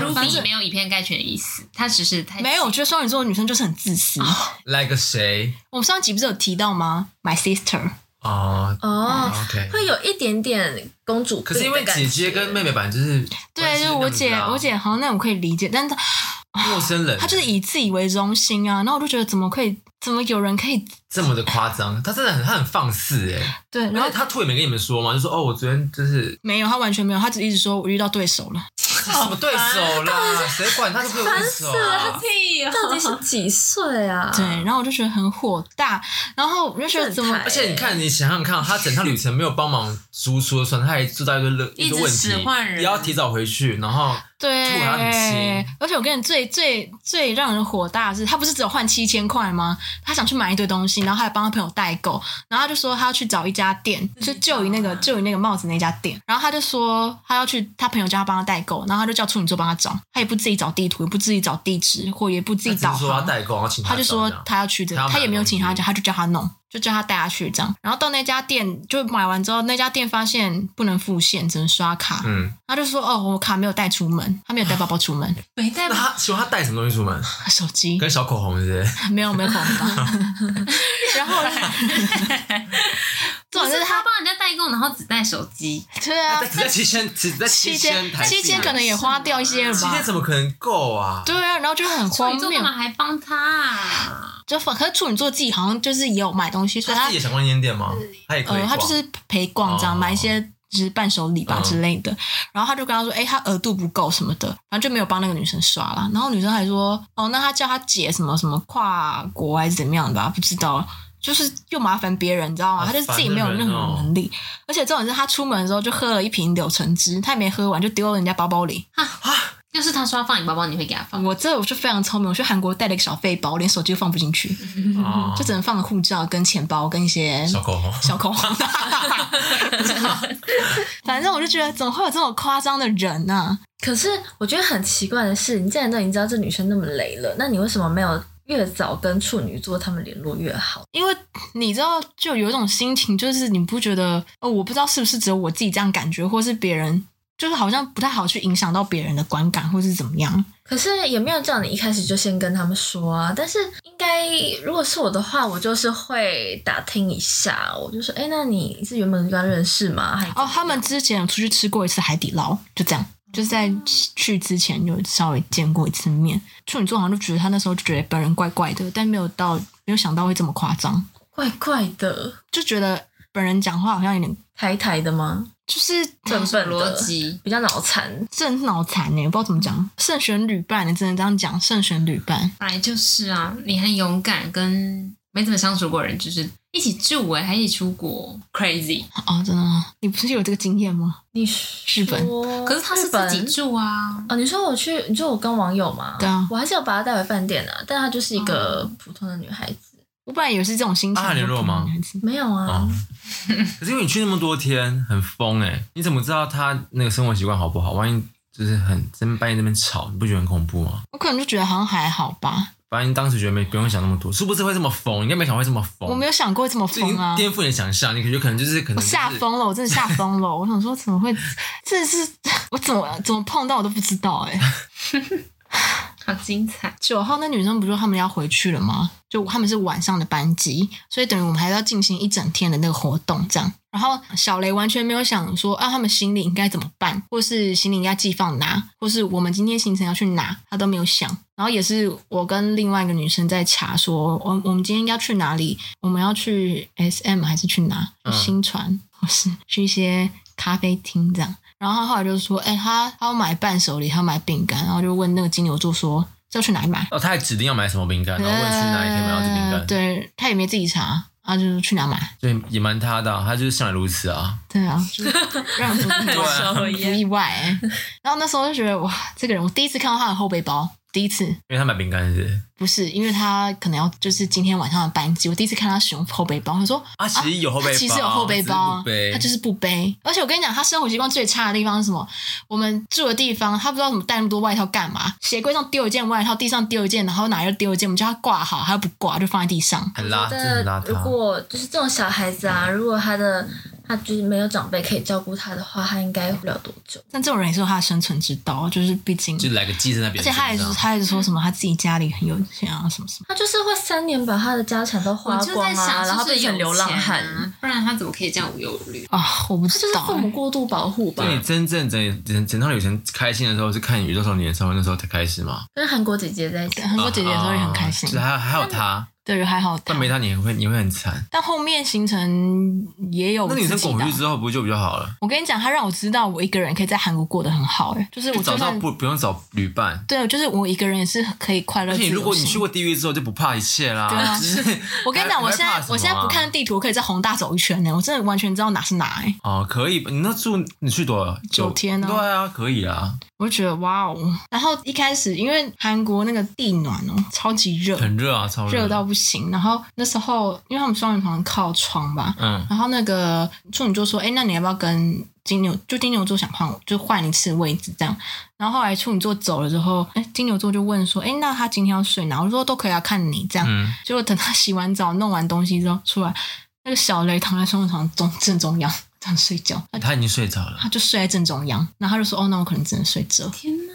Speaker 4: ，Ruby 没有以偏概全的意思，他只是太
Speaker 2: 没有，我觉得双鱼座的女生就是很自私。
Speaker 1: 来个谁
Speaker 2: 我们上集不是有提到吗？My sister，
Speaker 1: 啊
Speaker 3: 哦，
Speaker 1: ？OK，
Speaker 3: 会有一点点公主病
Speaker 1: 可是因为
Speaker 3: 的感
Speaker 1: 姐姐
Speaker 3: 觉
Speaker 1: 跟妹妹版就是
Speaker 2: 对，就是我
Speaker 1: 啊
Speaker 2: 姐，我姐好像那我可以理解，但是她
Speaker 1: 陌生人，
Speaker 2: 她就是以自己为中心啊，然后我就觉得怎么可以，怎么有人可以
Speaker 1: 这么的夸张，她真的很她很放肆哎，
Speaker 2: 对，然
Speaker 1: 而
Speaker 2: 后
Speaker 1: 且她吐也没跟你们说嘛，就说哦我昨天就是
Speaker 2: 没有，她完全没有，她只一直说我遇到对手了，
Speaker 1: 什么对手啦，谁管她是不是有对手啊？
Speaker 4: 屁哦
Speaker 3: 到底是几岁啊？
Speaker 2: 对，然后我就觉得很火大，然后我就觉得怎么
Speaker 3: 这很
Speaker 1: 而且你看，你想想看，他整趟旅程没有帮忙输出算，他还制造一 堆乐
Speaker 4: 一直
Speaker 1: 堆问题
Speaker 4: 使唤，人
Speaker 1: 也要提早回去，然后吐还要很
Speaker 2: 对
Speaker 1: 轻，
Speaker 2: 而且我跟你最最最让人火大的是，他不是只有换七千块吗？他想去买一堆东西，然后他还帮他朋友代购，然后他就说他要去找一家店，就
Speaker 1: 嗯
Speaker 2: 就以那个就以那个帽子那家店，然后他就说他要去他朋友家帮他代购，然后他就叫处女座帮他找，他也不自己找地图，也不自己找地址，或也不自己
Speaker 1: 只
Speaker 2: 导
Speaker 1: 是说要
Speaker 2: 航，
Speaker 1: 代购，然后请
Speaker 2: 他就
Speaker 1: 找
Speaker 2: 说
Speaker 1: 这样
Speaker 2: 他要去这
Speaker 1: 他
Speaker 2: 个
Speaker 1: 要，买
Speaker 2: 他也没有请他
Speaker 1: 东西
Speaker 2: 讲，他就叫他弄，就叫他带他去这样。然后到那家店就买完之后，那家店发现不能付现，只能刷卡。
Speaker 1: 嗯，
Speaker 2: 他就说：“哦，我卡没有带出门，他没有带包包出 门，
Speaker 4: 没带
Speaker 1: 那
Speaker 4: 吧？
Speaker 1: 他喜欢他带什么东西出 门？
Speaker 2: 手机
Speaker 1: 跟小口红是不是？
Speaker 2: 没有没有口 红包。然后呢，重
Speaker 4: 总
Speaker 2: 点
Speaker 4: 是
Speaker 2: 是
Speaker 4: 他
Speaker 2: 他，
Speaker 4: 帮人家代购，然后只带手机，
Speaker 2: 对啊
Speaker 1: 他，只在七千，只在
Speaker 2: 七
Speaker 1: 千
Speaker 2: 千
Speaker 1: 台币，啊
Speaker 2: 七千可能也花掉一些了
Speaker 1: 七
Speaker 2: 吧
Speaker 1: 千。怎么可能够啊？
Speaker 2: 对啊，然后就很
Speaker 4: 处
Speaker 2: 荒
Speaker 4: 女座干
Speaker 2: 谬
Speaker 4: 嘛，还帮他啊？
Speaker 2: 就反可是处女座自己好像就是也有买东西，所以
Speaker 1: 他
Speaker 2: 他
Speaker 1: 自己也想逛烟店吗？他也可以
Speaker 2: 呃，
Speaker 1: 逛，
Speaker 2: 啊他就是陪逛这样，
Speaker 1: 哦
Speaker 2: 买一些就是伴手礼吧
Speaker 1: 嗯
Speaker 2: 之类的。然后他就跟他说，哎、他额度不够什么的，然后就没有帮那个女生刷啦。然后女生还说，哦，那他叫他姐什么什么跨国还是怎么样的啊吧，不知道。就是又麻烦别人，你知道吗？
Speaker 1: 好
Speaker 2: 他就自己没有
Speaker 1: 烦的
Speaker 2: 任
Speaker 1: 人
Speaker 2: 何
Speaker 1: 哦
Speaker 2: 能力，而且重点是他出门的时候就喝了一瓶柳橙汁，他也没喝完就丢了人家包包里。
Speaker 4: 要是他说要放你包包，你会给他放？
Speaker 2: 我这我就非常聪明，我去韩国带了一个小背包，连手机都放不进去，
Speaker 1: 哦
Speaker 2: 就只能放护照跟钱包跟一些
Speaker 1: 小口红。
Speaker 2: 小口红。 反正我就觉得，怎么会有这么夸张的人呢、
Speaker 3: 可是我觉得很奇怪的是，你既然都已经知道这女生那么雷了，那你为什么没有越早跟处女座他们联络越好？
Speaker 2: 因为你知道，就有一种心情，就是你不觉得哦，我不知道是不是只有我自己这样感觉，或是别人就是好像不太好去影响到别人的观感或是怎么样。
Speaker 3: 可是也没有叫你一开始就先跟他们说啊。但是应该如果是我的话，我就是会打听一下，我就说，哎，那你是原本跟他认识吗？还
Speaker 2: 哦，他们之前有出去吃过一次海底捞，就这样，就是在去之前有稍微见过一次面。处女座好像就觉得他那时候就觉得本人怪怪的，但没有到没有想到会这么夸张，
Speaker 3: 怪怪的，
Speaker 2: 就觉得本人讲话好像有点
Speaker 3: 台台的吗？
Speaker 2: 就是
Speaker 3: 笨笨
Speaker 4: 逻
Speaker 3: 的，
Speaker 4: 辑
Speaker 3: 比较脑残。
Speaker 2: 正脑残呢，不知道怎么讲，慎选旅伴，你只能这样讲，慎选旅伴。
Speaker 4: 本来就是啊，你很勇敢，跟没怎么相处过的人，就是一起住哎、还一起出国，crazy。
Speaker 2: 哦，真的吗？你不是有这个经验吗？
Speaker 3: 你
Speaker 2: 日本
Speaker 3: 说
Speaker 4: 可是他
Speaker 3: 日
Speaker 4: 是
Speaker 3: 本
Speaker 4: 自己住啊，
Speaker 3: 啊、你说我去，你说我跟网友嘛，
Speaker 2: 对啊哦
Speaker 3: 我还是有把她带回饭店啊，但她就是一个普通的女孩子，
Speaker 2: 我本来也是这种心情。
Speaker 1: 啊联络吗
Speaker 2: 我不能这样子
Speaker 3: 没有啊，
Speaker 1: 哦
Speaker 2: 嗯
Speaker 1: 可是因为你去那么多天，很疯哎、你怎么知道他那个生活习惯好不好？万一就是很真半夜那边吵，你不觉得很恐怖吗？
Speaker 2: 我可能就觉得好像还好吧，
Speaker 1: 反正你当时觉得没不用想那么多，是不是会这么疯？你应该没想会这么疯。
Speaker 2: 我没有想过会这么
Speaker 1: 这已
Speaker 2: 疯
Speaker 1: 经
Speaker 2: 啊。
Speaker 1: 颠覆你的想象，你可有可能就是可能、
Speaker 2: 我
Speaker 1: 就是、
Speaker 2: 吓疯了，我真的吓疯了。我想说，怎么会？真的是我怎么怎么碰到我都不知道哎、
Speaker 4: 好精彩。
Speaker 2: 九号那女生不就他们要回去了吗？就他们是晚上的班机，所以等于我们还要进行一整天的那个活动这样。然后小雷完全没有想说啊，他们行李应该怎么办，或是行李应该寄放哪，或是我们今天行程要去哪，他都没有想。然后也是我跟另外一个女生在查说，我我们今天要去哪里？我们要去 S M 还是去哪？
Speaker 1: 嗯
Speaker 2: 新船，或是去一些咖啡厅这样。然后他后来就说，哎、他他要买伴手礼，他要买饼干，然后就问那个金牛座说，这要去哪里买？
Speaker 1: 哦，他还指定要买什么饼干，然后问去哪一天买到这饼干，
Speaker 2: 呃，对他也没自己查，啊，就是去哪买。
Speaker 1: 对，也蛮他的啊、他就是向来如此啊。
Speaker 2: 对啊， 就是让人不意
Speaker 1: 对啊
Speaker 2: 外，不意外、欸。然后那时候就觉得哇，这个人，我第一次看到他的后背包，第一次
Speaker 1: 因为他买饼干是不是
Speaker 2: 不是因为他可能要就是今天晚上的班机，我第一次看他使用后背包，我说
Speaker 1: 啊，其实有后背包，
Speaker 2: 他其实有后背包啊，
Speaker 1: 只是不背
Speaker 2: 他就是不背。而且我跟你讲，他生活习惯最差的地方是什么？我们住的地方，他不知道怎么带那么多外套干嘛？鞋柜上丢一件外套，地上丢一件，然后哪又丢一件，我们叫他挂好，他又不挂，就放在地上。
Speaker 1: 很邋，真的很邋
Speaker 3: 如
Speaker 1: 遢。
Speaker 3: 果就是这种小孩子啊，如果他的他就是没有长辈可以照顾他的话，他应该活不了多久。
Speaker 2: 但这种人也是有他的生存之道，就是毕竟
Speaker 1: 就来个寄生在别人身
Speaker 2: 而且
Speaker 1: 上，
Speaker 2: 他也是，他也是说什么他自己家里很有钱啊，什么什么。
Speaker 3: 他就是会三年把他的家产都花
Speaker 4: 我就在
Speaker 3: 光
Speaker 4: 想，
Speaker 3: 啊，然后
Speaker 4: 是
Speaker 3: 变成流浪汉，
Speaker 4: 不然他怎么可以这样无忧无虑？
Speaker 2: 啊、我不
Speaker 3: 他
Speaker 2: 知
Speaker 3: 就是
Speaker 2: 道、
Speaker 3: 父母过度保护吧
Speaker 1: 所。以你真正整整整套旅程开心的时候，是看《宇宙少年》上面那时候才开始嘛？
Speaker 3: 跟韩国姐姐在一起
Speaker 2: 对，韩国姐姐的时候也很开心
Speaker 1: 啊，就是还有还有他，
Speaker 2: 对，还好他
Speaker 1: 但没他你会你会很惨。
Speaker 2: 但后面行程也有
Speaker 1: 那女生
Speaker 2: 自己
Speaker 1: 滚
Speaker 2: 的啊
Speaker 1: 回去之后，不就比较好了？
Speaker 2: 我跟你讲，他让我知道我一个人可以在韩国过得很好、哎，就是我
Speaker 1: 就找
Speaker 2: 就
Speaker 1: 到
Speaker 2: 算
Speaker 1: 不不用找旅伴。
Speaker 2: 对，就是我一个人也是可以快乐
Speaker 1: 而
Speaker 2: 自
Speaker 1: 且
Speaker 2: 由
Speaker 1: 你
Speaker 2: 行。
Speaker 1: 如果你去过地狱之后，就不怕一切啦。
Speaker 2: 对 啊
Speaker 1: 只是
Speaker 2: 我跟你讲，
Speaker 1: 还
Speaker 2: 我现
Speaker 1: 还
Speaker 2: 在
Speaker 1: 怕什么啊
Speaker 2: 我现在不看地图，我可以在宏大走一圈呢、我真的完全知道哪是哪、哎，
Speaker 1: 哦，可以，你那住你去多久
Speaker 2: 九天啊
Speaker 1: 对啊，可以啊，
Speaker 2: 我就觉得哇哦。然后一开始因为韩国那个地暖哦、超级热，
Speaker 1: 很热啊，超
Speaker 2: 热到不行。然后那时候因为他们双人床靠窗吧，
Speaker 1: 嗯，
Speaker 2: 然后那个处女座说：“哎，那你要不要跟金牛？就金牛座想换我，就换一次位置这样。”然后后来处女座走了之后，哎，金牛座就问说：“哎，那他今天要睡哪？”我说：“都可以啊，看你这样。
Speaker 1: 嗯
Speaker 2: 结果等他洗完澡、弄完东西之后出来，那个小雷躺在双人床中正中央这样睡觉，他
Speaker 1: 他已经睡着了，
Speaker 2: 他就睡在正中央。然后他就说：“哦，那我可能只能睡这。
Speaker 4: 天哪！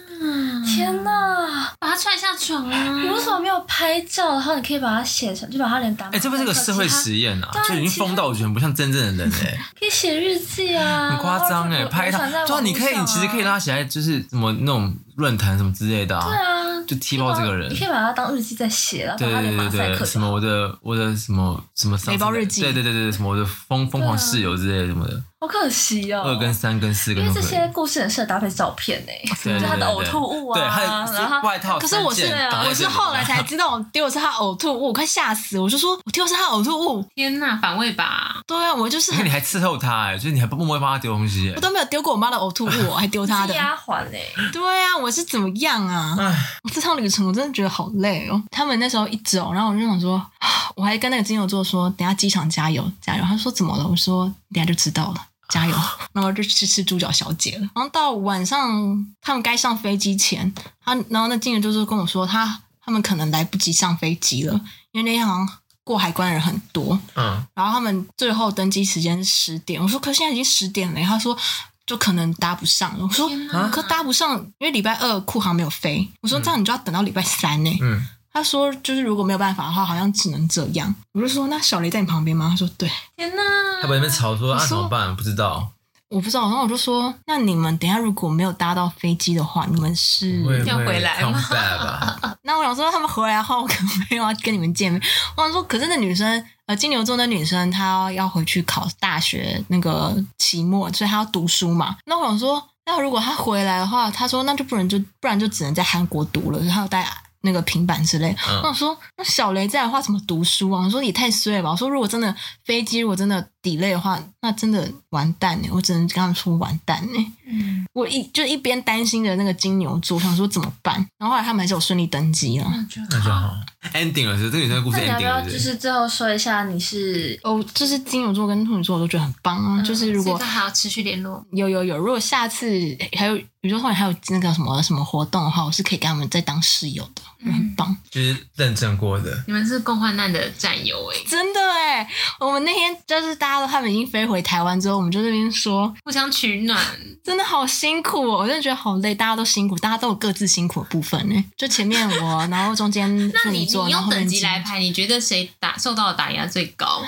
Speaker 3: 天哪！
Speaker 4: 把他踹下床啊！
Speaker 3: 你为什么没有拍照？然后你可以把它写成，就把它连打。
Speaker 1: 哎、这不是个社会，实验啊
Speaker 3: 对，啊
Speaker 1: 就已经疯到我觉得不像真正的人 哎、
Speaker 3: 可以写日记啊，
Speaker 1: 很夸张哎，
Speaker 3: 然后就
Speaker 1: 拍
Speaker 3: 流传在
Speaker 1: 他，对啊，
Speaker 3: 网
Speaker 1: 你可以，
Speaker 3: 络上啊
Speaker 1: 你其实可以拉起来，就是什么那种论坛什么之类的
Speaker 3: 对
Speaker 1: 啊，
Speaker 3: 啊，
Speaker 1: 就踢爆这个人
Speaker 3: 你可以把它当日记在写，然后
Speaker 1: 对
Speaker 3: 把它
Speaker 1: 对
Speaker 3: 连马
Speaker 1: 对
Speaker 3: 赛
Speaker 1: 对
Speaker 3: 克
Speaker 1: 对，什么我的我的什么什么
Speaker 2: 雷暴日记啊
Speaker 1: 对对对对，什么我的疯疯狂室友之类的什么的，
Speaker 3: 好可惜哦。
Speaker 1: 二跟三跟四
Speaker 3: 因
Speaker 1: 跟
Speaker 3: 为
Speaker 1: 都
Speaker 3: 这
Speaker 1: 可以，
Speaker 3: 些故事很适合搭配照片呢，
Speaker 1: 对对
Speaker 3: 就
Speaker 1: 对
Speaker 3: 他的呕
Speaker 1: 对
Speaker 3: 吐物啊，
Speaker 1: 对，还
Speaker 3: 然后
Speaker 1: 有
Speaker 3: 他
Speaker 1: 外”套
Speaker 2: 可
Speaker 1: 三
Speaker 2: 是
Speaker 1: 件，
Speaker 2: 我是
Speaker 1: 挡在
Speaker 2: 我是
Speaker 1: 这里
Speaker 2: 后来才知道我丢的是他呕吐物，我快吓死！我就说我丢的是他呕吐物。
Speaker 4: 天哪，反胃吧！
Speaker 2: 对啊，我就是
Speaker 1: 你看你还伺候他哎，就是你还不默默帮他丢东西哎
Speaker 2: 我，都没有丢过我妈的呕吐物，我还丢她
Speaker 3: 是啊
Speaker 2: 的。
Speaker 3: 丫鬟呢，
Speaker 2: 对啊，我是怎么样啊？
Speaker 1: 唉，
Speaker 2: 我这趟旅程我真的觉得好累哦。他们那时候一走，然后我就想说， 啊我还跟那个金牛座说，等一下机场加油加油。他说怎么了？我说等一下就知道了。加 油！然后我就去吃猪脚小姐了。然后到晚上，他们该上飞机前，他然后那金牛座就跟我说，他他们可能来不及上飞机了，因为那天好像过海关的人很多。
Speaker 1: 嗯，
Speaker 2: 然后他们最后登机时间是十点，我说可是现在已经十点了，他说就可能搭不上。我说
Speaker 4: 天哪
Speaker 2: 可搭不上，因为礼拜二库航没有飞。我说这样你就要等到礼拜三呢、
Speaker 1: 嗯，
Speaker 2: 他说就是如果没有办法的话，好像只能这样。我就说那小雷在你旁边吗？他说对，
Speaker 3: 天哪！
Speaker 1: 他们在那边吵说啊
Speaker 2: 说
Speaker 1: 怎么办？不知道，
Speaker 2: 我不知道。然后我就说那你们等一下如果没有搭到飞机的话，你们是
Speaker 1: 会
Speaker 4: 要回来
Speaker 1: c o m
Speaker 4: 吗
Speaker 1: back 啊吧？
Speaker 2: 那我想说，他们回来的话，我可能没有要跟你们见面。我想说，可是那女生，呃，金牛座那女生，她要回去考大学那个期末，所以她要读书嘛。那我想说，那如果她回来的话，她说那就不能就不然就只能在韩国读了，然后带那个平板之类。
Speaker 1: 嗯
Speaker 2: 那我说，那小雷在的话怎么读书啊？我说也太衰了吧！我说如果真的飞机如果真的 delay 的话，那真的完蛋呢、我只能跟他们说完蛋呢、
Speaker 4: 嗯，
Speaker 2: 我一就一边担心着那个金牛座，想说怎么办，然后后来他们还是有顺利登机了。
Speaker 4: 那就
Speaker 1: 那就好，ending 了，是不是这个女生的故事
Speaker 3: 那你要
Speaker 1: ending
Speaker 3: 不要
Speaker 1: 了，
Speaker 3: 就是
Speaker 1: 不是？
Speaker 3: 是最后说一下你是
Speaker 2: 哦，就是金牛座跟处女座我都觉得很棒啊，就是如
Speaker 4: 所以
Speaker 2: 果
Speaker 4: 都还要持续联络，
Speaker 2: 有有有，如果下次哎还有宇宙少年还有那个什么什么活动的话，我是可以跟他们再当室友的，我觉得很棒，
Speaker 1: 就是认证过的，
Speaker 4: 你们是共患难的战友哎，
Speaker 2: 真的哎！我们那天就是大家都他们已经飞回台湾之后，我们就这边说，
Speaker 4: 互相取暖，
Speaker 2: 真的好辛苦哦，我真的觉得好累，大家都辛苦，大家都有各自辛苦的部分哎呢。就前面我，然后中间处
Speaker 4: 那你
Speaker 2: 女
Speaker 4: 你
Speaker 2: 座，然后
Speaker 4: 用
Speaker 2: 后面
Speaker 4: 等级
Speaker 2: 金
Speaker 4: 来排，你觉得谁打受到的打压最高？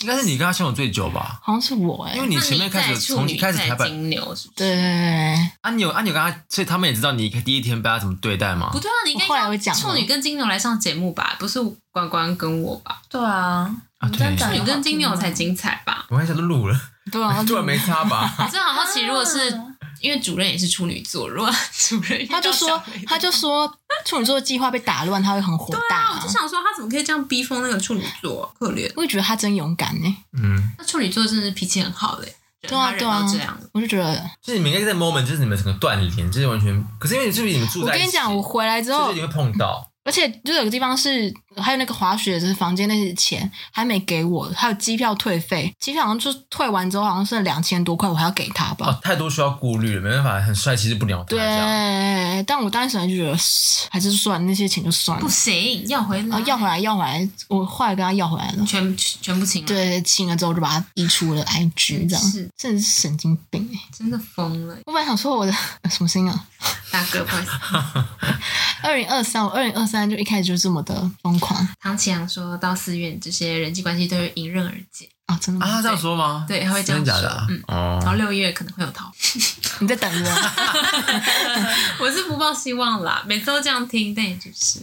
Speaker 1: 应该是你跟他相处最久吧？
Speaker 2: 好像是我哎
Speaker 1: 因为，你前面开
Speaker 4: 那
Speaker 1: 始
Speaker 4: 你在
Speaker 1: 从
Speaker 4: 处
Speaker 1: 一
Speaker 4: 女
Speaker 1: 开始
Speaker 4: 在
Speaker 1: 台本
Speaker 4: 金牛是不是
Speaker 2: 对对对对。对
Speaker 1: 啊，你有啊，你有跟他，所以他们也知道你第一天被他怎么对待吗
Speaker 4: 不？对啊，你应该
Speaker 2: 我后来会
Speaker 4: 叫
Speaker 2: 讲了
Speaker 4: 处女跟金牛来上节目吧，不是关关跟我吧？
Speaker 3: 对啊？
Speaker 1: 啊，
Speaker 3: 你这样
Speaker 1: 对，
Speaker 3: 讲
Speaker 4: 处女跟金牛才精彩吧？
Speaker 1: 我看一下都录了，
Speaker 2: 对啊，
Speaker 1: 突然没差 吧？
Speaker 4: 我真的好好奇，如果是因为主任也是处女座，如果 主任遇到
Speaker 2: 他就说
Speaker 4: 小雷，
Speaker 2: 他就说处女座的计划被打乱，他会很火大、嗯
Speaker 4: 啊，我就想说他怎么可以这样逼疯那个处女座，可怜。
Speaker 2: 我就觉得他真勇敢呢、欸
Speaker 1: 嗯，
Speaker 4: 那处女座真的是脾气很好嘞，
Speaker 2: 对啊
Speaker 4: 忍
Speaker 2: 对
Speaker 4: 他
Speaker 2: 啊
Speaker 4: 忍到这样了，
Speaker 2: 我就觉得，
Speaker 1: 就是你们应该在 moment，就是你们整个断联，就是完全，可是因为是不是你们住
Speaker 2: 我
Speaker 1: 在一起？
Speaker 2: 跟你讲，我回来之
Speaker 1: 就
Speaker 2: 后
Speaker 1: 是你，会碰到，
Speaker 2: 而且就有个地方是，还有那个滑雪就是房间那些钱还没给我，还有机票退费，机票好像就是退完之后好像剩两千多块，我还要给他吧。
Speaker 1: 哦，太多需要顾虑了，没办法，很帅气是不鸟他
Speaker 2: 对
Speaker 1: 这样。，
Speaker 2: 但我当时就觉得嘶还是算那些钱就算了
Speaker 4: 不，行，要
Speaker 1: 啊
Speaker 4: 回
Speaker 2: 然
Speaker 4: 来，
Speaker 2: 后哦要回来要回来，我后来跟他要回来了。
Speaker 4: 全全啊部请了，
Speaker 2: 对，清了之后就把他移出了 IG，这样
Speaker 4: 是
Speaker 2: 真的是神经病哎、
Speaker 4: 真的疯了，
Speaker 2: 我本来想说我的 什么声音啊？
Speaker 4: 大 哥，不好意思。
Speaker 2: 二零二三，我二零二三就一开始就这么的疯狂
Speaker 4: 唐启阳说到四月，这些人际关系都会迎刃而解，
Speaker 2: 啊、真的
Speaker 1: 啊，
Speaker 2: 吗？
Speaker 1: 他这样说吗？
Speaker 4: 对他会这样
Speaker 1: 真的假的啊？
Speaker 4: 说嗯然后
Speaker 1: 哦，
Speaker 4: 六月可能会有桃花。
Speaker 2: 你在等着我？
Speaker 4: 我是不抱希望啦，每次都这样听，但也就是。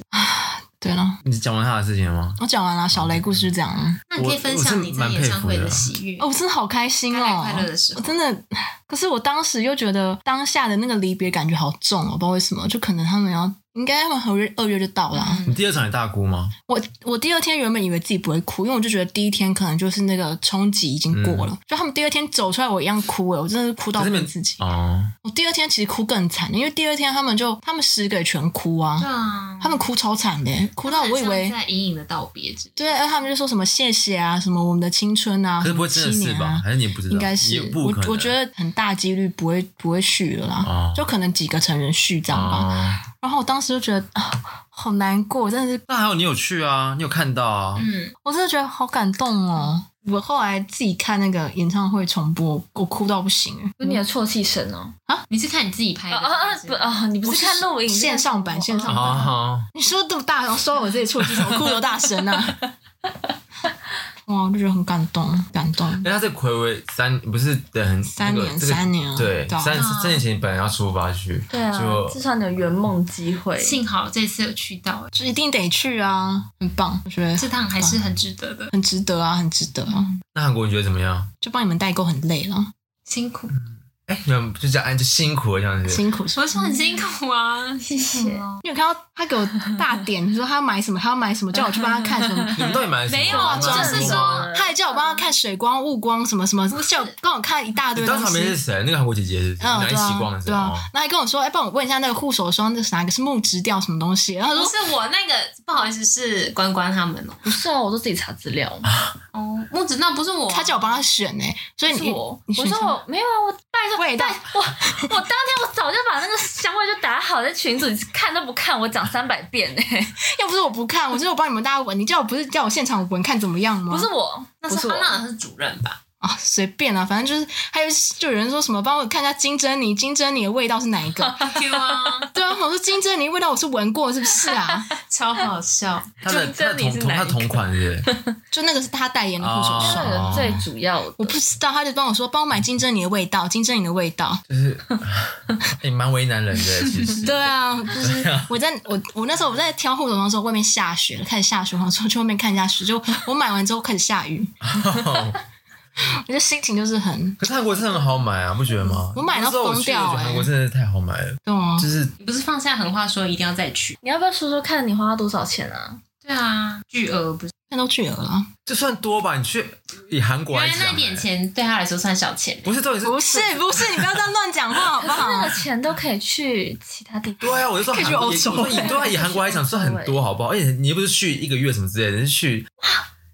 Speaker 2: 对了，
Speaker 1: 你讲完他的事情了吗？
Speaker 2: 我讲完了，小雷故事就这样了。
Speaker 4: 那你可以分享你在演唱会的喜悦，
Speaker 2: 哦，我真的好开心
Speaker 4: 快乐
Speaker 2: 哦！
Speaker 4: 快乐的时
Speaker 2: 我
Speaker 4: 候，
Speaker 2: 真的，可是我当时又觉得当下的那个离别感觉好重哦，我不知道为什么，就可能他们要，应该他们合约二月就到了啊、
Speaker 1: 你第二场也大哭吗？
Speaker 2: 我我第二天原本以为自己不会哭，因为我就觉得第一天可能就是那个冲击已经过了，就他们第二天走出来，我一样哭哎，我真的是哭到
Speaker 1: 可是你
Speaker 2: 问
Speaker 1: 们
Speaker 2: 自己。
Speaker 1: 哦，
Speaker 2: 我第二天其实哭更惨，因为第二天他们就他们十个也全哭啊，
Speaker 4: 对啊，
Speaker 2: 他们哭超惨的，哭到我以
Speaker 4: 很
Speaker 2: 为
Speaker 4: 像在隐隐的道别之类
Speaker 2: 对，哎而他们就说什么谢谢啊，什么我们的青春啊，
Speaker 1: 可是不会真的
Speaker 2: 什么
Speaker 1: 是
Speaker 2: 七年
Speaker 1: 吧
Speaker 2: 啊？
Speaker 1: 还是你不知道？
Speaker 2: 应该
Speaker 1: 也
Speaker 2: 是
Speaker 1: 不
Speaker 2: 我
Speaker 1: 可能。
Speaker 2: 我觉得很大几率不会不会续了啦，
Speaker 1: 哦
Speaker 2: 就可能几个成人续这样吧。
Speaker 1: 哦，
Speaker 2: 然后我当时就觉得啊，好难过，真的是，
Speaker 1: 那还有你有去啊？你有看到啊？
Speaker 4: 嗯，
Speaker 2: 我真的觉得好感动哦。我后来自己看那个演唱会重播，我哭到不行哎。
Speaker 3: 有你的啜泣声哦。
Speaker 4: 你是看你自己拍
Speaker 3: 啊
Speaker 4: 的
Speaker 2: 哦
Speaker 3: 啊
Speaker 4: 还
Speaker 3: 啊！
Speaker 4: 是
Speaker 3: 不啊，你不是看 录影
Speaker 2: 线上版线上
Speaker 1: 哦
Speaker 2: 版
Speaker 1: 好，
Speaker 2: 你说这么大声，说我自己出去，我哭多大声啊！哇，我就觉得很感动，感动。
Speaker 1: 因哎为他在暌违三，不是等很
Speaker 2: 三
Speaker 1: 那个
Speaker 2: 年
Speaker 1: 这个
Speaker 2: 三年啊
Speaker 1: 对，
Speaker 2: 对啊
Speaker 1: 三三年前本来要出发去，
Speaker 3: 对啊
Speaker 1: 就，
Speaker 3: 至少你有圆梦机会。
Speaker 4: 幸好这次有去到，
Speaker 2: 就一定得去啊，很棒，我觉得
Speaker 4: 这趟还是很值得的，
Speaker 2: 很值得啊，很值得啊。
Speaker 1: 那韩国你觉得怎么样？
Speaker 2: 就帮你们代购很累了，
Speaker 4: 辛苦，
Speaker 2: 哦
Speaker 1: 哎，你们就这样，哎就辛苦了这样子。
Speaker 2: 辛苦。
Speaker 4: 我说很辛苦啊，谢
Speaker 3: 谢
Speaker 2: 你有看到他给我大点，你说他要买什么，他要买什么，叫我去帮他看什 么。
Speaker 1: 你们到底买了什么？
Speaker 4: 没有啊
Speaker 1: 你
Speaker 4: 我
Speaker 1: 们买了
Speaker 4: 就是
Speaker 1: 什么
Speaker 4: 说
Speaker 2: 他还叫我帮他看水光、雾光什么什么，叫我帮我看一大堆
Speaker 1: 你
Speaker 2: 东
Speaker 1: 当场没是
Speaker 2: 西。
Speaker 1: 谁？那个韩国姐姐是不是
Speaker 2: 嗯，
Speaker 1: 你们
Speaker 2: 对
Speaker 1: 一起
Speaker 2: 啊
Speaker 1: 逛的，时
Speaker 2: 对
Speaker 1: 候，
Speaker 2: 啊
Speaker 1: 哦，
Speaker 2: 那还跟我说，哎，帮我问一下那个护手霜，这是哪个是木质调什么东西？然后他
Speaker 4: 不
Speaker 2: 说
Speaker 4: 是我那个，不好意思，是关关他们哦。
Speaker 3: 不是哦，我都自己查资料。
Speaker 1: 啊
Speaker 4: 哦，木子那不是我，
Speaker 2: 他叫我帮他选呢、所以
Speaker 3: 是
Speaker 2: 你
Speaker 3: 我，
Speaker 2: 你
Speaker 3: 我
Speaker 2: 选
Speaker 3: 说
Speaker 2: 什么
Speaker 3: 我没有啊，我拜托
Speaker 2: 味道
Speaker 3: 拜我我当天我早就把那个香味就打好，在群组你看都不看，我讲三百 遍呢、
Speaker 2: 要不是我不看，我是我帮你们大家闻，你叫我不是叫我现场闻看怎么样吗？
Speaker 3: 不是我，
Speaker 4: 那
Speaker 3: 不是
Speaker 4: 哦是
Speaker 3: 我
Speaker 4: 他，那是主任吧？
Speaker 2: 啊，随便啊，反正就是还有就有人说什么帮我看一下金针泥，金针泥的味道是哪一个？
Speaker 4: Q 啊，
Speaker 2: 对啊，我说金针泥味道我是闻过，是不是 啊？
Speaker 4: 超好笑。
Speaker 1: 他的他
Speaker 3: 就
Speaker 1: 的
Speaker 3: 这里
Speaker 1: 同
Speaker 3: 是
Speaker 1: 同
Speaker 3: 哪一
Speaker 1: 他
Speaker 3: 个
Speaker 1: 同款是不是
Speaker 2: 就那个是他代言的护手
Speaker 3: 那
Speaker 2: 霜。
Speaker 3: 个最主要的，
Speaker 1: 哦
Speaker 2: 我不知道，他就帮我说，帮我买金针泥的味道，金针泥的味道。
Speaker 1: 就是 也蛮、为难人 的，其实。
Speaker 2: 对啊，就是我在我我那时候我在挑护手霜的时候，外面下雪了，开始下雪，我说去外面看一下雪， 就我买完之后开始下雨，哦 我就心情就是很
Speaker 1: 可是韩国真的很好买啊，不觉得吗？
Speaker 2: 我买到
Speaker 1: 那时候我
Speaker 2: 疯
Speaker 1: 去
Speaker 2: 掉
Speaker 1: 我觉得
Speaker 2: 欸
Speaker 1: 韩国真的是太好买了，
Speaker 2: 对啊
Speaker 1: 就，是
Speaker 4: 你不是放下狠话说一定要再去？
Speaker 3: 你要不要说说看你花了多少钱啊？
Speaker 4: 对啊，巨额不是？
Speaker 2: 那都去了啦，
Speaker 1: 就算多吧，你去以韩国
Speaker 4: 原
Speaker 1: 来
Speaker 4: 来
Speaker 1: 讲、哎
Speaker 4: 那一点钱对他来说算小钱。
Speaker 1: 不是重点是
Speaker 2: 不是不是，你不要这样乱讲话好不
Speaker 3: 那
Speaker 2: 好
Speaker 3: 个？钱都可以去其他地方。
Speaker 1: 对啊，我就说
Speaker 2: 可以
Speaker 1: 韩
Speaker 2: 去
Speaker 1: 国，
Speaker 2: 欧
Speaker 1: 我
Speaker 2: 洲
Speaker 1: 说以对啊，以韩国来讲算很多，好不好？而且你又不是去一个月什么之类的，你是去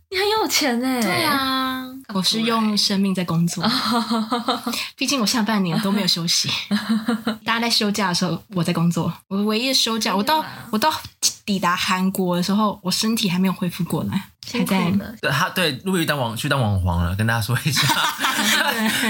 Speaker 3: 你很有钱哎、
Speaker 4: 对，啊，
Speaker 2: 哦我是用生命在工 作，毕竟我下半年都没有休 息。大家在休假的时候，我在工作。我唯一的休假，我到我到抵达韩国的时候，我身体还没有恢复过来，还
Speaker 3: 辛苦
Speaker 2: 在
Speaker 3: 了。
Speaker 1: 对他对陆比当网去当网红了，跟大家说一 下。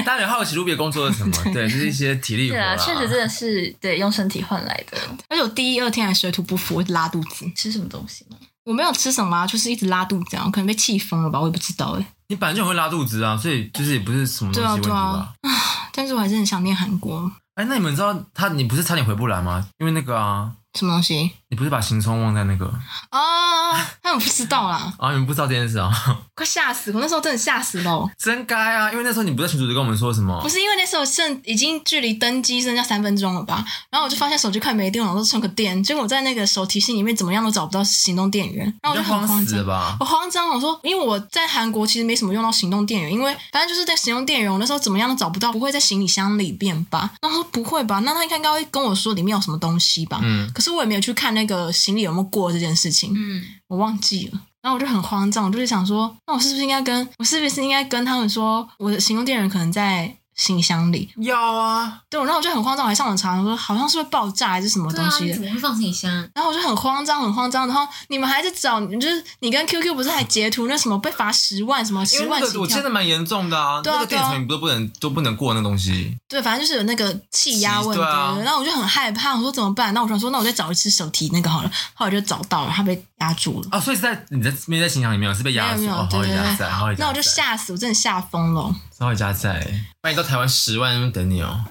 Speaker 1: 大家有好奇陆比的工作是什么？对，就是一些体力活
Speaker 3: 对
Speaker 1: 啦
Speaker 3: 啊，确实真的是对用身体换来的。
Speaker 2: 而且我第一、二天还水土不服，我一直拉肚子。
Speaker 3: 吃什么东西吗？
Speaker 2: 我没有吃什么、啊，就是一直拉肚子、啊，我可能被气疯了吧，我也不知道哎、
Speaker 1: 你本来就很会拉肚子啊，所以就是也不是什么东西问题
Speaker 2: 对啊对
Speaker 1: 吧
Speaker 2: 啊？但是我还是很想念韩国，
Speaker 1: 哎，那你们知道他你不是差点回不来吗？因为那个啊，
Speaker 2: 什么东西
Speaker 1: 你不是把行充忘在那个
Speaker 2: 啊？他们不知道啦，
Speaker 1: 啊？你们不知道这件事啊？
Speaker 2: 快吓死我！那时候真的吓死了，哦
Speaker 1: 真该啊！因为那时候你不在群组里跟我们说什么
Speaker 2: 不？是因为那时候剩已经距离登机剩下三分钟了吧？然后我就发现手机快没电了，我说充个电，结果我在那个手提箱里面怎么样都找不到行动电源，然后我
Speaker 1: 你
Speaker 2: 就
Speaker 1: 就
Speaker 2: 很
Speaker 1: 慌
Speaker 2: 慌
Speaker 1: 死了
Speaker 2: 张。
Speaker 1: 吧？
Speaker 2: 我慌张，我说，因为我在韩国其实没什么用到行动电源，因为反正就是在行动电源，我那时候怎么样都找不到，不会在行李箱里面吧？然后他说不会吧？那他应该应该会跟我说里面有什么东西吧？
Speaker 1: 嗯，
Speaker 2: 可是我也没有去看那个行李有没有过这件事情，
Speaker 4: 嗯，
Speaker 2: 我忘记了。然后我就很慌张，我就是想说，那我是不是应该跟我是不是应该跟他们说，我的行动电源可能在行李箱里？
Speaker 1: 要啊！
Speaker 2: 对，然后我就很慌张，我还上网查，我说好像是会爆炸还是什么
Speaker 4: 对
Speaker 2: 东
Speaker 4: 啊，
Speaker 2: 西
Speaker 4: 你
Speaker 2: 的
Speaker 4: 怎。么会放行李 箱？
Speaker 2: 然后我就很慌张，很慌张。然后你们还在找，就是你跟 QQ 不是还截图那什么被罚十万什么
Speaker 1: 因
Speaker 2: 十
Speaker 1: 为
Speaker 2: 万
Speaker 1: 那
Speaker 2: 起
Speaker 1: 个我记
Speaker 2: 跳
Speaker 1: 得？蛮严重的啊，
Speaker 2: 对啊
Speaker 1: 那个电
Speaker 2: 对啊
Speaker 1: 子产品都不能都不能过那东西。
Speaker 2: 对，反正就是有那个气压问题。
Speaker 1: 对啊
Speaker 2: 然后我就很害怕，我说怎么办？那我想说，那我再找一次手提那个好了。后来我就找到了，它被压住 了。
Speaker 1: 啊，所以是在你在没在行李里面，是被压死，
Speaker 2: 没有没有
Speaker 1: 哦，好
Speaker 2: 对对
Speaker 1: 压
Speaker 2: 对
Speaker 1: 在，好
Speaker 2: 那我就，吓死，我真的吓疯了。
Speaker 1: 好加在，万一到台湾十万那边等你哦，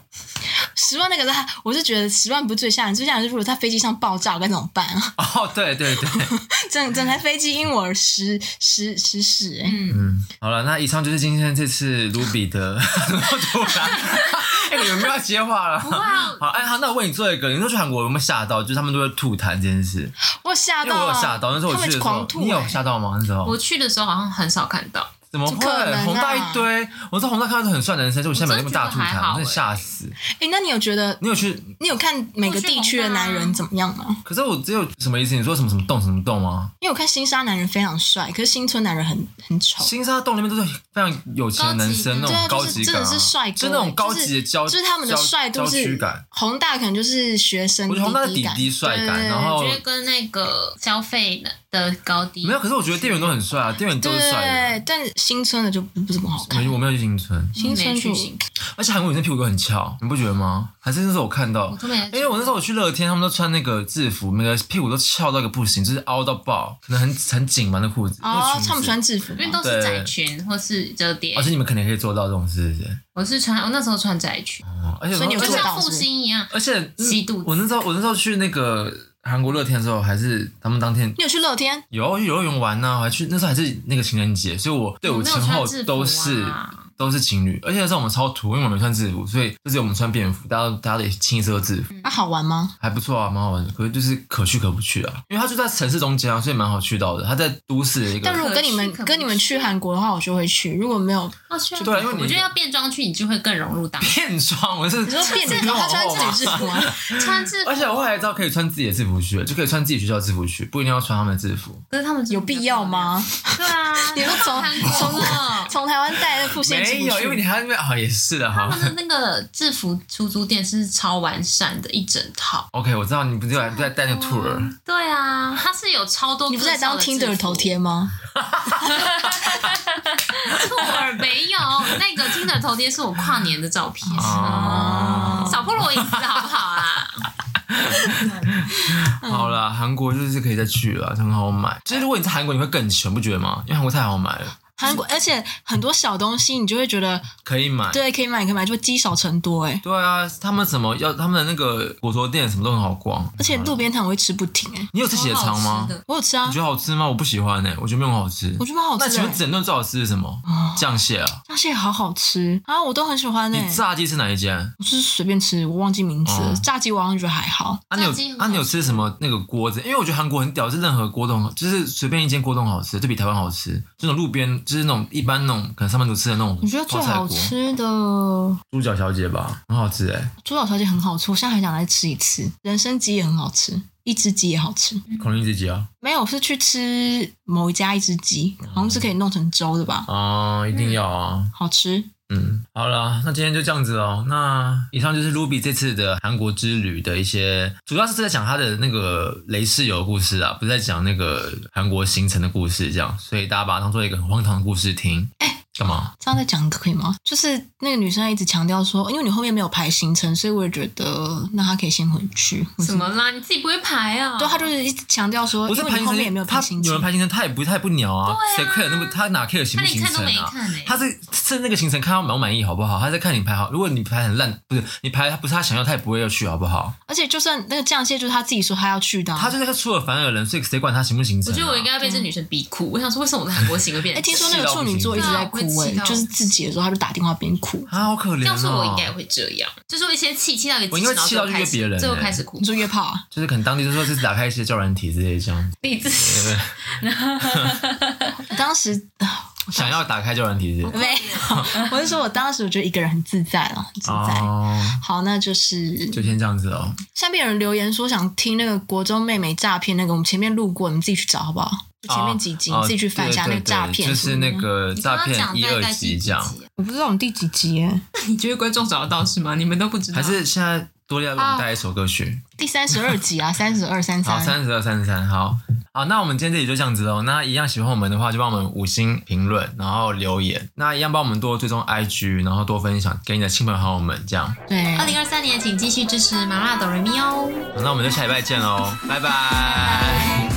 Speaker 2: 十万那个是还，我是觉得十万不是最吓人，最吓人是如果在飞机上爆炸，我该怎么办啊？
Speaker 1: 哦，对对 对，
Speaker 2: 整整台飞机因我而失失失事哎、
Speaker 4: 嗯，
Speaker 1: 嗯，好了，那以上就是今天这次卢比的 突然，哎，你们不要接话了。
Speaker 4: 哇，哦
Speaker 1: 好，哎，好，那我问你最后一个，你说去韩国有没有吓到？就是他们都会吐痰这件事，
Speaker 2: 我 吓
Speaker 1: 因为
Speaker 2: 到
Speaker 1: 我
Speaker 2: 了，
Speaker 1: 有吓到，那时候我去
Speaker 2: 他们
Speaker 1: 的时
Speaker 2: 狂
Speaker 1: 候，
Speaker 2: 吐、
Speaker 1: 你有
Speaker 2: 哎
Speaker 1: 吓到吗？那时候
Speaker 4: 我去的时候好像很少看到，
Speaker 1: 怎么
Speaker 2: 怎么可
Speaker 1: 会
Speaker 2: 能啊
Speaker 1: 红大一堆？我在红大看到都很帅的男生，就我现在买那么大吐
Speaker 4: 我真的觉得还
Speaker 1: 痰，
Speaker 4: 好
Speaker 1: 我真的吓死。
Speaker 2: 哎、那你有觉得
Speaker 1: 你有去？
Speaker 2: 你有看每个地区的男
Speaker 4: 啊
Speaker 2: 人怎么样吗？
Speaker 1: 可是我只有什么意思？你说什么什么洞什么洞吗？
Speaker 2: 因为我看新沙男人非常帅，可是新村男人很很丑。
Speaker 1: 新沙洞里面都是非常有钱的男生，那
Speaker 4: 高级
Speaker 2: 对
Speaker 1: 种高级感、
Speaker 2: 啊，就是真
Speaker 1: 啊，
Speaker 2: 的是帅哥，欸
Speaker 1: 就那种高级的
Speaker 2: 就是
Speaker 1: 交，
Speaker 2: 就是他们的
Speaker 1: 交
Speaker 2: 帅度
Speaker 1: 郊区
Speaker 2: 是
Speaker 1: 感。
Speaker 2: 宏大，可能就是学生
Speaker 1: 我觉得宏大的
Speaker 2: 弟
Speaker 1: 弟
Speaker 2: 感，
Speaker 1: 弟帅感，
Speaker 2: 对对
Speaker 1: 然
Speaker 4: 我
Speaker 1: 后
Speaker 4: 觉得跟那个消费的高低
Speaker 1: 哦没有，可是我觉得店员都很帅啊，店员都是帅
Speaker 2: 对，但新村的就不不怎么好
Speaker 1: 的。我
Speaker 2: 看
Speaker 1: 没。我没有去新村，
Speaker 2: 新
Speaker 4: 没
Speaker 2: 村
Speaker 4: 去
Speaker 2: 就
Speaker 4: 行，
Speaker 1: 而且韩国女生屁股都很翘，你不觉得吗？还是那时候我看到
Speaker 4: 我，都没有去。
Speaker 1: 因为我那时候我去乐天，他们都穿那个制服，每个屁股都翘到一个不行，就是凹到爆，可能很很紧嘛那裤子。那个
Speaker 2: 哦
Speaker 1: 裙，子
Speaker 2: 他们穿制服吗，
Speaker 4: 因为都是窄裙或是折叠
Speaker 1: 而，且你们肯定可以做到这种事，是不是？
Speaker 4: 我是穿我那时候穿窄裙，
Speaker 1: 哦而且
Speaker 2: 所以你有
Speaker 1: 而
Speaker 4: 就
Speaker 1: 且
Speaker 2: 做到
Speaker 4: 像复兴一样。
Speaker 1: 而且
Speaker 4: 吸肚子
Speaker 1: 我那时候我那时候去那个韩国乐天的时候，还是他们当天
Speaker 2: 你有去乐天？
Speaker 1: 有我去游乐园玩呢、我还去那时候还是那个情人节，所以我对
Speaker 4: 我
Speaker 1: 我
Speaker 4: 没有
Speaker 1: 前后
Speaker 4: 穿制服
Speaker 1: 都是、
Speaker 4: 啊
Speaker 1: 都是情侣，而且那时候我们超土，因为我们没穿制服，所以就是我们穿便服，大家大家得清一色制服，
Speaker 2: 那、啊好玩吗？
Speaker 1: 还不错啊，蛮好玩的。可是就是可去可不去啊，因为它就在城市中间啊，所以蛮好去到的。它在都市的一
Speaker 2: 但
Speaker 1: 个。
Speaker 2: 如果跟你们
Speaker 4: 可去可不去
Speaker 2: 跟你们去韩国的话，我就会去；如果没有，
Speaker 4: 哦，是啊
Speaker 1: 对因为你
Speaker 4: 我觉得要变装去，你就会更融入当地。
Speaker 1: 变装，我是你
Speaker 2: 你说变脸，他穿自己制服
Speaker 1: 哦
Speaker 2: 吗？
Speaker 4: 穿制服
Speaker 1: 而，且我后来知道可以穿自己的制服去了，就可以穿自己学校的制服去，不一定要穿他们的制服。
Speaker 4: 可是他们真的
Speaker 2: 有必 要吗？
Speaker 4: 比较漂亮？对啊，
Speaker 2: 你们
Speaker 4: 都
Speaker 2: 从
Speaker 4: 到韩国了，
Speaker 2: 从台湾带的复线制服
Speaker 1: 没有，
Speaker 2: 去
Speaker 1: 因为你还在那边啊，也是的
Speaker 4: 他
Speaker 1: 哈
Speaker 4: 们。的那个制服出租店是超完善的，一整套。
Speaker 1: OK，我知道你不是有不在带那个
Speaker 2: 哦
Speaker 1: tour，
Speaker 4: 对啊，它是有超多。
Speaker 2: 你不是在当 Tinder 头？贴吗？
Speaker 4: 兔儿没有，那个 Tinder 头贴是我跨年的照片，
Speaker 1: 啊，
Speaker 4: 少破我影子好不好 啊？
Speaker 2: 嗯
Speaker 1: 好啦，韩国就是可以再去了，很好买。就是如果你在韩国，你会更穷，不觉得吗？因为韩国太好买了，
Speaker 2: 韩国，而且很多小东西你就会觉得，
Speaker 1: 可以买。
Speaker 2: 对，可以买，可以买，就积少成多哎。
Speaker 1: 对啊，他们怎么要他们的那个火锅店什么都很好逛，
Speaker 2: 而且路边摊我会吃不停哎，
Speaker 1: 你有吃血肠
Speaker 4: 好
Speaker 1: 吗
Speaker 4: 好吃？的
Speaker 2: 我有吃啊
Speaker 1: 你觉，得好吃吗？我不喜欢哎、我觉得没有很好吃。
Speaker 2: 我觉得蛮好
Speaker 1: 那
Speaker 2: 吃
Speaker 1: 请问
Speaker 2: 的欸。哦
Speaker 1: 整顿最好吃是什么？酱蟹啊？
Speaker 2: 那些好好吃啊，我都很喜欢哎
Speaker 1: 你。炸鸡吃哪一间？
Speaker 2: 我就是随便吃，我忘记名字了。
Speaker 1: 哦
Speaker 2: 炸鸡我好像觉得还好，
Speaker 1: 啊，你
Speaker 4: 炸鸡
Speaker 1: 有
Speaker 4: 很好吃
Speaker 1: 啊，你有吃什么那个锅子？因为我觉得韩国很屌，是任何锅都很好，就是随便一间锅都很好吃，就比台湾好吃。这种路边就是那种一般那种可能上班族吃的那种
Speaker 2: 我觉得最
Speaker 1: 泡菜
Speaker 2: 好
Speaker 1: 锅，
Speaker 2: 吃的
Speaker 1: 猪脚小姐吧，很好吃哎、
Speaker 2: 猪脚小姐很好吃，我现在还想来吃一次。人参鸡也很好吃，一只鸡也好吃。
Speaker 1: 孔令自己啊，
Speaker 2: 没有，是去吃某一家一只鸡，好像是可以弄成粥的吧，
Speaker 1: 啊，一定要啊。
Speaker 2: 好吃。
Speaker 1: 嗯，好了，那今天就这样子哦。那以上就是 Ruby 这次的韩国之旅的一些，主要是在讲他的那个雷室友的故事啊，不是在讲那个韩国行程的故事，这样，所以大家把它当做一个很荒唐的故事听。哎，干嘛？
Speaker 2: 这样再讲一个可以吗？就是那个女生一直强调说，因为你后面没有排行程，所以我也觉得那她可以先回去。
Speaker 4: 什么啦？你自己不会排啊？
Speaker 2: 对，她就是一直强调说，
Speaker 1: 不
Speaker 2: 哦因
Speaker 1: 是
Speaker 2: 为
Speaker 1: 拍
Speaker 2: 你后面也没有排
Speaker 1: 他
Speaker 2: 行
Speaker 1: 有
Speaker 2: 程
Speaker 1: 人。排行程，他也不他也不鸟啊，谁 care 那么他哪 care 行
Speaker 4: 他
Speaker 1: 不
Speaker 4: 连
Speaker 1: 行
Speaker 4: 看都
Speaker 1: 程
Speaker 4: 没
Speaker 1: 啊？
Speaker 4: 看哎，
Speaker 1: 他是是那个行程看他满不满意好不好？他在看你排好，如果你排很烂，不是你排不是他想要，他也不会要去好不好？
Speaker 2: 而且就算那个酱蟹，就是她自己说她要去的、啊。
Speaker 1: 他就是个出尔反尔的人，所以谁管他行不行程、
Speaker 4: 我
Speaker 1: 啊？
Speaker 4: 觉得我应该要被这女生逼哭。我想说，为什么我的韩国行会变
Speaker 2: 哎、
Speaker 4: 成？
Speaker 2: 听说那个处女座一直在哭
Speaker 4: 气到不
Speaker 2: 哎、
Speaker 4: 行对啊我会气到
Speaker 2: 就是自己的时候她就打电话边哭。
Speaker 1: 啊，好可怜、哦。
Speaker 4: 要是我应该也会这样，就是我一些气气到一个
Speaker 1: 我
Speaker 4: 极
Speaker 1: 应该
Speaker 4: 致，然后
Speaker 1: 气到
Speaker 4: 最后
Speaker 1: 去约
Speaker 4: 开始
Speaker 1: 别人
Speaker 4: 最后
Speaker 1: 欸
Speaker 4: 开始哭
Speaker 2: 你。说约炮啊？
Speaker 1: 就是可能当地就说是打开一些叫软体之类这样，
Speaker 4: 你自己
Speaker 1: 对
Speaker 2: 当时啊
Speaker 1: 不对？想要打开叫软体之类的。
Speaker 2: 没有， 我是说我当时我觉得一个人很自在了，很自在。
Speaker 1: 哦，
Speaker 2: 好，那就是
Speaker 1: 就先这样子哦。
Speaker 2: 下面有人留言说想听那个国中妹妹诈骗那个，我们前面录过，你们自己去找好不好？就前面几集、
Speaker 1: 哦
Speaker 2: 你自己去翻一下
Speaker 1: 对
Speaker 2: 那
Speaker 1: 对
Speaker 2: 个诈
Speaker 1: 对
Speaker 2: 骗
Speaker 1: 就
Speaker 2: 什
Speaker 1: 是
Speaker 2: 么的
Speaker 1: 那个
Speaker 4: 你
Speaker 1: 诈
Speaker 4: 刚刚
Speaker 1: 骗
Speaker 4: 讲
Speaker 1: 一
Speaker 4: 大
Speaker 1: 二
Speaker 4: 概
Speaker 1: 集
Speaker 4: 第
Speaker 1: 这
Speaker 4: 几
Speaker 1: 样，
Speaker 4: 集啊
Speaker 2: 我不知道我们第几集耶，
Speaker 4: 你觉得观众找得到是吗？你们都不知道？
Speaker 1: 还是现在多利
Speaker 4: 哦
Speaker 1: 亚给我们带一首歌曲？
Speaker 2: 第三十二集啊，三十二、三
Speaker 1: 好，
Speaker 2: 三。
Speaker 1: 三十二、三十三，好。好，那我们今天这里就这样子哦。那一样喜欢我们的话，就帮我们五星评论，然后留言。那一样帮我们多追踪 IG，然后多分享给你的亲朋好友们。这样，
Speaker 2: 对，
Speaker 4: 二零二三年，请继续支持麻辣哆瑞咪哦。
Speaker 1: 好那我们就下礼拜见喽，拜拜